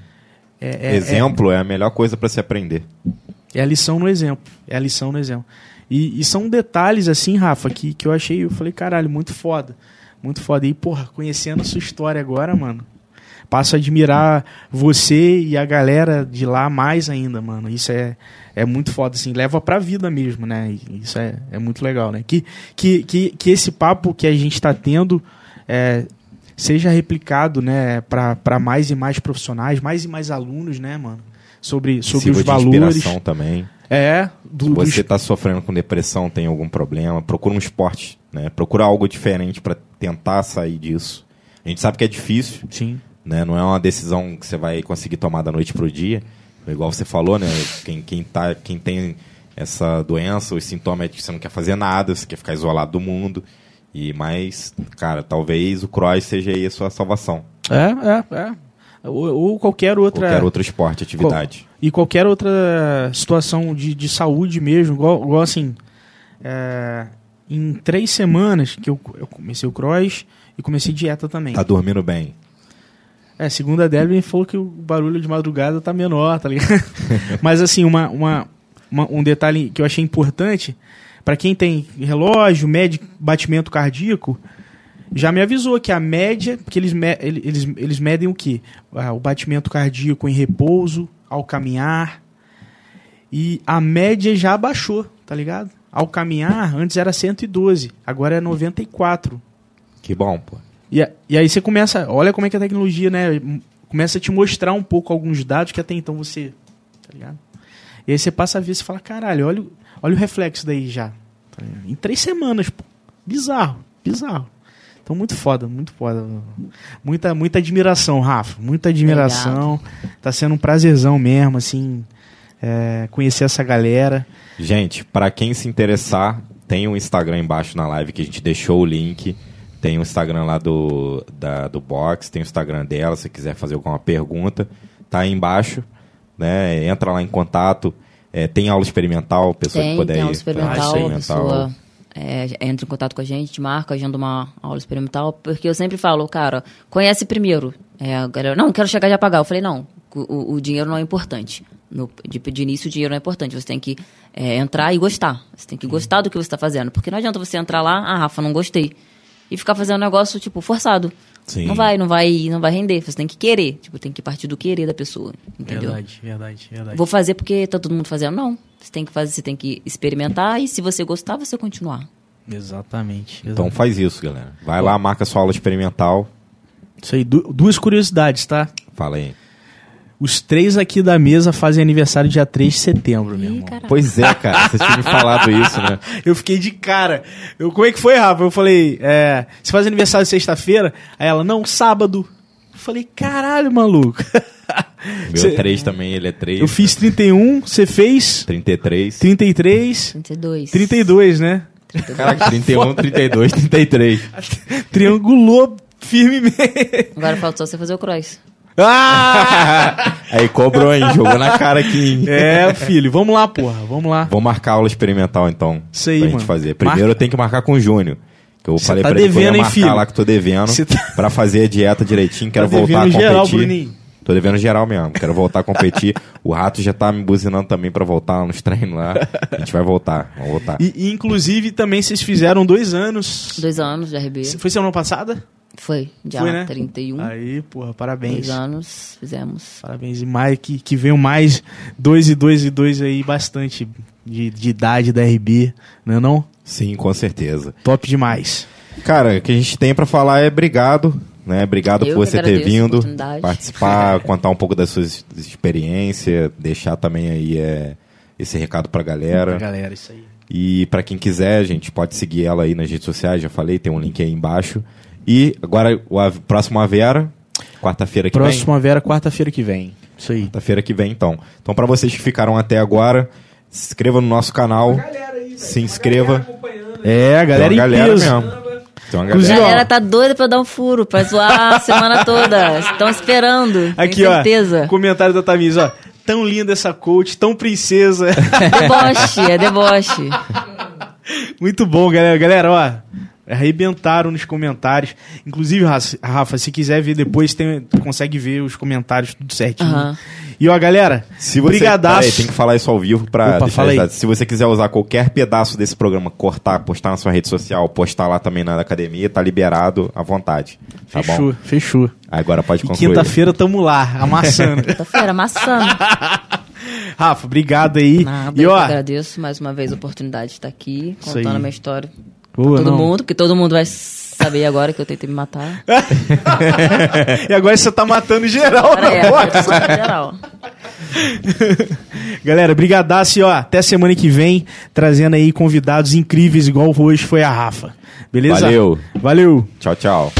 Speaker 2: É, é-
Speaker 1: Exemplo é. a melhor coisa pra se aprender.
Speaker 2: é a lição no exemplo. É a lição no exemplo. E, e são detalhes assim, Rafa, que, que eu achei, eu falei, caralho, muito foda. Muito foda. E, porra, conhecendo a sua história agora, mano, passo a admirar você e a galera de lá mais ainda, mano. Isso é, é muito foda, assim, leva pra vida mesmo, né? E Isso é, é muito legal, né? Que, que, que, que esse papo que a gente tá tendo é, seja replicado, né, pra, pra mais e mais profissionais, mais e mais alunos, né, mano? Sobre, sobre
Speaker 1: Sirva
Speaker 2: os
Speaker 1: de
Speaker 2: valores.
Speaker 1: inspiração também.
Speaker 2: É, do, do
Speaker 1: Você tá sofrendo com depressão, tem algum problema, procura um esporte, né? Procura algo diferente pra tentar sair disso. A gente sabe que é difícil,
Speaker 2: Sim.
Speaker 1: né? Não é uma decisão que você vai conseguir tomar da noite pro dia. Igual você falou, né? Quem, quem, tá, quem tem essa doença, os sintomas é que você não quer fazer nada, você quer ficar isolado do mundo. E mas, cara, talvez o cross seja aí a sua salvação.
Speaker 2: É, é, é. Ou, ou qualquer outra.
Speaker 1: Qualquer outro esporte, atividade.
Speaker 2: E qualquer outra situação de, de saúde mesmo, igual, igual assim. é, em três semanas que eu, eu comecei o cross e comecei dieta também.
Speaker 1: Tá dormindo bem.
Speaker 2: É, segundo a Debbie, falou que o barulho de madrugada tá menor, tá ligado? [laughs] Mas assim, uma, uma, uma- um detalhe que eu achei importante, pra quem tem relógio, mede batimento cardíaco, já me avisou que a média, porque eles, me- ele- eles, eles medem o quê? Ah, o batimento cardíaco em repouso, ao caminhar, e a média já abaixou, tá ligado? Ao caminhar, antes era 112, agora é 94.
Speaker 1: Que bom, pô.
Speaker 2: E, a- e aí você começa, olha como é que a tecnologia, né, m- começa a te mostrar um pouco alguns dados que até então você, tá ligado? E aí você passa a ver, você fala, caralho, olha, o- olha o reflexo daí já. tá ligado? Em três semanas, pô. Bizarro, bizarro. Então, muito foda, muito foda. Muita, muita admiração, Rafa. Muita admiração. Tá sendo um prazerzão mesmo, assim, é, conhecer essa galera.
Speaker 1: Gente, pra quem se interessar, tem o Instagram embaixo na live que a gente deixou o link. Tem o Instagram lá do, da, do Box, tem o Instagram dela, se quiser fazer alguma pergunta, tá aí embaixo, né? Entra lá em contato. É, tem aula experimental, pessoa
Speaker 3: Tem,
Speaker 1: que puder
Speaker 3: tem
Speaker 1: ir.
Speaker 3: aula
Speaker 1: pra
Speaker 3: experimental, a pessoa é, entra em contato com a gente, marca, agenda uma aula experimental, porque eu sempre falo, cara, conhece primeiro. É, a galera, não, quero chegar já pagar. Eu falei, não, o, o dinheiro não é importante. No- de, de início, o dinheiro não é importante. Você tem que é, entrar e gostar. Você tem que gostar do que você está fazendo. Porque não adianta você entrar lá, ah, Rafa, não gostei. E ficar fazendo um negócio, tipo, forçado.
Speaker 1: Sim.
Speaker 3: Não vai, não vai, não vai render. Você tem que querer. Tipo, tem que partir do querer da pessoa. Entendeu?
Speaker 2: Verdade, verdade, verdade.
Speaker 3: Vou fazer porque tá todo mundo fazendo. Não. Você tem que fazer, você tem que experimentar e se você gostar, você continuar.
Speaker 2: Exatamente.
Speaker 1: Então
Speaker 2: exatamente.
Speaker 1: faz isso, galera. Vai lá, marca sua aula experimental.
Speaker 2: Isso aí, du- duas curiosidades, tá?
Speaker 1: Fala aí.
Speaker 2: Os três aqui da mesa fazem aniversário dia 3 de setembro, meu irmão.
Speaker 1: Pois é, cara. Vocês tinham me falado isso, né?
Speaker 2: Eu fiquei de cara. Eu, como é que foi, Rafa? Eu falei, é, você faz aniversário sexta-feira? Aí ela, não, sábado. Eu falei, caralho, maluco.
Speaker 1: Meu
Speaker 2: Cê-
Speaker 1: 3 também, ele é 3.
Speaker 2: eu fiz 31, você fez
Speaker 1: 33.
Speaker 2: 33,
Speaker 3: 32.
Speaker 2: 32, né?
Speaker 1: Caraca, 31, 32, 33.
Speaker 2: Triangulou firmemente. [laughs]
Speaker 3: Agora falta só você fazer o cross.
Speaker 2: Ah!
Speaker 1: [laughs] Aí cobrou, hein? Jogou na cara aqui, hein?
Speaker 2: É, filho, vamos lá, porra, vamos lá.
Speaker 1: Vou marcar aula experimental, então.
Speaker 2: Isso aí,
Speaker 1: pra gente
Speaker 2: mano.
Speaker 1: fazer. Primeiro
Speaker 2: Marca.
Speaker 1: eu tenho que marcar com o Júnior. Que eu
Speaker 2: Cê
Speaker 1: falei
Speaker 2: tá
Speaker 1: pra ele que eu ia
Speaker 2: devendo, hein,
Speaker 1: marcar
Speaker 2: filho?
Speaker 1: lá que eu tô devendo.
Speaker 2: Cê tá-
Speaker 1: Pra fazer a dieta direitinho, quero
Speaker 2: [laughs] Tá
Speaker 1: voltar a
Speaker 2: devendo
Speaker 1: competir.
Speaker 2: geral, Bruninho.
Speaker 1: Tô devendo geral mesmo, quero voltar a competir. o rato já tá me buzinando também pra voltar nos treinos lá. A gente vai voltar, vamos voltar.
Speaker 2: E, e, inclusive, também vocês fizeram dois anos.
Speaker 3: Dois anos de RB.
Speaker 2: Foi semana passada?
Speaker 3: Foi, dia
Speaker 2: Foi, né?
Speaker 3: 31.
Speaker 2: Aí, porra,
Speaker 3: dois
Speaker 2: parabéns.
Speaker 3: anos, fizemos.
Speaker 2: Parabéns, e Maia, que, que venham mais dois e dois e dois aí, bastante de, de idade da RB, não é não?
Speaker 1: Sim, com certeza.
Speaker 2: Top demais.
Speaker 1: Cara, o que a gente tem pra falar é obrigado, né? Obrigado
Speaker 3: Eu
Speaker 1: por
Speaker 3: que
Speaker 1: você ter
Speaker 3: agradeço a
Speaker 1: vindo,
Speaker 3: oportunidade. [laughs]
Speaker 1: participar, contar um pouco das suas experiências, deixar também aí é, esse recado pra galera.
Speaker 2: Pra galera, isso aí.
Speaker 1: E pra quem quiser, gente, pode seguir ela aí nas redes sociais, já falei, tem um link aí embaixo. E agora, o a- próximo a Vera, quarta-feira que vem.
Speaker 2: Próxima Vera, quarta-feira que vem. Isso aí.
Speaker 1: Quarta-feira que vem, então. Então, pra vocês que ficaram até agora, se inscreva no nosso canal, se inscreva.
Speaker 2: É, a galera,
Speaker 1: tem uma galera
Speaker 2: em peso.
Speaker 1: mesmo. Tem uma
Speaker 3: A
Speaker 1: galera.
Speaker 2: Inclusive, ó.
Speaker 3: galera tá doida pra eu dar um furo, pra zoar a semana toda. Estão esperando.
Speaker 2: Aqui,
Speaker 3: tenho
Speaker 2: ó.
Speaker 3: certeza.
Speaker 2: Comentário da Tamires, ó. Tão linda essa coach,
Speaker 1: [laughs]
Speaker 2: tão princesa.
Speaker 3: Deboche, é deboche.
Speaker 2: Muito bom, galera. Galera, ó, arrebentaram nos comentários. Inclusive, Ra- Rafa, se quiser ver depois, tem- consegue ver os comentários tudo certinho.
Speaker 3: Aham.
Speaker 2: E ó, galera,
Speaker 1: Se você,
Speaker 2: brigadaço.
Speaker 1: Peraí, tem que falar isso ao vivo pra
Speaker 2: Opa,
Speaker 1: deixar
Speaker 2: fala aí.
Speaker 1: registrado. Se você quiser usar qualquer pedaço desse programa, cortar, postar na sua rede social, postar lá também na academia, tá liberado à vontade. Tá
Speaker 2: Fechou,
Speaker 1: bom?
Speaker 2: fechou.
Speaker 1: Agora pode
Speaker 2: E
Speaker 1: concluir.
Speaker 2: quinta-feira tamo lá,
Speaker 1: [laughs]
Speaker 2: amassando.
Speaker 3: Quinta-feira, amassando.
Speaker 2: Rafa, obrigado aí.
Speaker 3: Nada,
Speaker 2: e
Speaker 3: eu que
Speaker 2: ó,
Speaker 3: agradeço mais uma vez a oportunidade de estar aqui,
Speaker 2: Isso
Speaker 3: contando
Speaker 2: aí.
Speaker 3: a minha história. pra
Speaker 2: Boa,
Speaker 3: todo
Speaker 2: não.
Speaker 3: mundo, porque todo mundo vai saber agora que eu tentei me matar.
Speaker 2: [laughs] e agora você tá matando geral,
Speaker 3: Agora é,
Speaker 2: não,
Speaker 3: agora eu tô só pra geral.
Speaker 2: [laughs] Galera, brigadaço e ó, até semana que vem, trazendo aí convidados incríveis, igual hoje foi a Rafa. Beleza?
Speaker 1: Valeu.
Speaker 2: Valeu.
Speaker 1: Tchau, tchau.